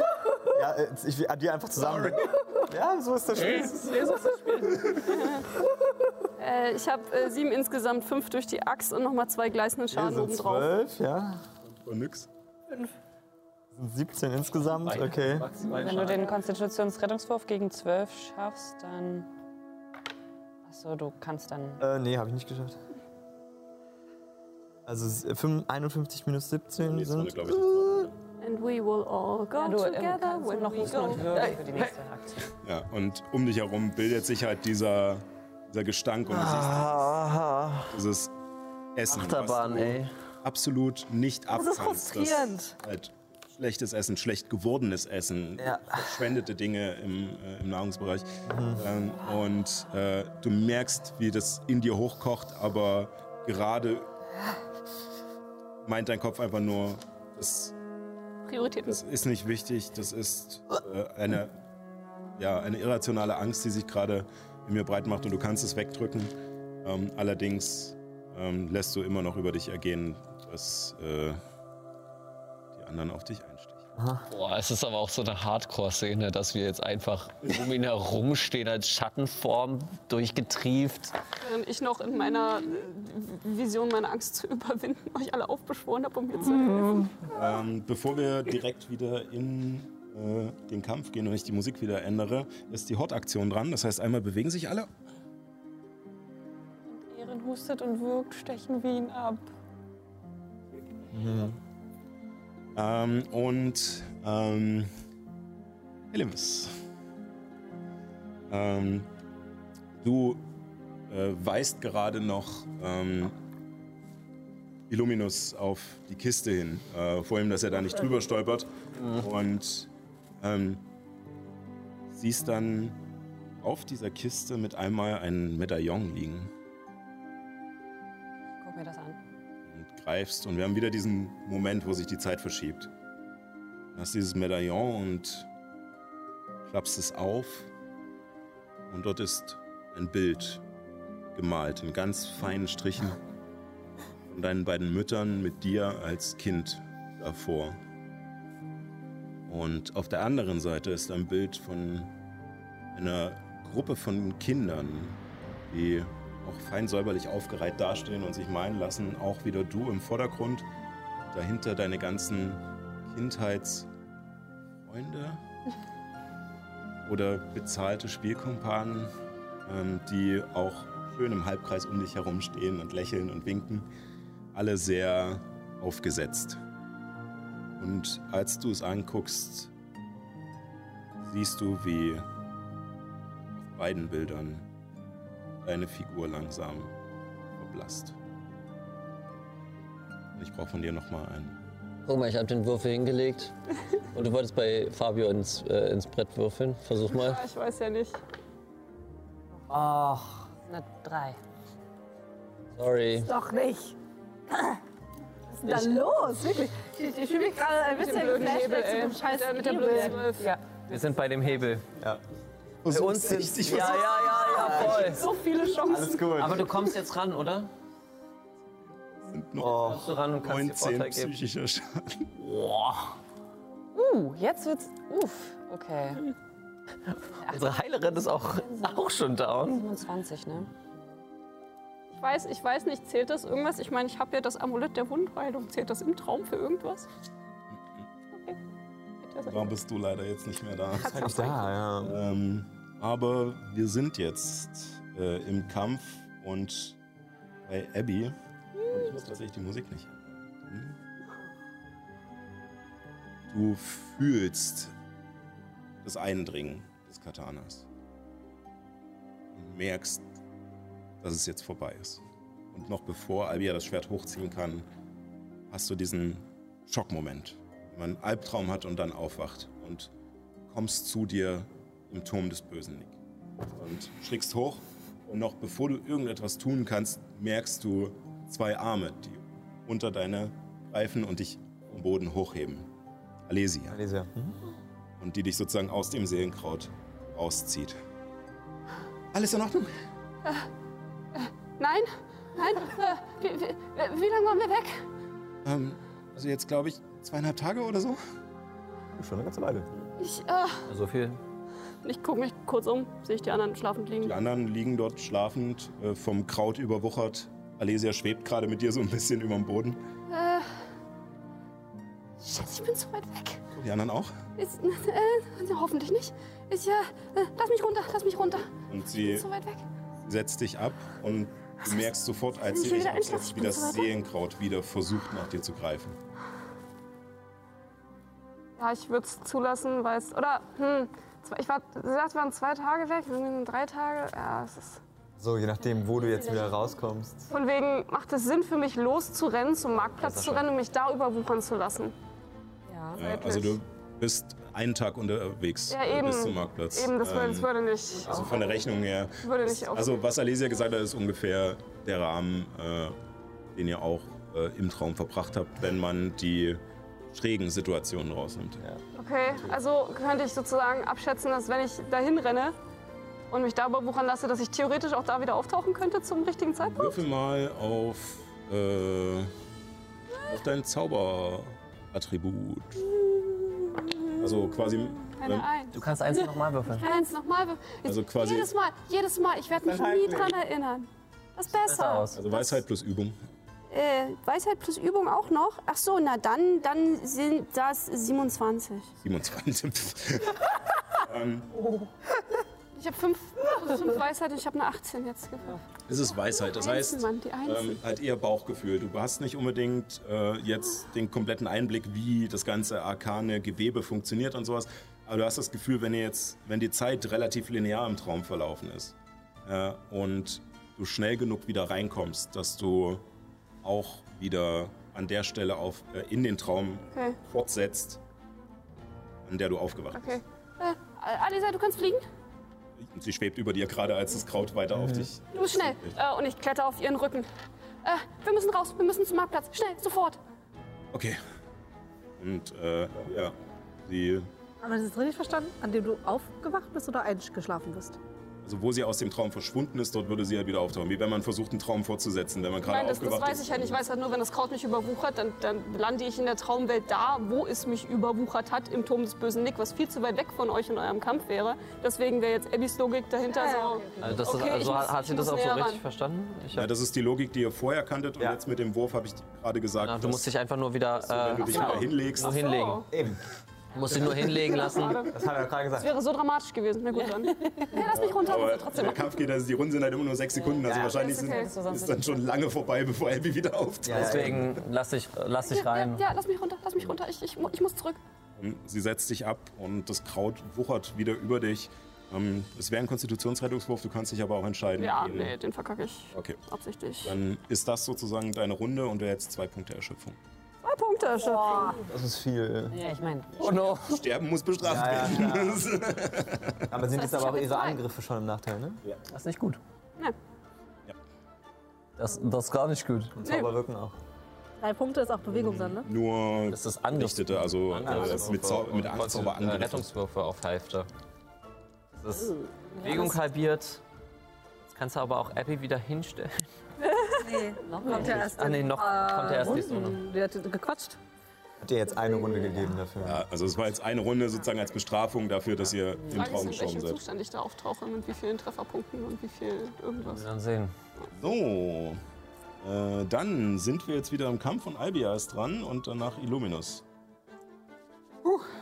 S4: Ja, äh, ich addiere einfach zusammen. Ja, so ist das Spiel.
S7: Äh, ich habe äh, sieben insgesamt, fünf durch die Axt und nochmal zwei gleißenden
S4: Wir
S7: Schaden
S4: sind
S7: obendrauf.
S4: 12, ja.
S2: Und nix.
S4: Das sind 17 insgesamt, okay.
S5: Wenn du den Konstitutionsrettungswurf gegen 12 schaffst, dann. Achso, du kannst dann.
S4: Äh, nee, habe ich nicht geschafft. Also es ist 5 51 minus 17
S2: Nee, das wurde,
S4: sind.
S2: glaube ich, das zweite.
S7: And we will all go
S5: du ähm,
S7: together
S5: kannst
S7: when
S5: noch
S7: we
S5: Husten
S7: go.
S5: und Würgen für die nächste Aktion.
S2: Ja, und um dich herum bildet sich halt dieser, dieser Gestank und du siehst dieses, dieses Essen.
S16: Achterbahn,
S2: was du
S16: ey.
S2: Absolut nicht ab.
S6: ist frustrierend.
S2: Halt schlechtes Essen, schlecht gewordenes Essen,
S4: Ja.
S2: verschwendete Dinge im, äh, im Nahrungsbereich. Ähm, und äh, du merkst, wie das in dir hochkocht, aber gerade meint dein Kopf einfach nur, das
S7: Prioritäten.
S2: das ist nicht wichtig, das ist äh, eine, ja, eine irrationale Angst, die sich gerade in mir breit macht und du kannst es wegdrücken. Ähm, allerdings ähm, lässt du immer noch über dich ergehen, dass äh, die anderen auf dich einstechen.
S16: Boah, es ist aber auch so eine Hardcore-Szene, dass wir jetzt einfach um ihn herumstehen als Schattenform durchgetrieft.
S7: Während ich noch in meiner äh, Vision, meine Angst zu überwinden, euch alle aufbeschworen habe, um mir zu helfen.
S2: Ähm, bevor wir direkt wieder in äh, den Kampf gehen und ich die Musik wieder ändere, ist die Hot-Aktion dran. Das heißt, einmal bewegen sich alle.
S5: Ehren hustet und wirkt, stechen wir ihn ab.
S2: Ähm, und ähm, Elemis. Ähm, du äh, weist gerade noch ähm, Illuminus auf die Kiste hin, äh, vor ihm, dass er da nicht drüber stolpert. Und ähm, siehst dann auf dieser Kiste mit einmal ein Medaillon liegen
S5: Guck mir das an.
S2: und greifst und wir haben wieder diesen Moment, wo sich die Zeit verschiebt. Du hast dieses Medaillon und klappst es auf und dort ist
S18: ein Bild gemalt in ganz feinen Strichen von deinen beiden Müttern mit dir als Kind davor. Und auf der anderen Seite ist ein Bild von einer Gruppe von Kindern, die auch fein säuberlich aufgereiht dastehen und sich meinen lassen. Auch wieder du im Vordergrund. Dahinter deine ganzen Kindheitsfreunde oder bezahlte Spielkumpanen, ähm, die auch schön im Halbkreis um dich herumstehen und lächeln und winken. Alle sehr aufgesetzt. Und als du es anguckst, siehst du, wie auf beiden Bildern deine Figur langsam verblasst. Und ich brauche von dir nochmal einen.
S16: Guck mal, ich habe den Würfel hingelegt. Und du wolltest bei Fabio ins, äh, ins Brett würfeln. Versuch mal.
S7: Ich weiß ja nicht.
S4: Ach,
S5: Eine drei.
S16: Sorry.
S19: Doch nicht. Was ist denn da los? Wirklich. Ich, ich fühle mich gerade ein bisschen
S7: blöden
S19: geflasht
S7: Hebel,
S19: zu
S7: ey.
S19: dem scheiß
S7: Mit der
S19: Hebel.
S7: blöden Zwölf.
S5: Ja.
S3: Wir sind bei dem Hebel.
S20: Bei uns sind. Ja, ja, ja, ja, voll.
S7: So viele Chancen.
S4: alles gut.
S3: Aber du kommst jetzt ran, oder? Kommst du ran und kannst
S2: 19
S3: dir Vorteil geben.
S2: psychischer Schaden.
S5: Uh, jetzt wird's. Uff. Okay.
S3: Unsere Heilerin ist auch, auch schon down.
S5: 25, ne?
S7: Ich weiß, ich weiß nicht, zählt das irgendwas? Ich meine, ich habe ja das Amulett der Wundheilung. Zählt das im Traum für irgendwas? Okay.
S2: Warum bist du leider jetzt nicht mehr da?
S4: Ist halt nicht da, ja.
S2: Ähm, aber wir sind jetzt äh, im Kampf und bei Abby. Und ich muss tatsächlich die Musik nicht. ändern. Du fühlst das Eindringen des Katanas. Und merkst, dass es jetzt vorbei ist. Und noch bevor Albia das Schwert hochziehen kann, hast du diesen Schockmoment. Wenn man einen Albtraum hat und dann aufwacht. Und kommst zu dir im Turm des Bösen, Nick. Und schlägst hoch. Und noch bevor du irgendetwas tun kannst, merkst du zwei Arme, die unter deine greifen und dich vom Boden hochheben. Alesia.
S4: Alesia.
S2: Und die dich sozusagen aus dem Seelenkraut rauszieht. Alles in Ordnung?
S7: Nein, nein. Äh, wie, wie, wie lange waren wir weg?
S2: Ähm, also jetzt glaube ich zweieinhalb Tage oder so?
S4: Schon eine ganze Weile.
S7: Ich, äh,
S3: So viel.
S7: ich gucke mich kurz um. Sehe ich die anderen schlafend liegen?
S2: Die anderen liegen dort schlafend, äh, vom Kraut überwuchert. Alesia schwebt gerade mit dir so ein bisschen über dem Boden.
S7: Shit, ich bin zu weit weg.
S2: Die anderen auch?
S7: Ist, äh, hoffentlich nicht. Ist ja. Äh, lass mich runter, lass mich runter.
S2: Und sie
S7: Zu weit weg.
S2: setzt dich ab und du merkst sofort, als
S7: Ich
S2: sie
S7: will
S2: dich
S7: wieder einschlafen,
S2: absetzt,
S7: ich
S2: wie
S7: bin
S2: das
S7: so weit weg.
S2: Seelenkraut wieder versucht, nach dir zu greifen.
S7: Ja, ich würde es zulassen, weil es. Oder, hm. zwei- Ich war, sie sagt, wir waren zwei Tage weg, wir sind drei Tage. Ja, es ist.
S4: So, je nachdem, wo du jetzt wieder rauskommst.
S7: Von wegen macht es Sinn für mich loszurennen, zum Marktplatz zu rennen und mich da überwuchern zu lassen.
S5: Ja.
S2: Ja, also du bist einen Tag unterwegs
S7: Ja,
S2: äh,
S7: eben.
S2: bis zum Marktplatz.
S7: Eben, das würde, das
S2: Ähm,
S7: würde nicht.
S2: also von der Rechnung her.
S7: Würde nicht auf-
S2: also was Alesia gesagt hat, ist ungefähr der Rahmen, äh, den ihr auch äh, im Traum verbracht habt, wenn man die schrägen Situationen rausnimmt.
S7: Okay, also könnte ich sozusagen abschätzen, dass wenn ich dahin renne und mich da überwuchern lasse, dass ich theoretisch auch da wieder auftauchen könnte zum richtigen Zeitpunkt.
S2: Würfel mal auf, äh, auf dein Zauberattribut. Also quasi.
S7: Keine Eins.
S20: Du kannst eins nochmal würfeln.
S7: Keine Eins nochmal. wir-
S2: Also quasi-
S7: Jedes Mal, jedes Mal. Ich werde mich nie dran erinnern. Das ist besser.
S20: Aus.
S2: Also Weisheit plus Übung.
S7: Äh, Weisheit plus Übung auch noch. Ach so, na dann, dann sind das 27.
S2: 27. Pff.
S7: Ich habe fünf, fünf Weisheit und ich habe eine 18 jetzt gewürfelt.
S2: es ist Weisheit. Das heißt,
S7: Mann, die Einsen.
S2: ähm, halt eher Bauchgefühl. Du hast nicht unbedingt äh, jetzt den kompletten Einblick, wie das ganze arkane Gewebe funktioniert und sowas. Aber du hast das Gefühl, wenn, ihr jetzt, wenn die Zeit relativ linear im Traum verlaufen ist äh, und du schnell genug wieder reinkommst, dass du auch wieder an der Stelle auf, äh, in den Traum
S7: Okay.
S2: fortsetzt, an der du aufgewacht bist.
S7: Okay. Äh, Alisa, du kannst fliegen.
S2: Und sie schwebt über dir gerade, als das Kraut weiter auf dich
S7: Du bist schnell. Äh, und ich kletter auf ihren Rücken. Äh, wir müssen raus, wir müssen zum Marktplatz. Schnell, sofort.
S2: Okay. Und äh, ja, sie.
S6: Aber das ist richtig verstanden, an dem du aufgewacht bist oder eingeschlafen bist?
S2: Also Also wo sie aus dem Traum verschwunden ist, dort würde sie halt wieder auftauchen. Wie wenn man versucht, einen Traum fortzusetzen, wenn man gerade
S7: Nein, das,
S2: aufgewacht
S7: das weiß
S2: ist.
S7: ich halt nicht. Ich weiß halt nur, wenn das Kraut mich überwuchert, dann, dann lande ich in der Traumwelt da, wo es mich überwuchert hat, im Turm des bösen Nick, was viel zu weit weg von euch in eurem Kampf wäre. Deswegen wäre jetzt Abbys Logik dahinter
S3: Ja, ja,
S7: so.
S3: okay, okay. Also das ist- also
S7: ich
S3: hat- hat sie
S7: ich
S3: das auch so
S7: näher
S3: richtig
S7: ran.
S3: verstanden? Ich
S2: Ja, das ist die Logik, die ihr vorher kanntet und jetzt mit dem Wurf habe ich gerade gesagt.
S3: du musst dich einfach nur wieder.
S2: wenn du
S3: äh,
S2: dich
S3: ach so,
S2: wieder hinlegst.
S3: Nur hinlegen.
S4: Eben.
S3: Musst dich nur hinlegen lassen.
S4: Das haben wir ja gerade
S7: Das
S4: gesagt.
S7: wäre so dramatisch gewesen. Na gut, dann. Ja, lass mich runter,
S2: Aber
S7: aber
S2: wenn
S7: trotzdem.
S2: der Kampf geht, also die Runden sind halt immer nur sechs Sekunden, also
S7: Ja,
S2: wahrscheinlich
S7: ist okay.
S2: sind, ist dann schon lange vorbei, bevor Abby wieder auftaucht.
S3: Deswegen lass dich, lass dich
S7: Ja,
S3: rein.
S7: ja, lass mich runter, lass mich runter. Ich, ich, mu- ich muss zurück.
S2: Ähm, Sie setzt dich ab und das Kraut wuchert wieder über dich. Ähm, es wäre ein Konstitutionsrettungswurf, du kannst dich aber auch entscheiden.
S7: Ja,
S2: ihn-
S7: nee, den verkacke ich.
S2: Okay.
S7: Absichtlich.
S2: Dann ist das sozusagen deine Runde und du hättest zwei Punkte Erschöpfung.
S7: Zwei Punkte erschöpfen.
S4: Das ist viel.
S6: Ja, ich meine.
S3: Oh no.
S2: Sterben muss bestraft
S4: Ja, ja,
S2: werden.
S4: Aber sind
S7: heißt,
S4: jetzt aber
S7: ich
S4: auch
S7: hab
S4: ihre
S7: zwei.
S4: Angriffe schon im Nachteil, ne?
S3: Das ist nicht gut.
S7: Nein.
S3: Das, das ist gar nicht gut.
S4: Und Zauber wirken auch.
S6: Drei Punkte ist auch Bewegung dann, ne?
S2: Nur
S3: Das ist Angriff.
S2: gerichtete, also äh, mit, Zau mit Angstzauber
S3: Äh,
S2: angegriffen.
S3: Rettungswürfe auf Hälfte. Das ist Bewegung halbiert. Jetzt kannst du aber auch Abby wieder hinstellen.
S6: Nee, noch kommt ja erst.
S3: Ah nee, noch kommt er erst die Runde.
S6: Der hat gequatscht.
S4: Hat ihr jetzt eine Runde gegeben dafür.
S2: Ja, also es war jetzt eine Runde sozusagen als Bestrafung dafür, dass ihr im
S7: Frage ist,
S2: Traum
S7: in
S2: gestorben
S7: welchem
S2: seid.
S7: Zustand ich da auftauche und mit wie vielen Trefferpunkten und wie viel irgendwas.
S3: Wir werden sehen.
S2: So, äh, dann sind wir jetzt wieder im Kampf und Albia ist dran und danach Illuminus.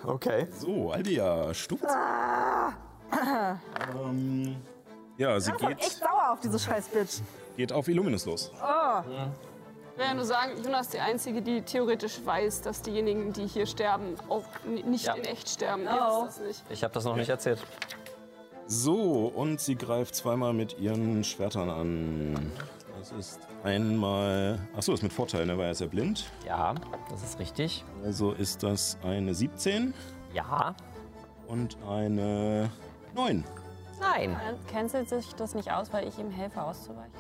S4: Okay.
S2: So, Albia, Stufe.
S21: Ah,
S2: ähm, ja, sie
S21: Echt
S2: geht,
S21: sauer auf diese scheiß Bitch.
S2: geht auf Illuminus los.
S7: Ich will ja nur sagen, Jonas ist die Einzige, die theoretisch weiß, dass diejenigen, die hier sterben, auch n- nicht
S3: Ja.
S7: in echt sterben. Ihr wisst das nicht.
S3: Ich habe das noch nicht erzählt.
S2: So, und sie greift zweimal mit ihren Schwertern an. Das ist einmal. Achso, ist mit Vorteil, ne? Weil er ist ja blind.
S3: Ja, das ist richtig.
S2: Also ist das eine 17
S3: Ja.
S2: und eine 9.
S3: Nein.
S5: Cancelt sich das nicht aus, weil ich ihm helfe auszuweichen?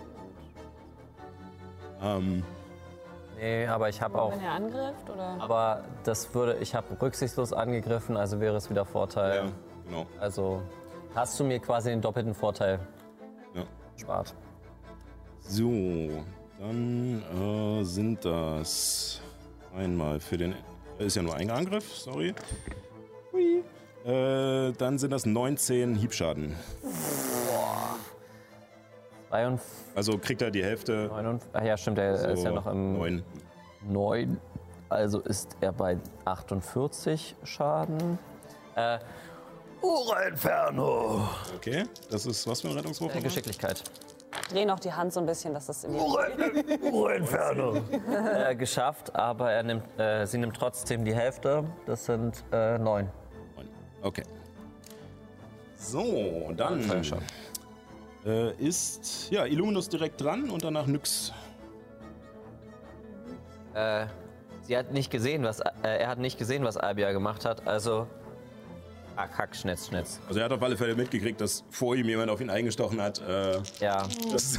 S2: Ähm,
S3: Nee, aber ich habe auch.
S5: Wenn er angreift? Oder?
S3: Aber das würde. Ich habe rücksichtslos angegriffen, also wäre es wieder Vorteil.
S2: ja, genau.
S3: Also hast du mir quasi den doppelten Vorteil
S2: Ja.
S3: gespart.
S2: So, dann äh, sind das einmal für den. äh, Ist ja nur ein Angriff, sorry. Hui. Äh, dann sind das 19 Hiebschaden.
S3: 42.
S2: Also kriegt er die Hälfte.
S3: Ach ja, stimmt, er ist ja noch im.
S2: 9.
S3: 9. Also ist er bei 48 Schaden. Äh, Ura Inferno!
S2: Okay, das ist was für ein Rettungswurf?
S3: Äh, Geschicklichkeit.
S5: Ich drehe noch die Hand so ein bisschen, dass das in die.
S3: Ura Inferno! äh, geschafft, aber er nimmt, äh, sie nimmt trotzdem die Hälfte. Das sind äh, 9.
S2: Okay. So, dann äh, ist ja Illuminus direkt dran und danach nix.
S3: Äh, sie hat nicht gesehen, was, äh, er hat nicht gesehen, was Albia gemacht hat, also. Hack, hack, schnitz, schnitz.
S2: Also er hat auf alle Fälle mitgekriegt, dass vor ihm jemand auf ihn eingestochen hat. Äh,
S3: Ja.
S2: das,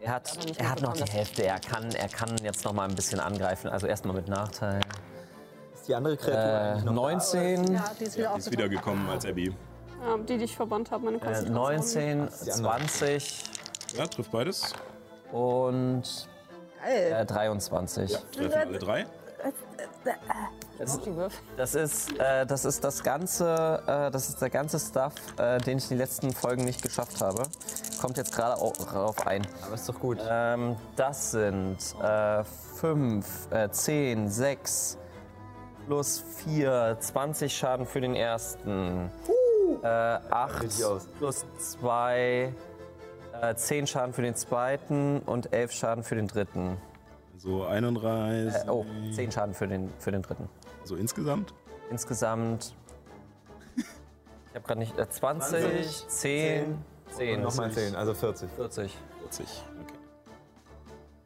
S3: Er hat, er hat noch die Hälfte. Er kann, er kann jetzt noch mal ein bisschen angreifen. Also erstmal mit Nachteil.
S4: Ist die andere Kreatur
S3: Äh,
S4: eigentlich noch
S3: 19.
S6: Ja, die ist wieder
S2: die ist wieder gekommen als Abby.
S7: Ja, Ähm, die, die ich verbannt habe, meine
S3: Äh,
S7: Konstitution.
S3: 19,
S4: andere.
S3: 20
S2: Ja, trifft beides.
S3: und
S21: Geil.
S3: äh, 23.
S2: Treffen alle drei.
S3: Das, ist, äh, das ist das ganze, äh, das ist der ganze Stuff, äh, den ich die letzten Folgen nicht geschafft habe. Kommt jetzt gerade auch drauf ein.
S4: da? Aber ist doch gut.
S3: Ähm, das sind äh, 5, 10, 6 plus 4, 20 Schaden für den ersten. 8
S4: richtig aus.
S3: plus 2, 10 Schaden für den zweiten und 11 Schaden für den dritten.
S2: So 31.
S3: Äh, oh, 10 Schaden für den, für den dritten.
S2: So insgesamt.
S3: Insgesamt. Ich habe gerade nicht. Äh, 20, 10, 10,
S4: Nochmal 10, also 40.
S3: 40.
S2: 40. Okay.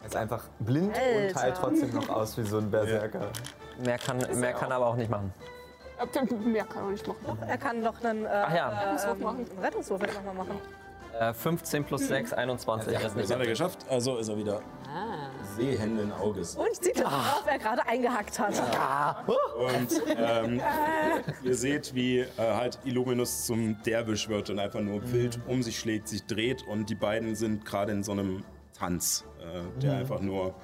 S4: Er ist einfach blind und teilt trotzdem noch aus wie so ein Berserker.
S3: Mehr kann, mehr kann er aber auch nicht machen.
S7: Ja, Mehr kann er nicht machen.
S6: Er kann doch einen, äh,
S3: Ach ja.
S6: äh,
S7: Rettungswurf
S6: ähm,
S7: machen.
S6: einen Rettungswurf jetzt nochmal machen.
S3: Äh, Äh, 15 plus 6, 21. Er ist
S2: Das
S3: nicht
S2: hat er geschafft, also ist er wieder sehenden Auges.
S6: Und sieht das, worauf er gerade eingehackt hat.
S2: Und ähm, ihr seht, wie äh, halt Illuminus zum Derwisch wird und einfach nur wild um sich schlägt, sich dreht und die beiden sind gerade in so einem Tanz, äh, der
S8: Mhm.
S2: einfach nur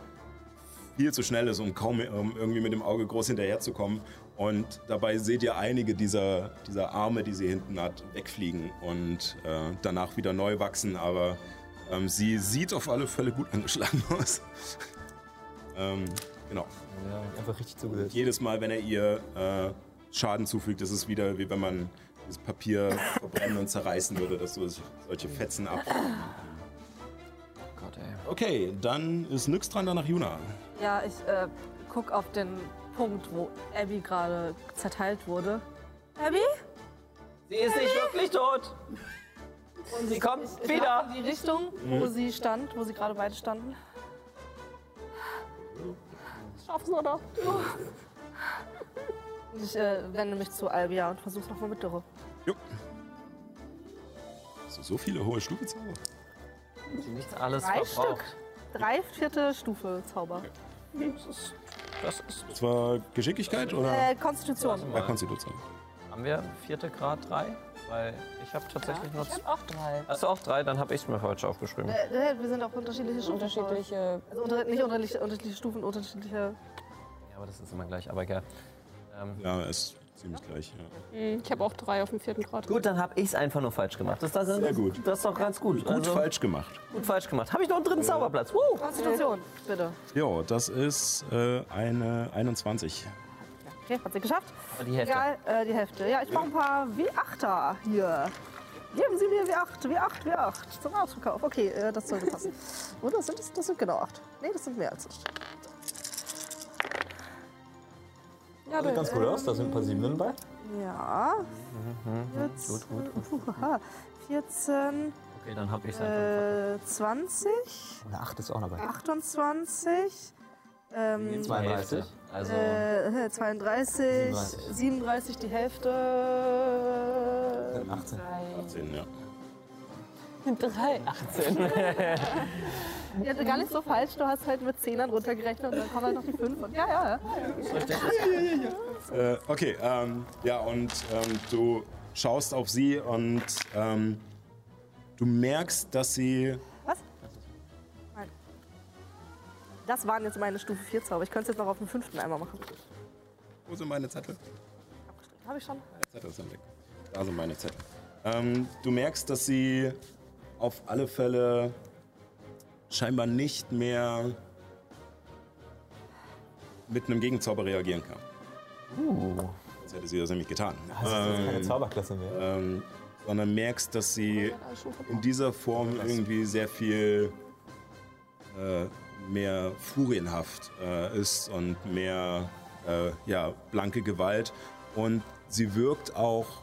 S2: viel zu schnell ist, um kaum ähm, irgendwie mit dem Auge groß hinterherzukommen. Und dabei seht ihr einige dieser, dieser Arme, die sie hinten hat, wegfliegen und äh, danach wieder neu wachsen. Aber ähm, sie sieht auf alle Fälle gut angeschlagen aus. ähm, genau.
S4: Ja, einfach richtig zugesetzt.
S2: Jedes Mal, wenn er ihr äh, Schaden zufügt, ist es wieder wie wenn man das Papier verbrennen und zerreißen würde, dass du solche Fetzen ab.
S3: Oh Gott, ey.
S2: Okay, dann ist nix dran, danach Juna.
S6: Ja, ich äh, guck auf den Punkt, wo Abby gerade zerteilt wurde. Abby?
S3: Sie ist nicht wirklich tot.
S6: Und
S3: sie kommt
S6: ich, ich
S3: wieder.
S6: laufe In die Richtung, wo
S2: Mhm.
S6: sie stand, wo sie gerade beide standen. Schaff's oder? Und ich äh, wende mich zu Albia und versuche nochmal mit Dürre.
S2: So, so viele hohe Stufenzauber.
S3: Nicht alles
S6: Drei
S3: verbraucht.
S6: Drei vierte Stufe Zauber.
S3: Das ist.
S2: Das war Geschicklichkeit oder?
S6: Äh, Konstitution.
S2: Ja, Konstitution.
S3: Haben wir vierte Grad 3? Weil ich habe tatsächlich nur.
S6: Ich hab auch drei.
S3: Hast du auch drei? Dann habe ich es mir falsch aufgeschrieben.
S6: Äh, äh, wir sind auf unterschiedliche Stufen.
S5: Unterschiedliche-
S6: Also unter, nicht unterschiedliche, unterschiedliche Stufen, unterschiedliche.
S3: Ja, aber das ist immer gleich, aber egal. Ähm,
S2: ja, ist ziemlich gleich. Ja.
S7: Hm, Ich habe auch drei auf dem vierten Grad.
S3: Gut, dann habe ich es einfach nur falsch gemacht. Das, das,
S2: Sehr gut.
S3: Das ist doch ganz gut. Also,
S2: Gut falsch gemacht.
S3: Gut falsch gemacht. Habe ich noch einen dritten Zauberplatz? Woo!
S6: Konstitution, bitte.
S2: Ja, das ist äh, eine 21.
S6: Okay, hat sie geschafft.
S2: Aber die Hälfte.
S6: Egal, äh, die Hälfte. Ja, ich mache ein paar W8er hier. Geben Sie mir W8, W8, W8 zum Ausverkauf. Okay, äh, das sollte passen. Oder sind das, das sind genau 8. Nee, das sind mehr als 8. Ja,
S4: Sieht ganz cool
S6: ähm,
S4: aus, da sind ein paar Siebenen bei.
S6: Ja,
S3: Gut, Mhm, gut, gut.
S6: Puhaha. 14,
S3: Okay, dann habe ich es einfach.
S6: äh, 20,
S4: Eine 8 ist auch noch bei.
S6: 28, ähm,
S4: 32.
S3: Also
S6: äh, 32,
S4: 37.
S6: 37 die Hälfte.
S2: 18,
S4: 18.
S2: ja.
S6: 3.
S3: 18.
S6: Ja, gar nicht so falsch, du hast halt mit 10ern runtergerechnet und dann kommen halt noch die 5. Und ja, ja, ja.
S2: Äh, okay, ähm, ja, und ähm, du schaust auf sie und ähm, du merkst, dass sie.
S6: Was? Nein. Das waren jetzt meine Stufe 4 Zauber. Ich könnte es jetzt noch auf den fünften einmal machen.
S2: Wo sind meine Zettel?
S6: Habe ich schon.
S2: Zettel sind weg. Da sind meine Zettel. Ähm, du merkst, dass sie auf alle Fälle scheinbar nicht mehr mit einem Gegenzauber reagieren kann.
S4: Uh.
S2: Sonst hätte sie das nämlich getan.
S4: Das ist jetzt keine Zauberklasse mehr.
S2: Ähm, sondern merkst, dass sie in dieser Form irgendwie sehr viel äh, mehr furienhaft äh, ist und mehr äh, ja, blanke Gewalt. Und sie wirkt auch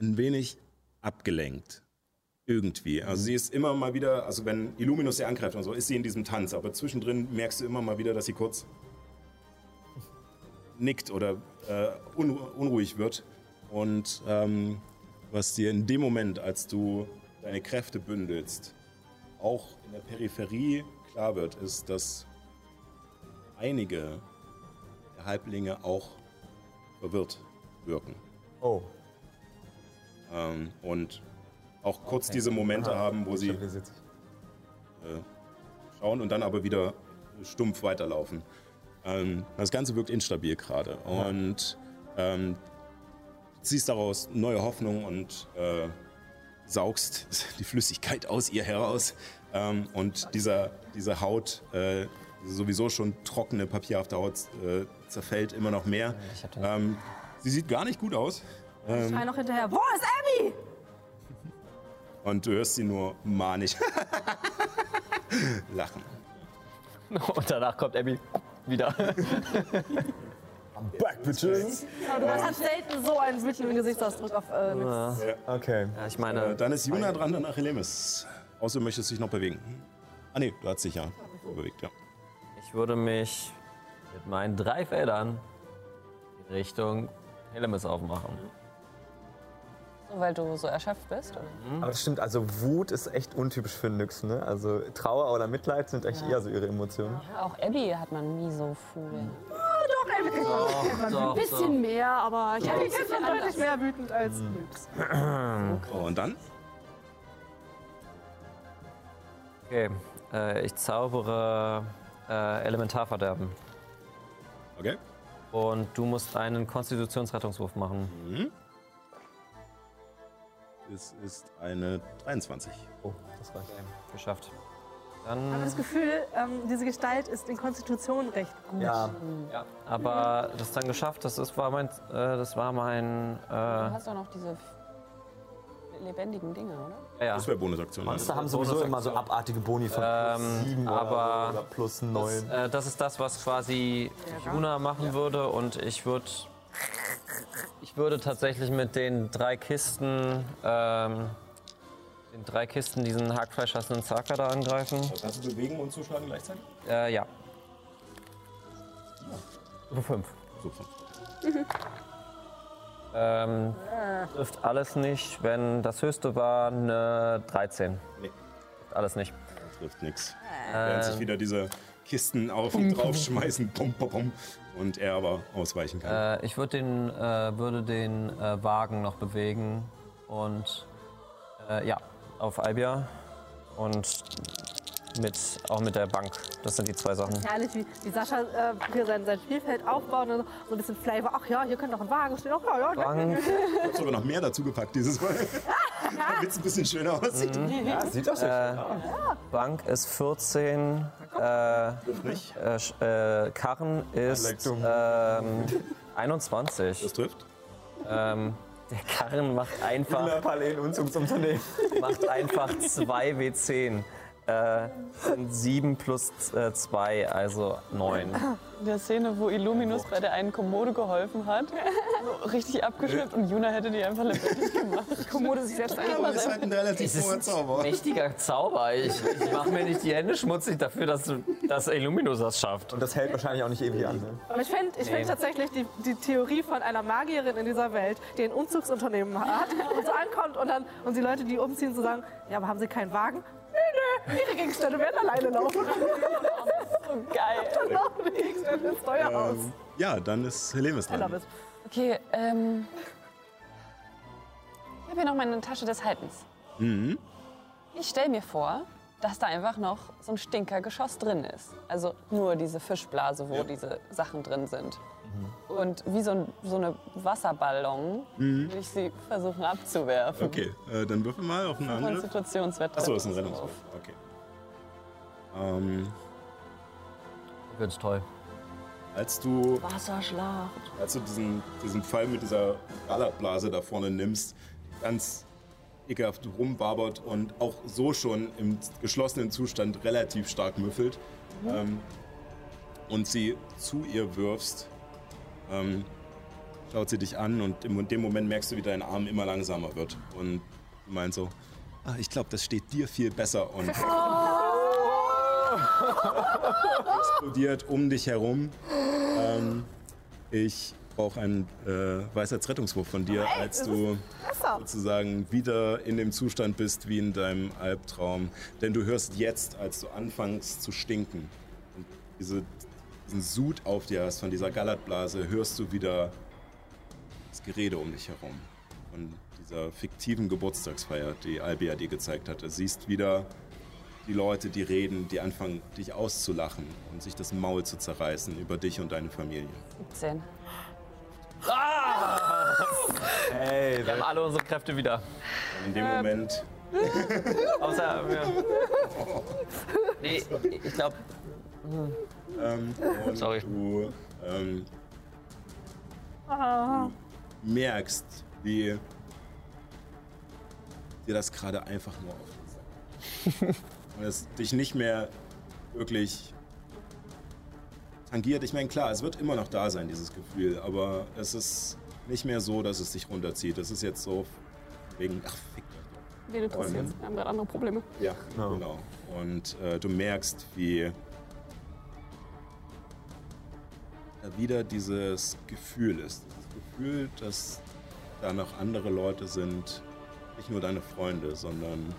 S2: ein wenig abgelenkt. Irgendwie. Also sie ist immer mal wieder, also wenn Illuminus sie angreift und so, ist sie in diesem Tanz. Aber zwischendrin merkst du immer mal wieder, dass sie kurz nickt oder äh, unru unruhig wird. Und ähm, was dir in dem Moment, als du deine Kräfte bündelst, auch in der Peripherie klar wird, ist, dass einige der Halblinge auch verwirrt wirken.
S4: Oh.
S2: Ähm, und auch kurz diese Momente
S4: Ah, Aha.
S2: haben, wo sie äh,
S4: Stabilisiert
S2: schauen und dann aber wieder stumpf weiterlaufen. Ähm, das Ganze wirkt instabil gerade. Und ähm, du ziehst daraus neue Hoffnung und äh, saugst die Flüssigkeit aus ihr heraus. Ähm, und dieser, diese Haut, äh, sowieso schon trockene, papierhafte Haut, äh, zerfällt immer noch mehr. Ähm, sie sieht gar nicht gut aus.
S6: Ich
S2: Ähm,
S6: schrei noch hinterher. Wo ist Abby?
S2: Und du hörst sie nur manisch lachen.
S3: Und danach kommt Abby wieder.
S2: Back, bitches!
S6: Aber Man hat selten so einen wütenden Gesichtsausdruck auf äh, nix.
S2: Okay.
S3: ich meine.
S2: Dann ist Juna dran, danach Elemis. Außer du möchtest dich noch bewegen. Ah, nee, du hast dich ja bewegt, ja.
S3: Ich würde mich mit meinen drei Feldern in Richtung Hellemis aufmachen.
S5: Weil du so erschöpft bist? Oder?
S4: Aber das stimmt, also Wut ist echt untypisch für Nyx, ne? Also Trauer oder Mitleid sind eigentlich eher so ihre Emotionen.
S5: Auch Abby hat man nie so viel.
S6: Ah, doch, Elvis ist
S7: Doch,
S6: ein
S7: doch,
S6: bisschen
S7: doch.
S6: mehr, aber ich
S7: Doch.
S6: bin jetzt schon deutlich mehr wütend als Nix.
S2: Oh, und dann?
S3: Okay, äh, ich zaubere äh, Elementarverderben.
S2: Okay.
S3: Und du musst einen Konstitutionsrettungswurf machen.
S2: Es ist eine 23.
S4: Oh, das reicht.
S3: Geschafft.
S6: Ich habe
S3: Dann,
S6: das Gefühl, ähm, diese Gestalt ist in Konstitution recht gut.
S4: Ja.
S3: ja, aber das ist dann geschafft. Das ist, war mein, äh, das war mein, äh,
S5: Du
S3: ja,
S5: hast doch noch diese lebendigen Dinge, oder?
S3: ja.
S2: Das wäre Bonusaktion.
S4: Monster haben sowieso immer so abartige Boni von plus 7
S3: Ähm, aber
S4: oder, oder plus 9.
S3: Äh, das ist das, was quasi Juna machen würde und ich würde ich würde tatsächlich mit den drei Kisten ähm, den drei Kisten diesen hackfleischhassenden Zaka da angreifen.
S2: Kannst du bewegen und zuschlagen gleichzeitig?
S3: Äh, ja. Stufe 5.
S2: Super.
S3: Ähm, trifft alles nicht, wenn das höchste war eine 13.
S2: Nee.
S3: Trifft alles nicht.
S2: Trifft nix. Während sich wieder diese Kisten auf und draufschmeißen. Pum, pum, pum. Und er aber ausweichen kann.
S3: Äh, ich würd den, äh, würde den äh, Wagen noch bewegen und äh, ja, auf Albia und mit, auch mit der Bank. Das sind die zwei Sachen.
S6: Herrlich, wie, wie Sascha äh, hier sein, sein Spielfeld aufbaut und so, so ein bisschen Flavor. Ach ja, hier könnte noch ein Wagen stehen. Ach ja, ja,
S3: Bank,
S2: Ich habe sogar noch mehr dazu gepackt dieses Mal. Damit es ein bisschen schöner aussieht.
S4: Ja, sieht doch sehr schön aus.
S3: Bank ist 14, äh, äh,
S2: Nicht?
S3: Sch- äh, Karren ist
S4: Anleitung.
S3: ähm, 21.
S2: Das trifft.
S3: Ähm, der Karren macht einfach,
S4: Parallelen Unzugsunternehmen.
S3: macht einfach 2 W10. Äh, 7 plus 2, also 9.
S1: In der Szene, wo Illuminus bei der einen Kommode geholfen hat, so richtig abgeschleppt und Juna hätte die einfach lebendig gemacht. Die Kommode sich selbst
S2: Aber ist halt ein relativ hoher Zauber.
S3: Mächtiger Zauber. Ich, ich mache mir nicht die Hände schmutzig dafür, dass, dass Illuminus das schafft.
S4: Und das hält wahrscheinlich auch nicht ewig an. Ne?
S6: Aber ich fände ich fänd tatsächlich die, die Theorie von einer Magierin in dieser Welt, die ein Umzugsunternehmen hat und so ankommt und dann und die Leute, die umziehen, so sagen, ja, aber haben sie keinen Wagen? Nö, nö, ihre Gegenstände werden alleine laufen.
S5: Geil.
S6: Dann laufen die Gegenstände ins Steuerhaus.
S2: Ähm, ja, dann ist Helemis
S6: I love
S2: dran.
S6: it.
S5: Okay, ähm. Ich habe hier noch meine Tasche des Haltens.
S2: Mhm.
S5: Ich stelle mir vor, dass da einfach noch so ein Stinkergeschoss drin ist. Also nur diese Fischblase, wo diese Sachen drin sind.
S2: Mhm.
S5: Und wie so, ein, so eine Wasserballon will ich sie versuchen abzuwerfen.
S2: Okay, äh, dann würfel mal auf einen anderen.
S5: Konstitutionswettbewerb.
S2: Achso, das ist ein Rennungswurf. Okay. Ähm,
S3: Ganz toll.
S2: als du
S5: Wasserschlacht.
S2: Als du diesen, diesen Fall mit dieser Ballerblase da vorne nimmst, ganz ekelhaft rumbabert und auch so schon im geschlossenen Zustand relativ stark müffelt ähm, und sie zu ihr wirfst, ähm, schaut sie dich an und in dem Moment merkst du, wie dein Arm immer langsamer wird und du meinst so, ah, ich glaube, das steht dir viel besser und explodiert um dich herum. Ähm, ich brauche einen äh, Weisheitsrettungswurf von dir, als du sozusagen wieder in dem Zustand bist wie in deinem Albtraum. Denn du hörst jetzt, als du anfängst zu stinken und diese, diesen Sud auf dir hast von dieser Gallertblase, hörst du wieder das Gerede um dich herum. Von dieser fiktiven Geburtstagsfeier, die Albia dir gezeigt hatte. Siehst wieder die Leute, die reden, die anfangen, dich auszulachen und sich das Maul zu zerreißen über dich und deine Familie.
S5: 17.
S4: Ey,
S3: Wir haben alle unsere Kräfte wieder.
S2: In dem Moment
S3: Außer. Ja. Nee, ich glaube,
S2: ähm, und
S16: Sorry.
S2: du ähm, du merkst, wie dir das gerade einfach nur auf den Sack geht. Und es dich nicht mehr wirklich tangiert. Ich meine, klar, es wird immer noch da sein, dieses Gefühl, aber es ist nicht mehr so, dass es dich runterzieht. Es ist jetzt so wegen, ach, fick doch.
S7: Wen interessiert's? Wir haben gerade andere Probleme.
S2: Ja, genau. Und äh, du merkst, wie da wieder dieses Gefühl ist. Das Gefühl, dass da noch andere Leute sind, nicht nur deine Freunde, sondern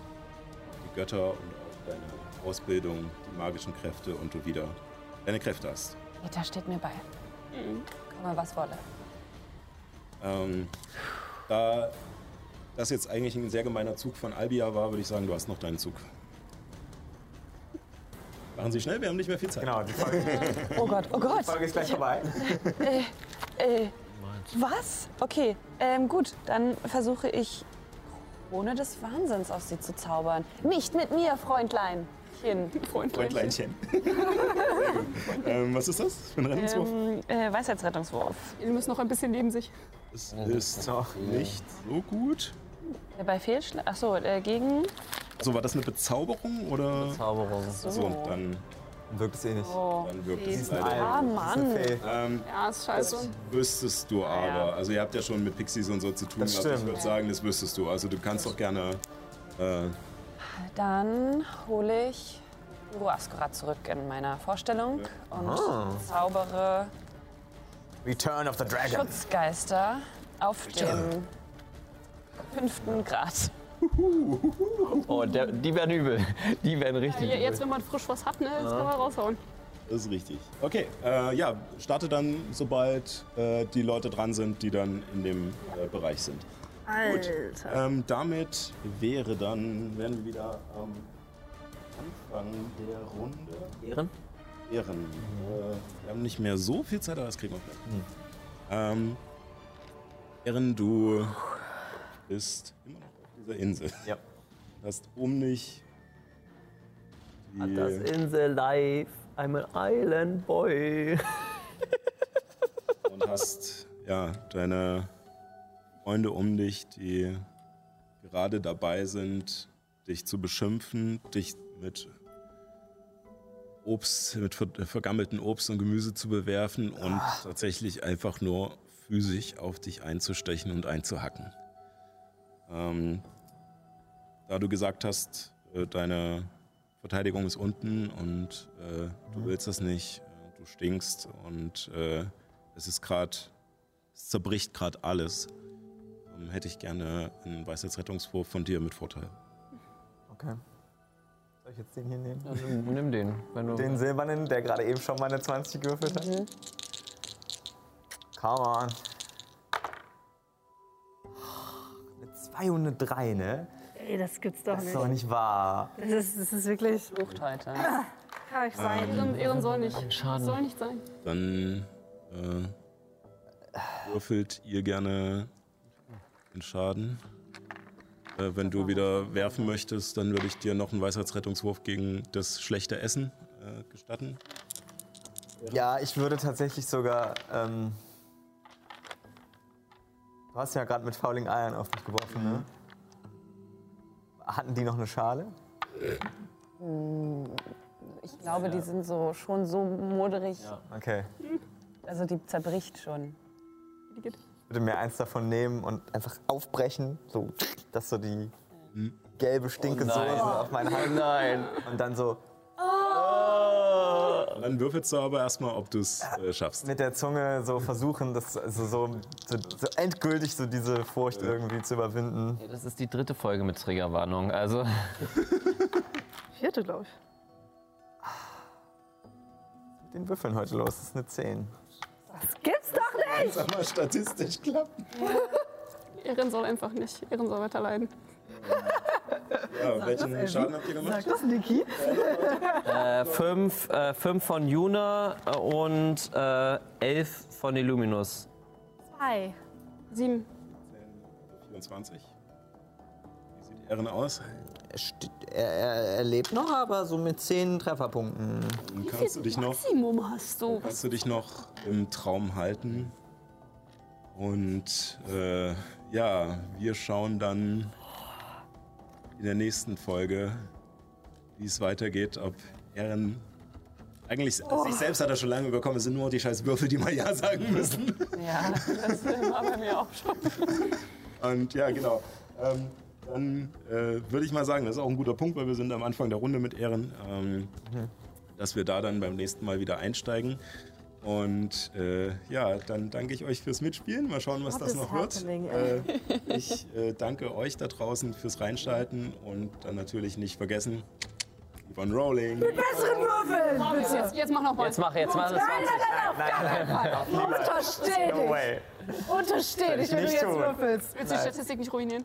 S2: die Götter und auch deine Ausbildung, die magischen Kräfte und du wieder deine Kräfte hast.
S5: Jeta steht mir bei.
S4: Mhm.
S5: Komme, was wolle.
S2: Ähm, da das jetzt eigentlich ein sehr gemeiner Zug von Albia war, würde ich sagen, du hast noch deinen Zug. Machen Sie schnell, wir haben nicht mehr viel Zeit.
S4: Genau, die Folge,
S5: Oh Gott, oh
S4: die
S5: Gott.
S4: Folge ist gleich vorbei.
S5: Äh, äh, was? Okay, ähm, gut, dann versuche ich, Krone des Wahnsinns auf sie zu zaubern. Nicht mit mir, Freundlein.
S2: Freundleinchen. ähm, was ist das für ein Rettungswurf?
S5: Ähm, äh, Weisheitsrettungswurf.
S7: Ihr müsst noch ein bisschen neben sich.
S2: Es ist nicht so gut.
S5: Äh, Bei Fehlschlag. Achso, äh, gegen.
S2: So, war das eine Bezauberung oder?
S3: Zauberung.
S2: So, und dann,
S4: Wirkt es eh nicht.
S5: Oh,
S2: dann wirkt
S4: Sie
S2: es
S4: ist
S2: leider.
S4: ein
S5: ah,
S4: Alb, das ist
S5: Mann.
S4: eine Fee.
S2: Ähm,
S7: Ja, ist scheiße.
S2: Wüsstest du aber. Also ihr habt ja schon mit Pixies und so zu tun
S4: Das
S2: gehabt. Ich
S4: stimmt.
S2: würde sagen, das wüsstest du. Also du kannst doch gerne. Äh,
S5: Dann hole ich Guru Askurat zurück in meiner Vorstellung und zaubere
S4: Return of the Dragon.
S5: Schutzgeister auf dem fünften Grad.
S3: Oh, der, die werden übel. Die werden richtig
S7: Ja,
S3: übel.
S7: Äh, jetzt, wenn man frisch was hat, ne, das kann man raushauen.
S2: das ist richtig. Okay, äh, ja, starte dann, sobald äh, die Leute dran sind, die dann in dem äh, Bereich sind.
S6: Alter.
S2: Ähm, damit wäre dann, wären wir wieder am Anfang der Runde.
S3: Ehren?
S2: Ehren. Äh, wir haben nicht mehr so viel Zeit, aber das kriegen wir vielleicht. Ähm, Ehren, du bist immer noch auf dieser Insel.
S4: Ja.
S2: Hast um dich die,
S3: Das Insel Life. I'm an Island Boy.
S2: und hast ja deine Freunde um dich, die gerade dabei sind, dich zu beschimpfen, dich mit Obst, mit ver vergammelten Obst und Gemüse zu bewerfen und tatsächlich einfach nur physisch auf dich einzustechen und einzuhacken. Ähm, da du gesagt hast, äh, deine Verteidigung ist unten und äh, du willst das nicht, äh, du stinkst und äh, es ist gerade, es zerbricht gerade alles, ähm, hätte ich gerne einen Weisheitsrettungswurf von dir mit Vorteil.
S4: Okay. Soll ich jetzt den hier nehmen?
S3: Nimm, Also, nimm den. Wenn du
S4: Den silbernen, der gerade eben schon meine 20 gewürfelt hat. Come on. Eine 2 und eine 3, ne?
S6: Ey, das gibt's doch
S4: Das ist
S6: nicht.
S4: doch nicht wahr.
S6: Das ist, das ist wirklich.
S5: Flucht heute.
S6: Kann ich sein.
S7: Ehren, Ehren soll nicht.
S3: Schaden.
S7: Soll nicht sein.
S2: Dann äh, würfelt ihr gerne den Schaden. Äh, wenn du wieder werfen möchtest, dann würde ich dir noch einen Weisheitsrettungswurf gegen das schlechte Essen äh, gestatten.
S4: Ja, ich würde tatsächlich sogar. Ähm, du hast ja gerade mit Fouling Iron auf mich geworfen, ne? Hatten die noch eine Schale?
S5: Ich glaube, die sind so schon so moderig.
S4: Okay.
S5: Also die zerbricht schon.
S4: Ich würde mir eins davon nehmen und einfach aufbrechen, so, dass so die gelbe Stinkesoße auf meinen Hand.
S3: Nein.
S4: Und dann so
S2: Dann würfelst du aber erstmal, ob du es äh, schaffst.
S4: mit der Zunge so versuchen, das also so, so, so endgültig so diese Furcht irgendwie zu überwinden.
S3: Das ist die dritte Folge mit Triggerwarnung. Also,
S6: Vierte, glaube ich.
S4: Mit den Würfeln heute los, das ist eine 10.
S6: Das gibt's doch nicht!
S2: Sag mal, statistisch klappen.
S7: Ehren soll einfach nicht. Ehren soll weiter leiden.
S2: Ja, welchen Schaden habt ihr gemacht?
S6: Das ist Niki.
S3: äh, fünf, äh, fünf von Juna äh, und äh, elf von Illuminus.
S6: Hi.
S7: Sieben.
S2: 24. Wie sieht Ehren aus?
S4: Er, steht- er, er, er lebt noch, aber so mit 10 Trefferpunkten.
S2: Und kannst du dich noch
S7: Maximum hast du.
S2: kannst du dich noch im Traum halten. Und äh, ja, wir schauen dann in der nächsten Folge, wie es weitergeht, ob Ehren. Eigentlich,
S5: Oh.
S2: sich selbst hat er schon lange überkommen, es sind nur die scheiß Würfel, die mal Ja sagen müssen.
S5: Ja, das war bei mir auch schon.
S2: Und ja, genau. Ähm, dann äh, würde ich mal sagen, das ist auch ein guter Punkt, weil wir sind am
S5: Mhm.
S2: Anfang der Runde mit Ehren, ähm, dass wir da dann beim nächsten Mal wieder einsteigen.
S8: Und äh, ja, dann danke ich euch fürs Mitspielen. Mal schauen, was
S6: What
S8: das
S6: is
S8: noch wird.
S6: happening,
S8: Äh,
S6: ey?
S8: ich äh, danke euch da draußen fürs Reinschalten und dann natürlich nicht vergessen, keep on rolling.
S6: Besseren Würfeln, bitte.
S7: Jetzt, jetzt mach noch mal.
S3: Jetzt mach, jetzt mach
S6: Nein,
S3: das
S6: nein,
S3: 20.
S6: nein, nein, auf gar keinen Fall. Untersteh
S4: No way.
S6: dich. Untersteh
S4: Werd
S6: dich,
S4: ich
S6: wenn du
S4: nicht
S6: jetzt
S4: tun.
S6: würfelst.
S7: Willst du die Statistik nicht ruinieren?